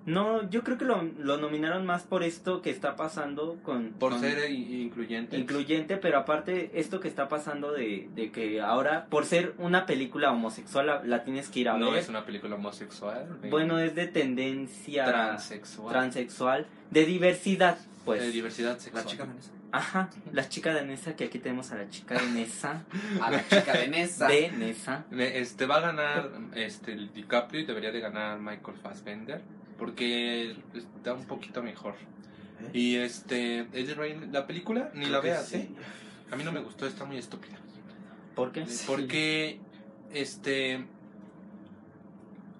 [SPEAKER 3] No, yo creo que lo, lo nominaron más por esto que está pasando con...
[SPEAKER 1] Por
[SPEAKER 3] con-
[SPEAKER 1] ser i- incluyente.
[SPEAKER 3] incluyente, pero aparte esto que está pasando de, de que ahora, por ser una película homosexual, la, la tienes que ir a
[SPEAKER 1] no
[SPEAKER 3] ver.
[SPEAKER 1] es una película homosexual. eh,
[SPEAKER 3] Bueno, es de tendencia
[SPEAKER 1] transexual.
[SPEAKER 3] transexual, de diversidad, pues.
[SPEAKER 1] de diversidad sexual.
[SPEAKER 2] La chica danesa.
[SPEAKER 3] Ajá, la chica danesa, que aquí tenemos a la chica danesa,
[SPEAKER 2] A la chica danesa.
[SPEAKER 3] de Nesa.
[SPEAKER 1] Me- Este va a ganar este el DiCaprio y debería de ganar Michael Fassbender porque está un poquito mejor. Y este Eddie Rain- la película ni la veas, ¿eh? A mí no me gustó, está muy estúpida.
[SPEAKER 3] ¿Por qué?
[SPEAKER 1] Porque este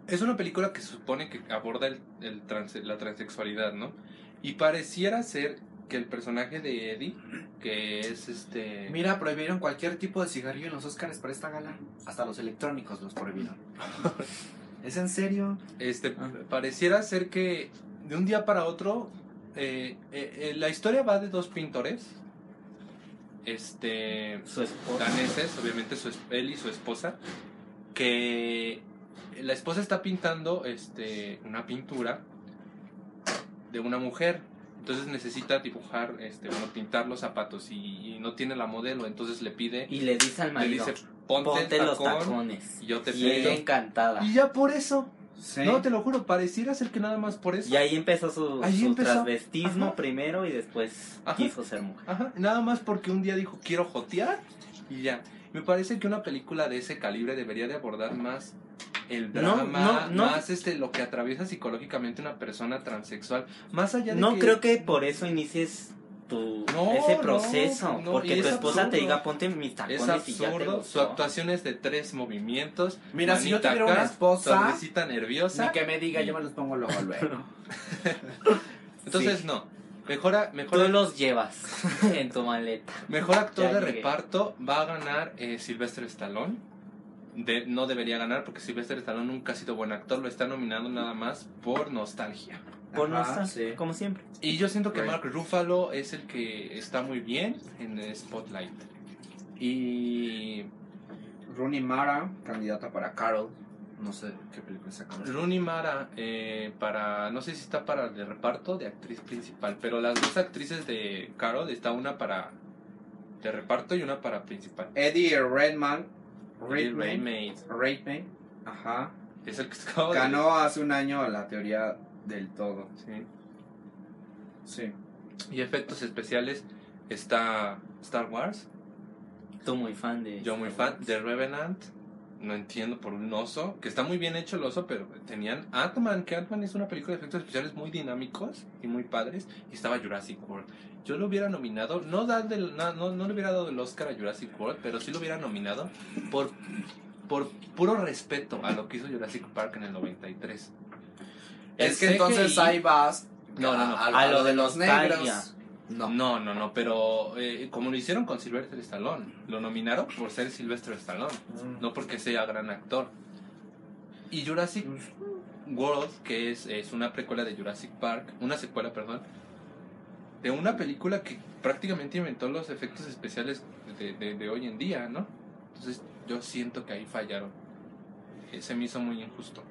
[SPEAKER 1] es una película que se supone que aborda el, el transe- la transexualidad, ¿no? Y pareciera ser que el personaje de Eddie, que es este
[SPEAKER 2] Mira, prohibieron cualquier tipo de cigarrillo en los Oscars para esta gala. Hasta los electrónicos los prohibieron. ¿Es en serio?
[SPEAKER 1] Este,
[SPEAKER 3] Ah.
[SPEAKER 1] pareciera ser que de un día para otro, eh, eh, eh, la historia va de dos pintores, este,
[SPEAKER 3] Su esposa.
[SPEAKER 1] daneses, obviamente su, es- él y su esposa, que la esposa está pintando este, una pintura de una mujer. Entonces necesita dibujar, este, bueno, pintar los zapatos y, y no tiene la modelo, entonces le pide,
[SPEAKER 3] Y le dice al
[SPEAKER 1] le
[SPEAKER 3] marido,
[SPEAKER 1] dice,
[SPEAKER 3] ponte,
[SPEAKER 1] ponte, el
[SPEAKER 3] los
[SPEAKER 1] tacón".
[SPEAKER 3] tacones.
[SPEAKER 1] y yo te
[SPEAKER 3] y ella
[SPEAKER 1] pego.
[SPEAKER 3] encantada.
[SPEAKER 1] Y ya por eso,
[SPEAKER 2] Sí.
[SPEAKER 1] no, te lo juro, pareciera ser que nada más por eso.
[SPEAKER 3] Y ahí empezó su,
[SPEAKER 1] Ahí
[SPEAKER 3] su
[SPEAKER 1] empezó.
[SPEAKER 3] transvestismo
[SPEAKER 1] Ajá.
[SPEAKER 3] primero y después
[SPEAKER 1] Ajá.
[SPEAKER 3] quiso ser mujer.
[SPEAKER 1] Ajá, nada más porque un día dijo quiero jotear y ya. Me parece que una película de ese calibre debería de abordar más el
[SPEAKER 3] No,
[SPEAKER 1] drama,
[SPEAKER 3] no, no.
[SPEAKER 1] más este lo que atraviesa psicológicamente una persona transexual, más allá de
[SPEAKER 3] No
[SPEAKER 1] que-
[SPEAKER 3] creo que por eso inicies tu,
[SPEAKER 1] No,
[SPEAKER 3] ese
[SPEAKER 1] no,
[SPEAKER 3] proceso,
[SPEAKER 1] no,
[SPEAKER 3] porque
[SPEAKER 1] y
[SPEAKER 3] tu
[SPEAKER 1] es
[SPEAKER 3] esposa te
[SPEAKER 1] absurdo.
[SPEAKER 3] diga ponte mis tacones
[SPEAKER 1] es
[SPEAKER 3] y ya te
[SPEAKER 1] absurdo,
[SPEAKER 3] gustó.
[SPEAKER 1] su actuación es de tres movimientos.
[SPEAKER 2] Mira, si yo
[SPEAKER 1] manita
[SPEAKER 2] tuviera una
[SPEAKER 1] acá,
[SPEAKER 2] esposa-
[SPEAKER 1] sonrisita nerviosa.
[SPEAKER 2] Ni que me diga, yo me los pongo luego, luego.
[SPEAKER 1] Entonces no. Mejora,
[SPEAKER 3] Tú
[SPEAKER 1] mejor,
[SPEAKER 3] los llevas en tu maleta.
[SPEAKER 1] mejor actor
[SPEAKER 3] Ya
[SPEAKER 1] de
[SPEAKER 3] llegué.
[SPEAKER 1] reparto va a ganar eh, Sylvester Stallone. De- no debería ganar porque Sylvester Stallone nunca ha sido buen actor, lo está nominando nada más por nostalgia.
[SPEAKER 3] Por
[SPEAKER 2] Ajá,
[SPEAKER 3] nuestra,
[SPEAKER 2] sí.
[SPEAKER 3] como siempre.
[SPEAKER 1] Y yo siento que
[SPEAKER 2] Right.
[SPEAKER 1] Mark Ruffalo es el que está muy bien en el Spotlight. Y
[SPEAKER 2] Rooney Mara, candidata para Carol. No sé qué película sacaron.
[SPEAKER 1] Rooney Mara, eh, para, no sé si está para el de reparto de actriz principal, pero las dos actrices de Carol está una para de reparto y una para principal.
[SPEAKER 2] Eddie Redman.
[SPEAKER 1] Eddie
[SPEAKER 2] Redman.
[SPEAKER 1] Redmayne
[SPEAKER 2] Redman. Ajá.
[SPEAKER 1] es el que acabo de-
[SPEAKER 2] Ganó hace un año la teoría del todo.
[SPEAKER 1] Sí.
[SPEAKER 2] Sí.
[SPEAKER 1] Y efectos especiales está Star Wars.
[SPEAKER 3] Tú muy fan de... este
[SPEAKER 1] Yo muy fan de Revenant. No entiendo por un oso. Que está muy bien hecho el oso, pero tenían Ant-Man. Que Ant-Man es una película de efectos especiales muy dinámicos y muy padres. Y estaba Jurassic World. Yo lo hubiera nominado. No, darle, el- no, no, no le hubiera dado el Oscar a Jurassic World, pero sí lo hubiera nominado por, por puro respeto a lo que hizo Jurassic Park en el 93.
[SPEAKER 2] Es que
[SPEAKER 1] El
[SPEAKER 2] entonces
[SPEAKER 1] CGI
[SPEAKER 2] ahí vas
[SPEAKER 1] No, no, no.
[SPEAKER 2] a,
[SPEAKER 3] A
[SPEAKER 2] a lo
[SPEAKER 3] lo
[SPEAKER 2] de los
[SPEAKER 3] nostalgia.
[SPEAKER 2] negros. No.
[SPEAKER 1] No, no, no, pero eh, como lo hicieron con Sylvester Stallone, lo nominaron por ser Sylvester Stallone, no porque sea gran actor. Y Jurassic World, que es, es una precuela de Jurassic Park, una secuela, perdón, de una película que prácticamente inventó los efectos especiales de, de- de hoy en día, ¿no? Entonces yo siento que ahí fallaron. Eh, se me hizo muy injusto.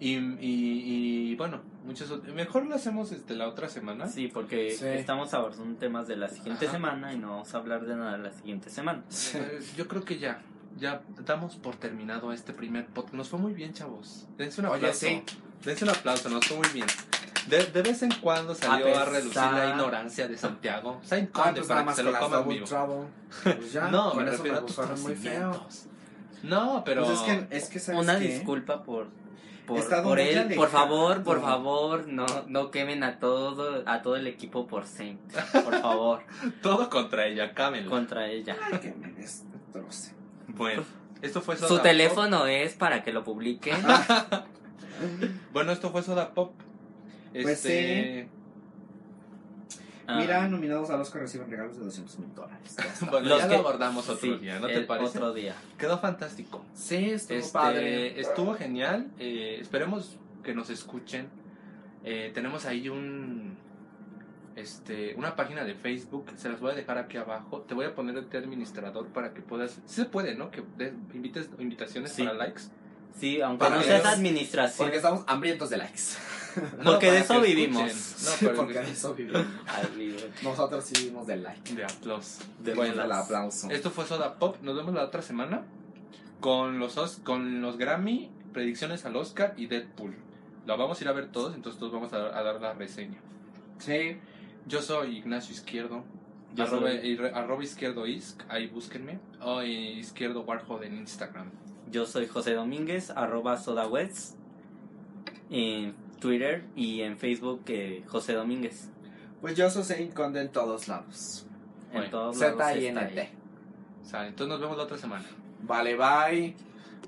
[SPEAKER 1] Y, y, y, bueno, muchas ot- Mejor lo hacemos este, la otra semana.
[SPEAKER 3] Sí, porque
[SPEAKER 2] Sí.
[SPEAKER 3] estamos abordando temas de la siguiente
[SPEAKER 1] Ajá.
[SPEAKER 3] semana y no vamos a hablar de nada la siguiente semana.
[SPEAKER 1] Eh, Yo creo que ya. Ya damos por terminado este primer podcast. Nos fue muy bien, chavos. Dense un
[SPEAKER 2] Oye,
[SPEAKER 1] aplauso.
[SPEAKER 2] sí.
[SPEAKER 1] Dense un aplauso, nos fue muy bien. De, de vez en cuando salió a,
[SPEAKER 3] pesar-
[SPEAKER 1] relucir la ignorancia de Santiago. Saint
[SPEAKER 2] Ah,
[SPEAKER 1] Conde
[SPEAKER 2] pues nada
[SPEAKER 1] para que
[SPEAKER 2] más
[SPEAKER 1] se
[SPEAKER 2] con
[SPEAKER 1] lo
[SPEAKER 2] las
[SPEAKER 1] coman
[SPEAKER 2] Double
[SPEAKER 1] vivo.
[SPEAKER 2] Trouble. Pues ya,
[SPEAKER 1] no,
[SPEAKER 2] con
[SPEAKER 1] me
[SPEAKER 2] eso
[SPEAKER 1] refiero
[SPEAKER 2] me
[SPEAKER 1] a tus
[SPEAKER 2] abusaron muy feo.
[SPEAKER 1] conocimientos. No, pero.
[SPEAKER 2] Pues es que, es que ¿sabes
[SPEAKER 3] Una
[SPEAKER 2] qué?
[SPEAKER 3] disculpa por por,
[SPEAKER 2] Estado
[SPEAKER 3] por
[SPEAKER 2] muy
[SPEAKER 3] él,
[SPEAKER 2] alejado.
[SPEAKER 3] por favor, por favor, no no quemen a todo a todo el equipo por Saint, por favor,
[SPEAKER 1] Todo contra ella, cámenlo.
[SPEAKER 3] contra ella.
[SPEAKER 2] Ay, que me destroce.
[SPEAKER 1] Bueno, esto fue Soda
[SPEAKER 3] Su
[SPEAKER 1] Pop.
[SPEAKER 3] teléfono es para que lo publiquen.
[SPEAKER 1] Bueno, esto fue Soda Pop. Este.
[SPEAKER 2] Pues
[SPEAKER 3] Ah,
[SPEAKER 4] Mira, nominados a los que reciben regalos de 200 mil dólares.
[SPEAKER 1] Bueno,
[SPEAKER 3] Los
[SPEAKER 1] ya
[SPEAKER 3] que-
[SPEAKER 1] lo abordamos otro
[SPEAKER 3] sí,
[SPEAKER 1] día, ¿no te
[SPEAKER 3] el
[SPEAKER 1] parece?
[SPEAKER 3] Otro día.
[SPEAKER 1] Quedó fantástico.
[SPEAKER 2] Sí, estuvo
[SPEAKER 1] Este,
[SPEAKER 2] padre.
[SPEAKER 1] Estuvo genial. eh, esperemos que nos escuchen. Eh, tenemos ahí un. Este, una página de Facebook, se las voy a dejar aquí abajo. Te voy a poner el administrador para que puedas. Sí se puede, ¿no? Que des- invites invitaciones
[SPEAKER 3] Sí.
[SPEAKER 1] para likes.
[SPEAKER 3] Sí, aunque
[SPEAKER 2] Para
[SPEAKER 3] no
[SPEAKER 2] que
[SPEAKER 3] seas
[SPEAKER 2] veas-
[SPEAKER 3] administración.
[SPEAKER 2] Porque estamos hambrientos de likes.
[SPEAKER 3] Porque
[SPEAKER 1] para
[SPEAKER 3] de eso
[SPEAKER 1] que
[SPEAKER 3] vivimos.
[SPEAKER 1] escuchen.
[SPEAKER 2] Sí,
[SPEAKER 1] No,
[SPEAKER 2] porque
[SPEAKER 1] pero
[SPEAKER 2] de eso vivimos.
[SPEAKER 3] Ay, güey.
[SPEAKER 2] Nosotros sí vivimos del like.
[SPEAKER 1] de aplauso.
[SPEAKER 2] Vivimos del aplauso.
[SPEAKER 1] Esto fue Soda Pop. Nos vemos la otra semana con los, Os- con los Grammy, predicciones al Oscar y Deadpool. Lo vamos a ir a ver todos, entonces todos vamos a, a dar la reseña.
[SPEAKER 2] Sí.
[SPEAKER 1] Yo soy Ignacio Izquierdo.
[SPEAKER 3] Yo
[SPEAKER 1] arroba,
[SPEAKER 3] soy-
[SPEAKER 1] y re- arroba Izquierdo Isc, ahí búsquenme. O eh, Izquierdo Warhol en Instagram.
[SPEAKER 3] Yo soy José Domínguez, arroba SodaWets, en Twitter y en Facebook eh, José Domínguez.
[SPEAKER 2] Pues yo soy Saint Conde en todos lados.
[SPEAKER 3] En
[SPEAKER 1] Bueno,
[SPEAKER 3] todos lados
[SPEAKER 2] Z
[SPEAKER 3] está
[SPEAKER 2] y
[SPEAKER 3] ahí.
[SPEAKER 2] NT.
[SPEAKER 1] Sale, entonces nos vemos la otra semana.
[SPEAKER 2] Vale, bye.